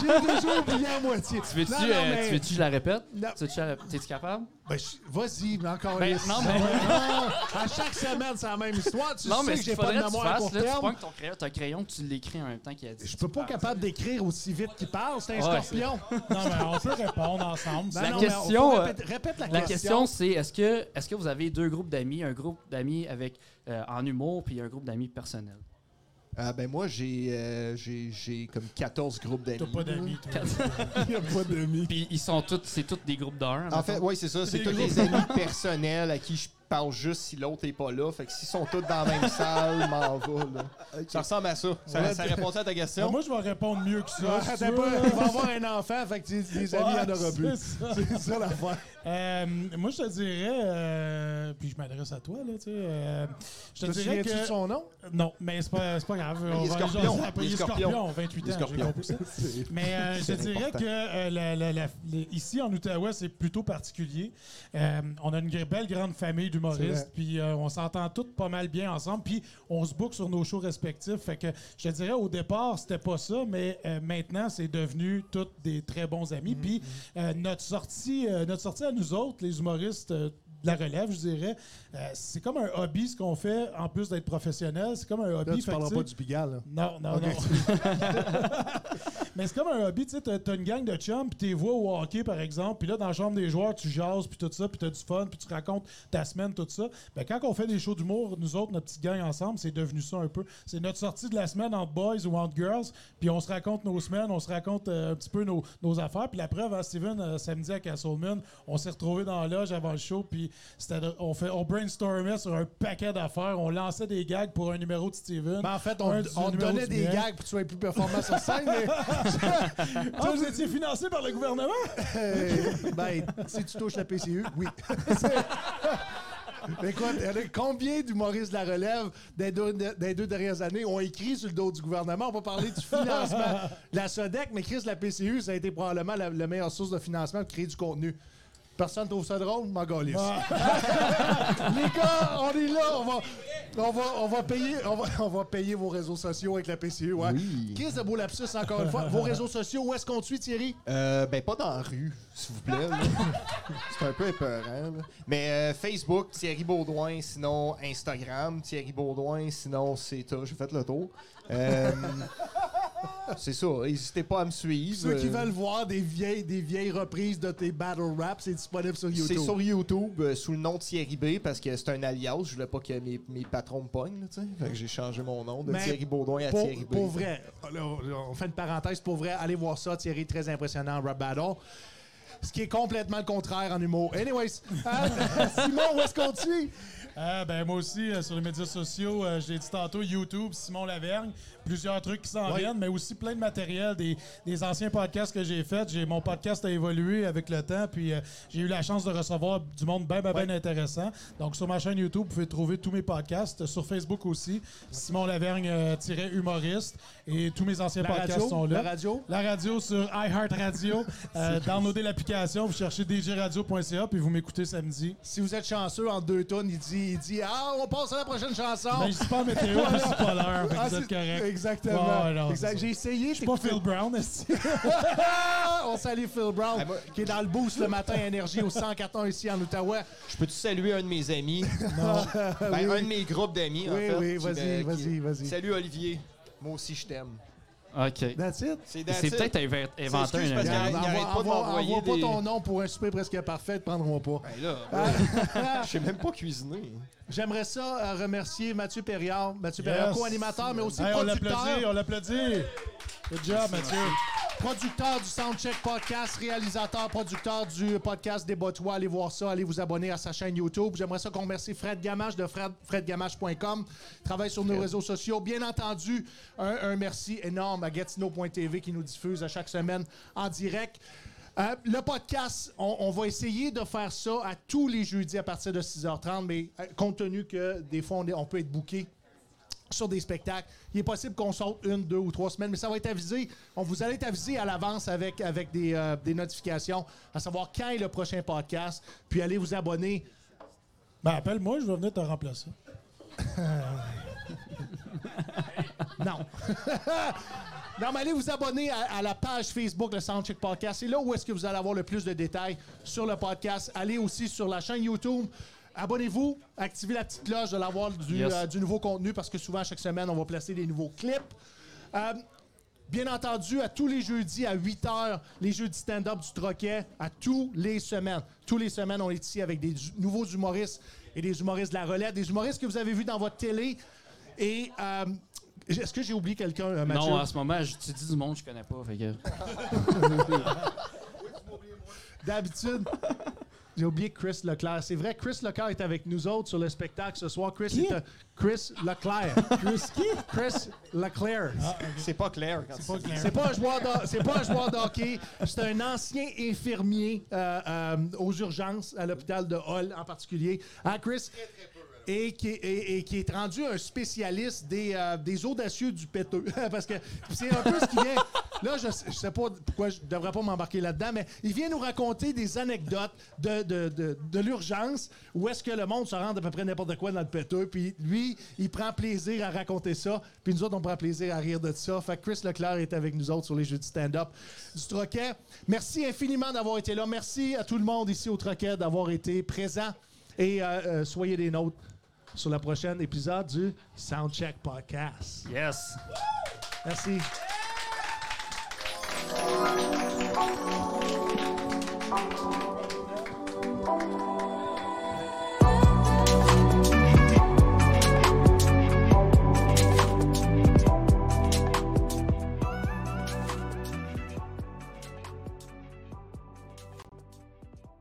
Speaker 2: J'ai déjà oublié à moitié.
Speaker 1: Tu veux-tu,
Speaker 2: Non, non,
Speaker 1: euh,
Speaker 2: mais-
Speaker 1: tu veux-tu que je la répète?
Speaker 2: Non.
Speaker 1: Tu veux-tu la- T'es-tu capable?
Speaker 2: Ben, je- vas-y, mais encore
Speaker 1: Ben,
Speaker 2: une
Speaker 1: non, mais-
Speaker 2: à chaque semaine, c'est la même histoire. Tu
Speaker 1: non,
Speaker 2: sais
Speaker 1: mais
Speaker 2: que
Speaker 1: ce qu'il
Speaker 2: j'ai pas
Speaker 1: faudrait
Speaker 2: de
Speaker 1: que tu
Speaker 2: mémoire à
Speaker 1: fasses,
Speaker 2: court
Speaker 1: là, tu
Speaker 2: terme.
Speaker 1: prends ton crayon, ton crayon, tu l'écris en même temps qu'il a dit.
Speaker 2: Je peux pas capable d'écrire aussi vite qu'il parle. C'est un
Speaker 1: Ouais,
Speaker 2: scorpion.
Speaker 7: Non, mais on peut répondre ensemble.
Speaker 1: La
Speaker 2: Non, Ben non, mais
Speaker 1: question,
Speaker 2: on- faut
Speaker 1: euh,
Speaker 2: répéter- répète la,
Speaker 1: La question, c'est est-ce que, est-ce que vous avez deux groupes d'amis, un groupe d'amis avec euh, en humour, puis un groupe d'amis personnel?
Speaker 8: Ah, ben moi, j'ai euh, j'ai- j'ai comme 14 groupes
Speaker 7: T'as
Speaker 8: d'amis.
Speaker 7: pas d'amis, toi.
Speaker 2: Il n'y a pas d'amis.
Speaker 1: Puis ils sont tous, c'est tous des groupes d'un.
Speaker 8: En fait, oui, c'est ça. C'est
Speaker 7: Des
Speaker 8: tous
Speaker 7: groupes.
Speaker 8: des amis personnels à qui je parle juste si l'autre est pas là. Fait que s'ils sont tous dans la même salle, je m'en va. Là. Ça ressemble à ça. Ça, ça répond à ta
Speaker 7: Alors,
Speaker 8: question?
Speaker 7: Ben, moi, je vais répondre mieux que ça. si tu
Speaker 2: Attends
Speaker 7: veux,
Speaker 2: pas,
Speaker 7: là.
Speaker 2: il va avoir un enfant, fait que tes- tes amis, il n'y en aura
Speaker 7: Ouais,
Speaker 2: plus.
Speaker 7: c'est ça.
Speaker 2: C'est ça l'affaire.
Speaker 7: Euh, moi, je te dirais, euh, puis je m'adresse à toi, là, tu sais. euh,
Speaker 2: Tu
Speaker 7: je te
Speaker 2: te
Speaker 7: dirais
Speaker 2: souviens-tu de
Speaker 7: que.
Speaker 2: son nom?
Speaker 7: Non, mais c'est pas, c'est pas grave. On
Speaker 8: est
Speaker 7: va
Speaker 8: scorpion.
Speaker 7: aller jaser après.
Speaker 8: Il est
Speaker 7: Il est
Speaker 8: scorpion.
Speaker 7: scorpion, 28
Speaker 8: Il est
Speaker 7: ans. j'ai
Speaker 8: scorpion.
Speaker 7: compris ça. Mais euh, je
Speaker 8: C'est
Speaker 7: dirais
Speaker 8: important.
Speaker 7: que euh, la- la- la- les- ici en Outaouais, c'est plutôt particulier. Euh, on a une gr- belle grande famille
Speaker 2: C'est vrai.
Speaker 7: d'humoristes, puis euh, on s'entend tous pas mal bien ensemble, puis on se boucle sur nos shows respectifs. Fait que je te dirais au départ, c'était pas ça, mais euh, maintenant, c'est devenu tous des très bons
Speaker 2: Mm-hmm.
Speaker 7: amis. Puis euh, notre sortie, euh, notre sortie à nous autres, les humoristes. euh, de la relève, je dirais. euh, c'est comme un hobby ce qu'on fait en plus d'être professionnel. C'est comme un hobby.
Speaker 2: Là, tu
Speaker 7: Fait que,
Speaker 2: parleras
Speaker 7: tu sais,
Speaker 2: pas du Pigalle. là.
Speaker 7: non, non,
Speaker 2: Ok.
Speaker 7: non. Mais c'est comme un hobby, tu sais, t'as t'as une gang de chums, puis t'es vois au hockey, par exemple, puis là, dans la chambre des joueurs, tu jases, puis tout ça, puis t'as du fun, puis tu racontes ta semaine, tout ça. Ben, quand on fait des shows d'humour, nous autres, notre petite gang ensemble, c'est devenu ça un peu. C'est notre sortie de la semaine entre boys ou entre girls, puis on se raconte nos semaines, on se raconte euh, un petit peu nos, nos affaires. Puis la preuve, hein, Steven, euh, samedi à Castleman, on s'est retrouvés dans la loge avant le show, puis c'était de- on, fait, on brainstormait sur un paquet d'affaires, on lançait des gags pour un numéro de Steven.
Speaker 2: Ben, en fait,
Speaker 7: un
Speaker 2: on,
Speaker 7: du
Speaker 2: on te
Speaker 7: numéro
Speaker 2: donnait
Speaker 7: du
Speaker 2: des
Speaker 7: mien.
Speaker 2: gags pour que tu sois plus performant sur scène, mais
Speaker 7: Ah, vous étiez financé par le gouvernement?
Speaker 2: Euh, ben, si tu touches la PCU, oui. Mais Écoute, il y en a combien d'humoristes de la relève des deux, des deux dernières années ont écrit sur le dos du gouvernement? On va parler du financement. La SODEC, mais Chris, la PCU, ça a été probablement la, la meilleure source de financement pour créer du contenu. Personne trouve ça drôle, ma gaulliste. Les gars, on est là, on va, on va, on va payer, on va, on va payer vos réseaux sociaux avec la PCU. Ouais. Chris de beau lapsus, encore une fois. Vos réseaux sociaux, où est-ce qu'on te suit, Thierry?
Speaker 8: Euh, ben, pas dans la rue, s'il vous plaît. là. C'est un peu épeurant. là. Mais euh, Facebook, Thierry Baudouin, sinon Instagram, Thierry Baudouin, sinon c'est tout. J'ai fait le tour. Euh, c'est ça. N'hésitez pas à me suivre.
Speaker 2: Ceux qui
Speaker 8: Euh,
Speaker 2: veulent voir des vieilles, des vieilles reprises de tes battle rap, c'est disponible sur YouTube.
Speaker 8: C'est sur YouTube euh, sous le nom de Thierry B parce que c'est un alias. Je voulais pas que mes, mes patrons me pognent. là, tu sais. Fait que j'ai changé mon nom de
Speaker 2: Mais
Speaker 8: Thierry Baudouin à
Speaker 2: pour,
Speaker 8: Thierry B.
Speaker 2: pour vrai, là, on fait une parenthèse, pour vrai, allez voir ça, Thierry, très impressionnant, rap battle. Ce qui est complètement le contraire en humour. Anyways, euh, Simon, où est-ce qu'on te suit?
Speaker 7: Ah, ben moi aussi, euh, sur les médias sociaux, euh, je l'ai dit tantôt, YouTube, Simon Lavergne, plusieurs trucs qui s'en viennent, mais aussi plein de matériel, des, des anciens podcasts que j'ai faits. J'ai- Mon podcast a évolué avec le temps, puis euh, j'ai eu la chance de recevoir du monde bien, bien, bien intéressant. Donc sur ma chaîne YouTube, vous pouvez trouver tous mes podcasts, sur Facebook aussi, Simon Lavergne euh, tiret humoriste, et tous mes anciens
Speaker 2: La
Speaker 7: podcasts
Speaker 2: radio,
Speaker 7: sont là.
Speaker 2: la radio.
Speaker 7: La radio sur iHeartRadio. Euh, downloadez l'application, vous cherchez djradio.ca, puis vous m'écoutez samedi.
Speaker 2: Si vous êtes chanceux, en deux tonnes, il dit, il dit Ah, on passe à la prochaine chanson.
Speaker 7: Ben, je dis pas en météo, mais je suis pas l'heure, fait que
Speaker 2: Ah,
Speaker 7: vous êtes
Speaker 2: c'est-
Speaker 7: correct. Ah,
Speaker 2: Exactement.
Speaker 7: Ouais, non,
Speaker 2: Exact.
Speaker 7: c'est ça.
Speaker 2: J'ai essayé.
Speaker 7: Je suis pas Phil Brown, est-ce que-
Speaker 2: Ah, on salue Phil Brown, qui est dans le boost le matin à Énergie au 104.1 ici en Outaouais.
Speaker 8: Je peux-tu saluer un de mes amis? Ben, un de mes groupes d'amis, en
Speaker 2: Oui,
Speaker 8: fait.
Speaker 2: oui,
Speaker 8: qui
Speaker 2: vas-y,
Speaker 8: me- qui-
Speaker 2: vas-y, vas-y.
Speaker 8: Salut, Olivier. Moi aussi, je t'aime.
Speaker 5: OK.
Speaker 2: That's it.
Speaker 8: ben, C'est
Speaker 5: C'est peut-être inver- inventé
Speaker 8: excuse,
Speaker 5: un alien.
Speaker 8: parce qu'il y a- il arrête pas de m'envoyer
Speaker 2: envoie pas
Speaker 8: des-
Speaker 2: ton nom pour un souper presque parfait, te prendront pas.
Speaker 8: Ben là, moi, je sais même pas cuisiner.
Speaker 2: J'aimerais ça euh, remercier Mathieu Perriard, Mathieu Perriard,
Speaker 7: Yes.
Speaker 2: co-animateur, mais aussi
Speaker 7: Hey, on l'applaudit,
Speaker 2: producteur,
Speaker 7: on l'applaudit. Good job, Mathieu.
Speaker 2: producteur du Soundcheck Podcast, réalisateur, producteur du podcast Débat-toi. Allez voir ça, allez vous abonner à sa chaîne YouTube. J'aimerais ça qu'on remercie Fred Gamache de Fred, fredgamache.com. Travaille sur nos réseaux sociaux. Bien entendu, un, un merci énorme à Gatineau.tv qui nous diffuse à chaque semaine en direct. Euh, le podcast, on, on va essayer de faire ça à tous les jeudis à partir de 6h30, mais euh, compte tenu que des fois on, est- on peut être booké sur des spectacles, il est possible qu'on saute une, deux ou trois semaines, mais ça va être avisé. On vous allez être avisé à l'avance avec, avec des, euh, des notifications, à savoir quand est le prochain podcast, puis allez vous abonner.
Speaker 7: Ben, appelle-moi, je vais venir te remplacer.
Speaker 2: Non. non, mais allez vous abonner à, à la page Facebook, le Soundcheck Podcast. C'est là où est-ce que vous allez avoir le plus de détails sur le podcast. Allez aussi sur la chaîne YouTube. Abonnez-vous, activez la petite cloche de l'avoir du,
Speaker 5: Yes.
Speaker 2: euh, du nouveau contenu parce que souvent, chaque semaine, on va placer des nouveaux clips. Euh, Bien entendu, à tous les jeudis à 8 h, les jeux de stand-up du Troquet, à tous les semaines. Tous les semaines, on est ici avec des du- nouveaux humoristes et des humoristes de la relève, des humoristes que vous avez vus dans votre télé. Et euh, est-ce que j'ai oublié quelqu'un, euh, Mathieu?
Speaker 5: Non, en ce moment, je- tu dis du monde que je connais pas. Fait que...
Speaker 2: D'habitude, j'ai oublié Chris Leclerc. C'est vrai, Chris Leclerc est avec nous autres sur le spectacle ce soir. Chris, est un- Chris Leclerc. Chris qui? Chris Leclerc.
Speaker 8: C'est pas clair. Quand
Speaker 7: Pas clair.
Speaker 2: C'est pas un joueur de, c'est pas un joueur de hockey. C'est un ancien infirmier euh, euh, aux urgences à l'hôpital de Hall en particulier. Hein, Chris? Et qui, est- et- et qui est rendu un spécialiste des, euh, des audacieux du péteux. Parce que c'est un peu ce qui vient. Là, je, sais- je sais pas pourquoi je devrais pas m'embarquer là-dedans, mais il vient nous raconter des anecdotes de, de, de, de l'urgence où est-ce que le monde se rend à peu près n'importe quoi dans le péteux. Puis lui, il prend plaisir à raconter ça. Puis nous autres, on prend plaisir à rire de ça. Fait que Chris Leclerc est avec nous autres sur les jeux du stand-up du Troquet. Merci infiniment d'avoir été là. Merci à tout le monde ici au Troquet d'avoir été présent. Et euh, euh, soyez des nôtres sur le prochain épisode du Soundcheck Podcast.
Speaker 5: Yes!
Speaker 2: Merci.